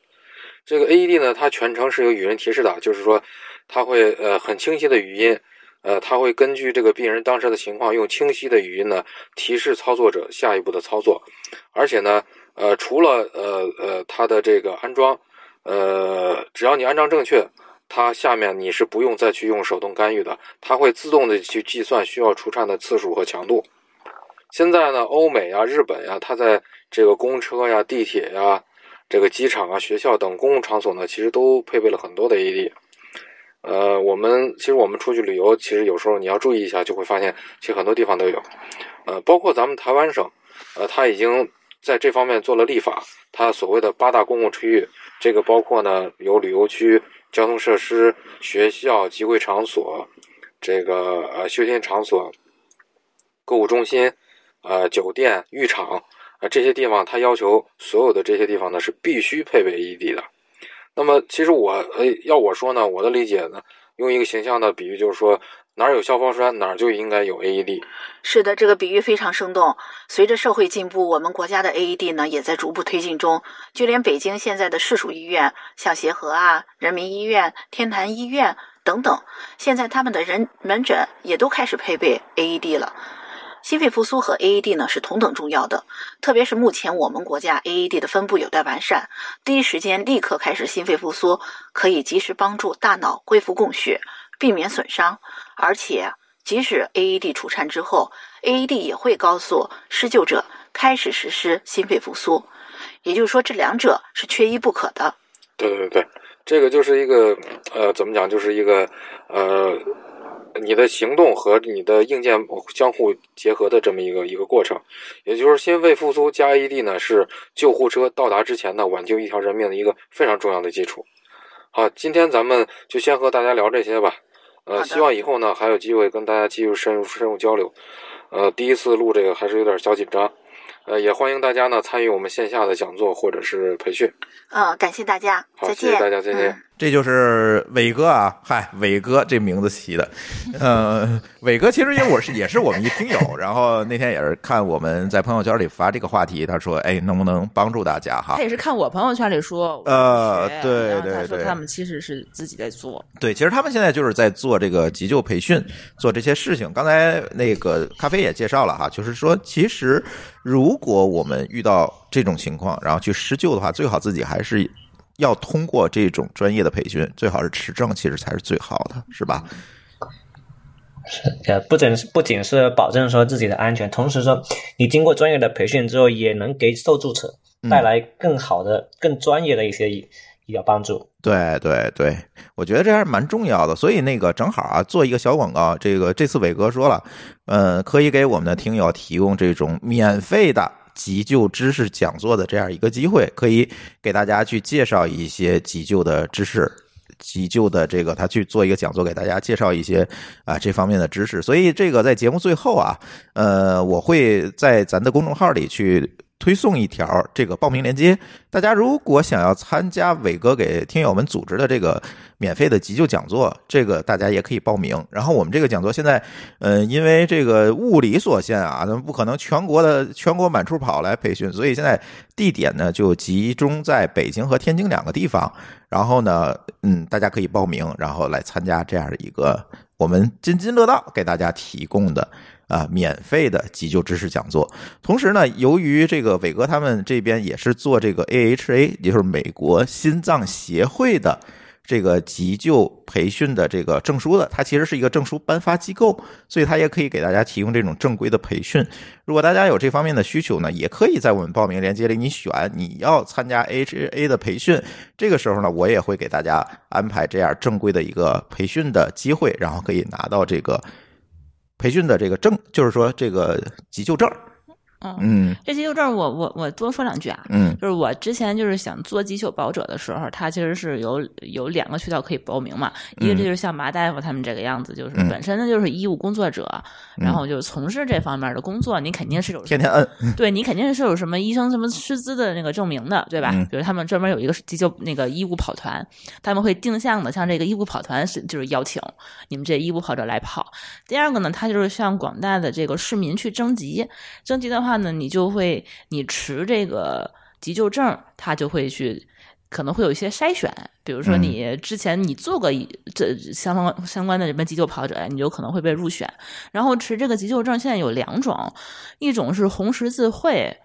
Speaker 4: 这个 AED 呢，它全程是由语音提示的，就是说它会呃很清晰的语音呃，他会根据这个病人当时的情况，用清晰的语音呢提示操作者下一步的操作，而且呢，呃，除了呃呃它的这个安装，呃，只要你安装正确，它下面你是不用再去用手动干预的，它会自动的去计算需要除颤的次数和强度。现在呢，欧美啊、日本呀、它在这个公车呀、地铁呀、这个机场啊、学校等公共场所呢，其实都配备了很多的 AED。呃，我们其实我们出去旅游，其实有时候你要注意一下，就会发现其实很多地方都有。呃，包括咱们台湾省，呃，它已经在这方面做了立法。它所谓的八大公共区域，这个包括呢有旅游区、交通设施、学校、集会场所、这个呃休闲场所、购物中心、呃酒店、浴场。啊，这些地方它要求所有的这些地方呢是必须配备 ED 的。那么，其实我呃要我说呢，我的理解呢，用一个形象的比喻就是说，哪儿有消防栓，哪儿就应该有 E AED。
Speaker 5: 是的，这个比喻非常生动。随着社会进步，我们国家的 AED 呢也在逐步推进中。就连北京现在的市属医院，像协和啊、人民医院、天坛医院等等，现在他们的人门诊也都开始配备 AED 了。心肺复苏和 AED 呢是同等重要的，特别是目前我们国家 AED 的分布有待完善，第一时间立刻开始心肺复苏，可以及时帮助大脑恢复供血，避免损伤。而且，即使 AED 除颤之后，AED 也会告诉施救者开始实施心肺复苏，也就是说，这两者是缺一不可的。
Speaker 4: 对对对，这个就是一个呃，怎么讲，就是一个呃，你的行动和你的硬件相互结合的这么一个一个过程。也就是心肺复苏加 AED 呢，是救护车到达之前呢挽救一条人命的一个非常重要的基础。好，今天咱们就先和大家聊这些吧。
Speaker 5: 好
Speaker 4: 呃，
Speaker 5: 的
Speaker 4: 希望以后呢还有机会跟大家继续深入深入交流。呃，第一次录这个还是有点小紧张。呃，也欢迎大家呢参与我们线下的讲座或者是培训。
Speaker 5: 嗯，感谢大家，
Speaker 4: 好
Speaker 5: 再
Speaker 4: 谢
Speaker 5: 见。
Speaker 4: 谢大家再见
Speaker 5: 嗯
Speaker 1: 这就是伟哥啊，嗨，伟哥这名字起的，呃，伟哥其实也我是也是我们一听友，然后那天也是看我们在朋友圈里发这个话题，他说，哎，能不能帮助大家哈
Speaker 3: 他？也是看我朋友圈里说，
Speaker 1: 呃
Speaker 3: 我学
Speaker 1: 对
Speaker 3: 然后他
Speaker 1: 对
Speaker 3: 说
Speaker 1: 对
Speaker 3: 他们其实是自己在做，
Speaker 1: 对，其实他们现在就是在做这个急救培训，做这些事情。刚才那个咖啡也介绍了哈，就是说，其实如果我们遇到这种情况，然后去施救的话，最好自己还是要通过这种专业的培训，最好是持证，其实才是最好的，是吧？
Speaker 2: 呃，不仅是不仅是保证说自己的安全，同时说你经过专业的培训之后，也能给受助者
Speaker 1: 嗯
Speaker 2: 带来更好的、更专业的一些医医疗帮助。
Speaker 1: 对对对，我觉得这还是蛮重要的。所以那个正好啊，做一个小广告。这个这次伟哥说了，嗯，可以给我们的听友提供这种免费的急救知识讲座的这样一个机会，可以给大家去介绍一些急救的知识。急救的这个，他去做一个讲座，给大家介绍一些啊这方面的知识。所以这个在节目最后啊，呃，我会在咱的公众号里去推送一条这个报名链接。大家如果想要参加伟哥给听友们组织的这个免费的急救讲座，这个大家也可以报名。然后我们这个讲座现在，嗯，因为这个物理所限啊，咱们不可能全国的全国满处跑来培训，所以现在地点呢就集中在北京和天津两个地方。然后呢，嗯，大家可以报名，然后来参加这样一个我们津津乐道给大家提供的啊、免费的急救知识讲座。同时呢，由于这个伟哥他们这边也是做这个 AHA，也就是美国心脏协会的这个急救培训的这个证书的，它其实是一个证书颁发机构，所以它也可以给大家提供这种正规的培训。如果大家有这方面的需求呢，也可以在我们报名链接里你选你要参加 AHA 的培训。这个时候呢，我也会给大家安排这样正规的一个培训的机会，然后可以拿到这个培训的这个证，就是说这个急救证。
Speaker 3: 嗯
Speaker 1: 嗯
Speaker 3: 这急救证我我我多说两句啊，
Speaker 1: 嗯
Speaker 3: 就是我之前就是想做急救保者的时候，它其实是有有两个渠道可以报名嘛，一个
Speaker 1: 嗯
Speaker 3: 就是像麻大夫他们这个样子，就是
Speaker 1: 嗯
Speaker 3: 本身呢就是医务工作者，
Speaker 1: 嗯
Speaker 3: 然后就是从事这方面的工作，你肯定是有，
Speaker 1: 天天摁，
Speaker 3: 对你肯定是有什么医生什么师资的那个证明的，对吧？
Speaker 1: 嗯
Speaker 3: 比如他们专门有一个急救那个医务跑团，他们会定向的向这个医务跑团是就是邀请你们这医务跑者来跑。第二个呢，它就是向广大的这个市民去征集，征集的话呢，你就会你持这个急救证，他就会去可能会有一些筛选，比如说
Speaker 1: 嗯
Speaker 3: 你之前你做过一这相关相关的什么急救跑者，你有可能会被入选。然后持这个急救证现在有两种，一种是红十字会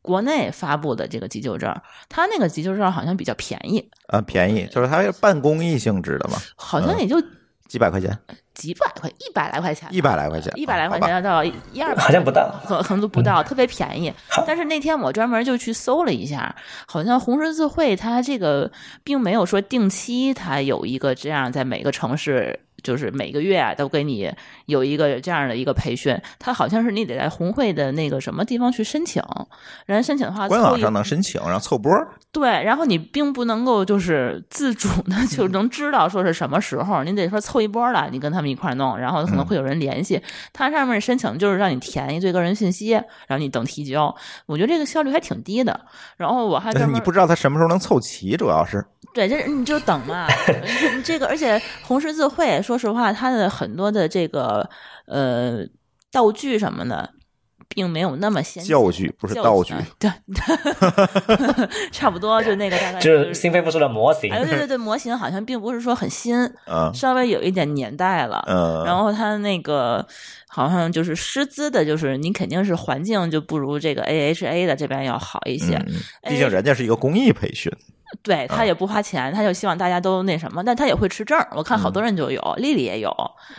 Speaker 3: 国内发布的这个急救证，它那个急救证好像比较便宜，
Speaker 1: 啊，便宜，就是它是半公益性质的嘛，
Speaker 3: 好像
Speaker 1: 嗯
Speaker 3: 也就
Speaker 1: 几百块钱，
Speaker 3: 几百块，一百来块钱吧，
Speaker 1: 一百来块钱，啊
Speaker 3: 一百来块
Speaker 1: 好吧，
Speaker 3: 钱到一一二百，
Speaker 2: 好像不到
Speaker 3: 可可能都不
Speaker 1: 嗯
Speaker 3: 到，特别便宜。但是那天我专门就去搜了一下，好像红十字会它这个并没有说定期，它有一个这样在每个城市。就是每个月啊，都给你有一个这样的一个培训，它好像是你得在红会的那个什么地方去申请，然后申请的话，
Speaker 1: 官
Speaker 3: 凑
Speaker 1: 网
Speaker 3: 一
Speaker 1: 上能申请，然后凑波儿，
Speaker 3: 对，然后你
Speaker 1: 嗯
Speaker 3: 并不能够就是自主的就能知道说是什么时候，你得说凑一波了，你跟他们一块儿弄，然后
Speaker 1: 嗯
Speaker 3: 可能会有人联系。它上面申请就是让你填一堆个人信息，然后你等提交。我觉得这个效率还挺低的。然后我还
Speaker 1: 但是
Speaker 3: 啊专
Speaker 1: 你
Speaker 3: 门
Speaker 1: 不知道它什么时候能凑齐，主要是
Speaker 3: 对，这你就等
Speaker 1: [laughs]
Speaker 3: 嘛。这这个，而且红十字会，说实话，它的很多的这个呃道具什么的，并没有那么先进。
Speaker 1: 教具不是道具
Speaker 3: 啊，对， [laughs] 差不多就那个大概
Speaker 2: 就是心肺复苏的模型
Speaker 3: 哎，。对对对，模型好像并不是说很新，
Speaker 1: 嗯
Speaker 3: 稍微有一点年代了。
Speaker 1: 嗯，
Speaker 3: 然后它那个好像就是师资的，就是你肯定是环境就不如这个 AHA 的这边要好一些。
Speaker 1: 嗯
Speaker 3: 哎
Speaker 1: 毕竟人家是一个公益培训，
Speaker 3: 对他也不花钱，他就希望大家都那什么，但他也会持证儿。我看好多人就有，丽丽也有，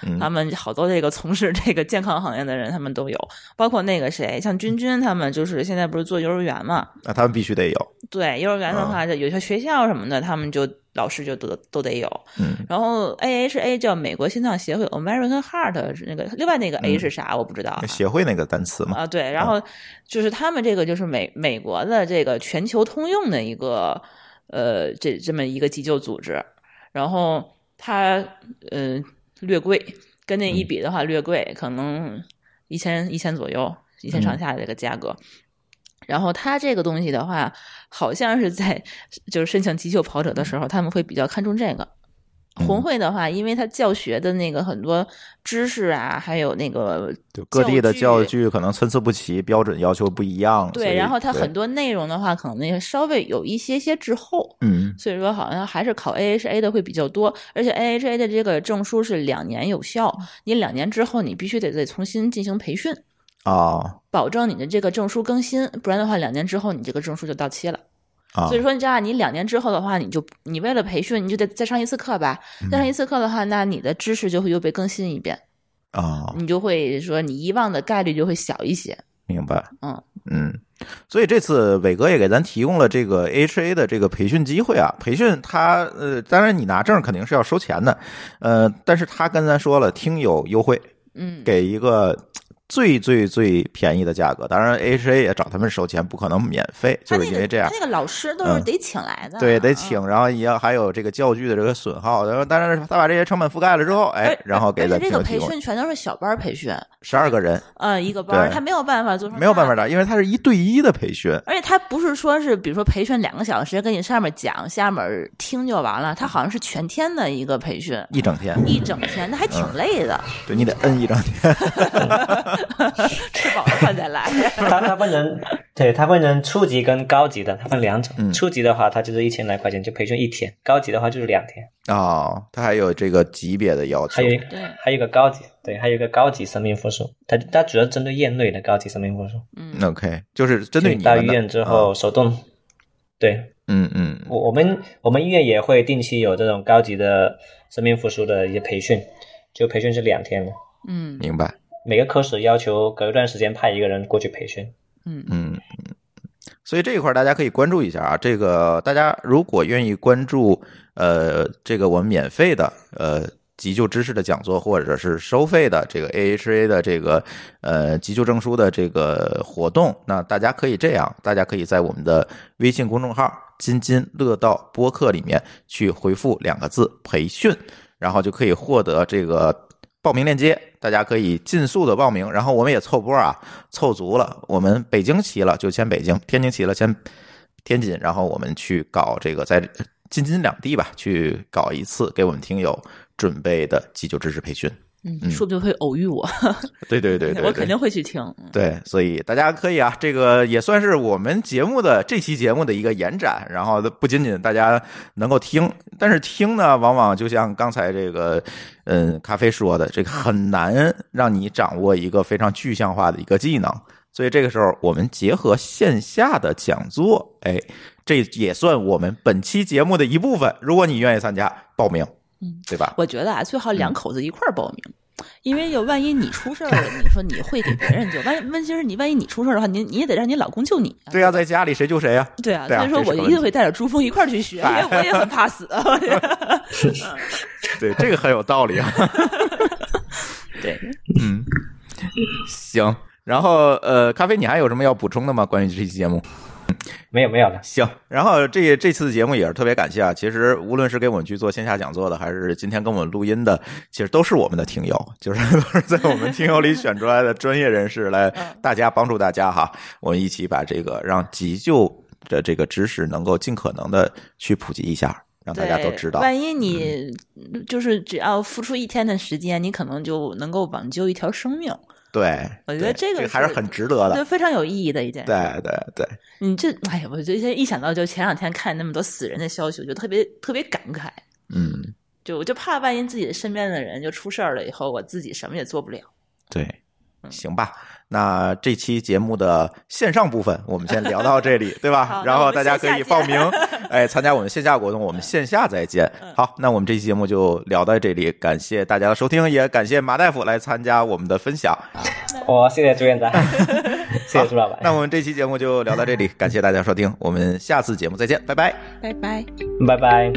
Speaker 1: 嗯
Speaker 3: 他们好多这个从事这个健康行业的人，他们都有，包括那个谁，像
Speaker 1: 嗯
Speaker 3: 君君他们，就是现在不是做幼儿园嘛，
Speaker 1: 那他们必须得有，
Speaker 3: 对，幼儿园
Speaker 1: 嗯
Speaker 3: 的话，就有些学校什么的，他们就老师就都都得有。
Speaker 1: 嗯，
Speaker 3: 然后 AHA 叫美国心脏协会 American Heart 是那个，另外那个 A
Speaker 1: 嗯
Speaker 3: 是啥、我不知道啊、
Speaker 1: 那协会那个单词嘛，
Speaker 3: 啊，对，然后就是他们这个就是美美国的这个全球通用的一个呃这这么一个急救组织，然后它嗯、呃、略贵，跟那
Speaker 1: 嗯
Speaker 3: 一比的话略贵，可能一千一千左右，一
Speaker 1: 嗯
Speaker 3: 千上下的这个价格。然后它这个东西的话，好像是在就是申请急救跑者的时候，他们会比较看重这个。红
Speaker 1: 嗯
Speaker 3: 会的话，因为它教学的那个很多知识啊，还有那个
Speaker 1: 就各地的教
Speaker 3: 具
Speaker 1: 具可能参差不齐，标准要求不一样，所
Speaker 3: 对，
Speaker 1: 以
Speaker 3: 然后它很
Speaker 1: 对
Speaker 3: 多内容的话，可能那个稍微有一些些滞后，
Speaker 1: 嗯
Speaker 3: 所以说好像还是考 AHA 的会比较多，而且 AHA 的这个证书是两年有效，你两年之后你必须得再重新进行培训，
Speaker 1: 啊
Speaker 3: 保证你的这个证书更新，不然的话两年之后你这个证书就到期了。
Speaker 1: 啊，
Speaker 3: 所以说，你知道，你两年之后的话，你就你为了培训，你就得再上一次课吧。
Speaker 1: 嗯
Speaker 3: 再上一次课的话，那你的知识就会又被更新一遍，
Speaker 1: 啊，
Speaker 3: 你就会说你遗忘的概率就会小一些。
Speaker 1: 明白，
Speaker 3: 嗯
Speaker 1: 嗯，所以这次伟哥也给咱提供了这个 HA 的这个培训机会啊，培训他呃，当然你拿证肯定是要收钱的，呃，但是他跟咱说了，听友优惠，
Speaker 3: 嗯，
Speaker 1: 给一个最最最便宜的价格，当然 HA 也找他们收钱，不可能免费，
Speaker 3: 他
Speaker 1: 就是
Speaker 3: 那
Speaker 1: 因
Speaker 3: 个
Speaker 1: 为这样
Speaker 3: 他。那个老师都是
Speaker 1: 嗯
Speaker 3: 得请来的，
Speaker 1: 对，得
Speaker 3: 嗯
Speaker 1: 请，然后也要还有这个教具的这个损耗，然后当然是他把这些成本覆盖了之后，哎
Speaker 3: 而，
Speaker 1: 然后给
Speaker 3: 而且
Speaker 1: 咱
Speaker 3: 这
Speaker 1: 听
Speaker 3: 个
Speaker 1: 友
Speaker 3: 培
Speaker 1: 提供
Speaker 3: 训全都是小班儿培训，
Speaker 1: 十二个人，
Speaker 3: 呃，一个班儿，
Speaker 1: 对
Speaker 3: 他没有办法做成
Speaker 1: 没有办法
Speaker 3: 大。
Speaker 1: 的，因为它是一对一的培训，
Speaker 3: 而且他不是说是，比如说培训两个小时，跟你上面讲，下面听就完了。他好像是全天的一个培训，
Speaker 1: 一整天，
Speaker 3: 一整天，那还挺
Speaker 1: 嗯
Speaker 3: 累的。
Speaker 1: 对你得摁一整天，
Speaker 3: 吃饱了饭再来。
Speaker 1: [laughs]
Speaker 2: 它它分成，对它分成初级跟高级的，它分两种。
Speaker 1: 嗯
Speaker 2: 初级的话，它就是一千来块钱就培训一天，高级的话就是两天。
Speaker 1: 哦，它还有这个级别的要求
Speaker 2: 还有一
Speaker 3: 对
Speaker 2: 还有一个高级，对，还有一个高级生命复苏，它它主要针对院内的高级生命复苏，
Speaker 3: 嗯，
Speaker 1: ，OK，就是针对
Speaker 2: 就
Speaker 1: 你
Speaker 2: 到
Speaker 1: 们
Speaker 2: 医
Speaker 1: 的啊
Speaker 2: 院之后手动。对
Speaker 1: 嗯嗯，嗯
Speaker 2: 我我们我们医院也会定期有这种高级的生命复苏的一些培训，就培训是两天的，
Speaker 3: 嗯
Speaker 1: 明白，
Speaker 2: 每个科室要求隔一段时间派一个人过去培训。
Speaker 3: 嗯嗯，
Speaker 1: 嗯，嗯，所以这一块儿大家可以关注一下啊。这个大家如果愿意关注，呃，这个我们免费的呃急救知识的讲座，或者是收费的这个 AHA 的这个呃急救证书的这个活动，那大家可以这样，大家可以在我们的微信公众号“津津乐道播客”里面去回复两个字“培训”，然后就可以获得这个报名链接，大家可以尽速的报名。然后我们也凑波啊，凑足了，我们北京齐了就签北京，天津齐了签天津，然后我们去搞这个在津津两地吧，去搞一次给我们听友准备的急救知识培训。
Speaker 3: 嗯，说不定会偶遇我，
Speaker 1: 对对对对对，
Speaker 3: [laughs] 我肯定会去听。嗯
Speaker 1: 对，所以大家可以啊，这个也算是我们节目的这期节目的一个延展。然后不仅仅大家能够听，但是听呢，往往就像刚才这个嗯咖啡说的，这个很难让你掌握一个非常具象化的一个技能。所以这个时候，我们结合线下的讲座，哎，这也算我们本期节目的一部分。如果你愿意参加，报名，
Speaker 3: 嗯，
Speaker 1: 对吧？
Speaker 3: 我觉得啊，最好
Speaker 1: 嗯
Speaker 3: 两口子一块儿报名，因为就万一你出事儿了，你说你会给别人救，万一问题是你万一你出事儿的话，你你也得让你老公救你啊。
Speaker 1: 对呀、在家里谁救谁呀、
Speaker 3: 对啊，
Speaker 1: 对啊
Speaker 3: 所以说
Speaker 1: 这是
Speaker 3: 我
Speaker 1: 个
Speaker 3: 一
Speaker 1: 问
Speaker 3: 定
Speaker 1: 题
Speaker 3: 会带着珠峰一块儿去
Speaker 1: [laughs]
Speaker 3: 学，因为我也很怕死。我觉得
Speaker 1: 对，这个很有道理啊。
Speaker 3: 对，
Speaker 1: 嗯，行。然后呃，咖啡，你还有什么要补充的吗？关于这期节目？
Speaker 2: 没有没有了，
Speaker 1: 行，然后这这次节目也是特别感谢啊！其实无论是给我们去做线下讲座的，还是今天跟我们录音的，其实都是我们的听友，就是都是在我们听友里选出来的专业人士来，
Speaker 3: 嗯
Speaker 1: 大家帮助大家哈，我们一起把这个让急救的这个知识能够尽可能的去普及一下，让 [laughs] 大
Speaker 3: 对，
Speaker 1: 家都知道。嗯
Speaker 3: 万一你就是只要付出一天的时间，你可能就能够挽救一条生命，
Speaker 1: 对，
Speaker 3: 我觉得
Speaker 1: 对
Speaker 3: 这
Speaker 1: 这
Speaker 3: 个
Speaker 1: 还是
Speaker 3: 是
Speaker 1: 很值得
Speaker 3: 这
Speaker 1: 的。
Speaker 3: 非常有意义的一件事。
Speaker 1: 对对对，
Speaker 3: 你这，哎呀，我这些一想到就前两天看那么多死人的消息，我就特别特别感慨。
Speaker 1: 嗯，
Speaker 3: 就我就怕万一自己身边的人就出事儿了以后，我自己什么也做不了。
Speaker 1: 对，
Speaker 3: 嗯
Speaker 1: 行吧。那这期节目的线上部分，我们先聊到这里，对吧
Speaker 3: [laughs] 好？那
Speaker 1: 然
Speaker 3: 我
Speaker 1: 后
Speaker 3: 们
Speaker 1: 大家可
Speaker 3: 线下
Speaker 1: 以
Speaker 3: 见
Speaker 1: 报名，
Speaker 3: [laughs]
Speaker 1: 哎，参加我们线下活动，我们线下再见。
Speaker 3: 嗯
Speaker 1: 好，那我们这期节目就聊到这里，感谢大家的收听，也感谢马大夫来参加我们的分享。
Speaker 2: 我哦谢谢
Speaker 1: [laughs]
Speaker 2: 朱院长，谢谢朱老板，
Speaker 1: 那我们这期
Speaker 3: [laughs]
Speaker 1: 节目就聊到这里，感谢大家收听，我们下次节目再见，拜拜。
Speaker 3: 拜拜。
Speaker 2: 拜拜。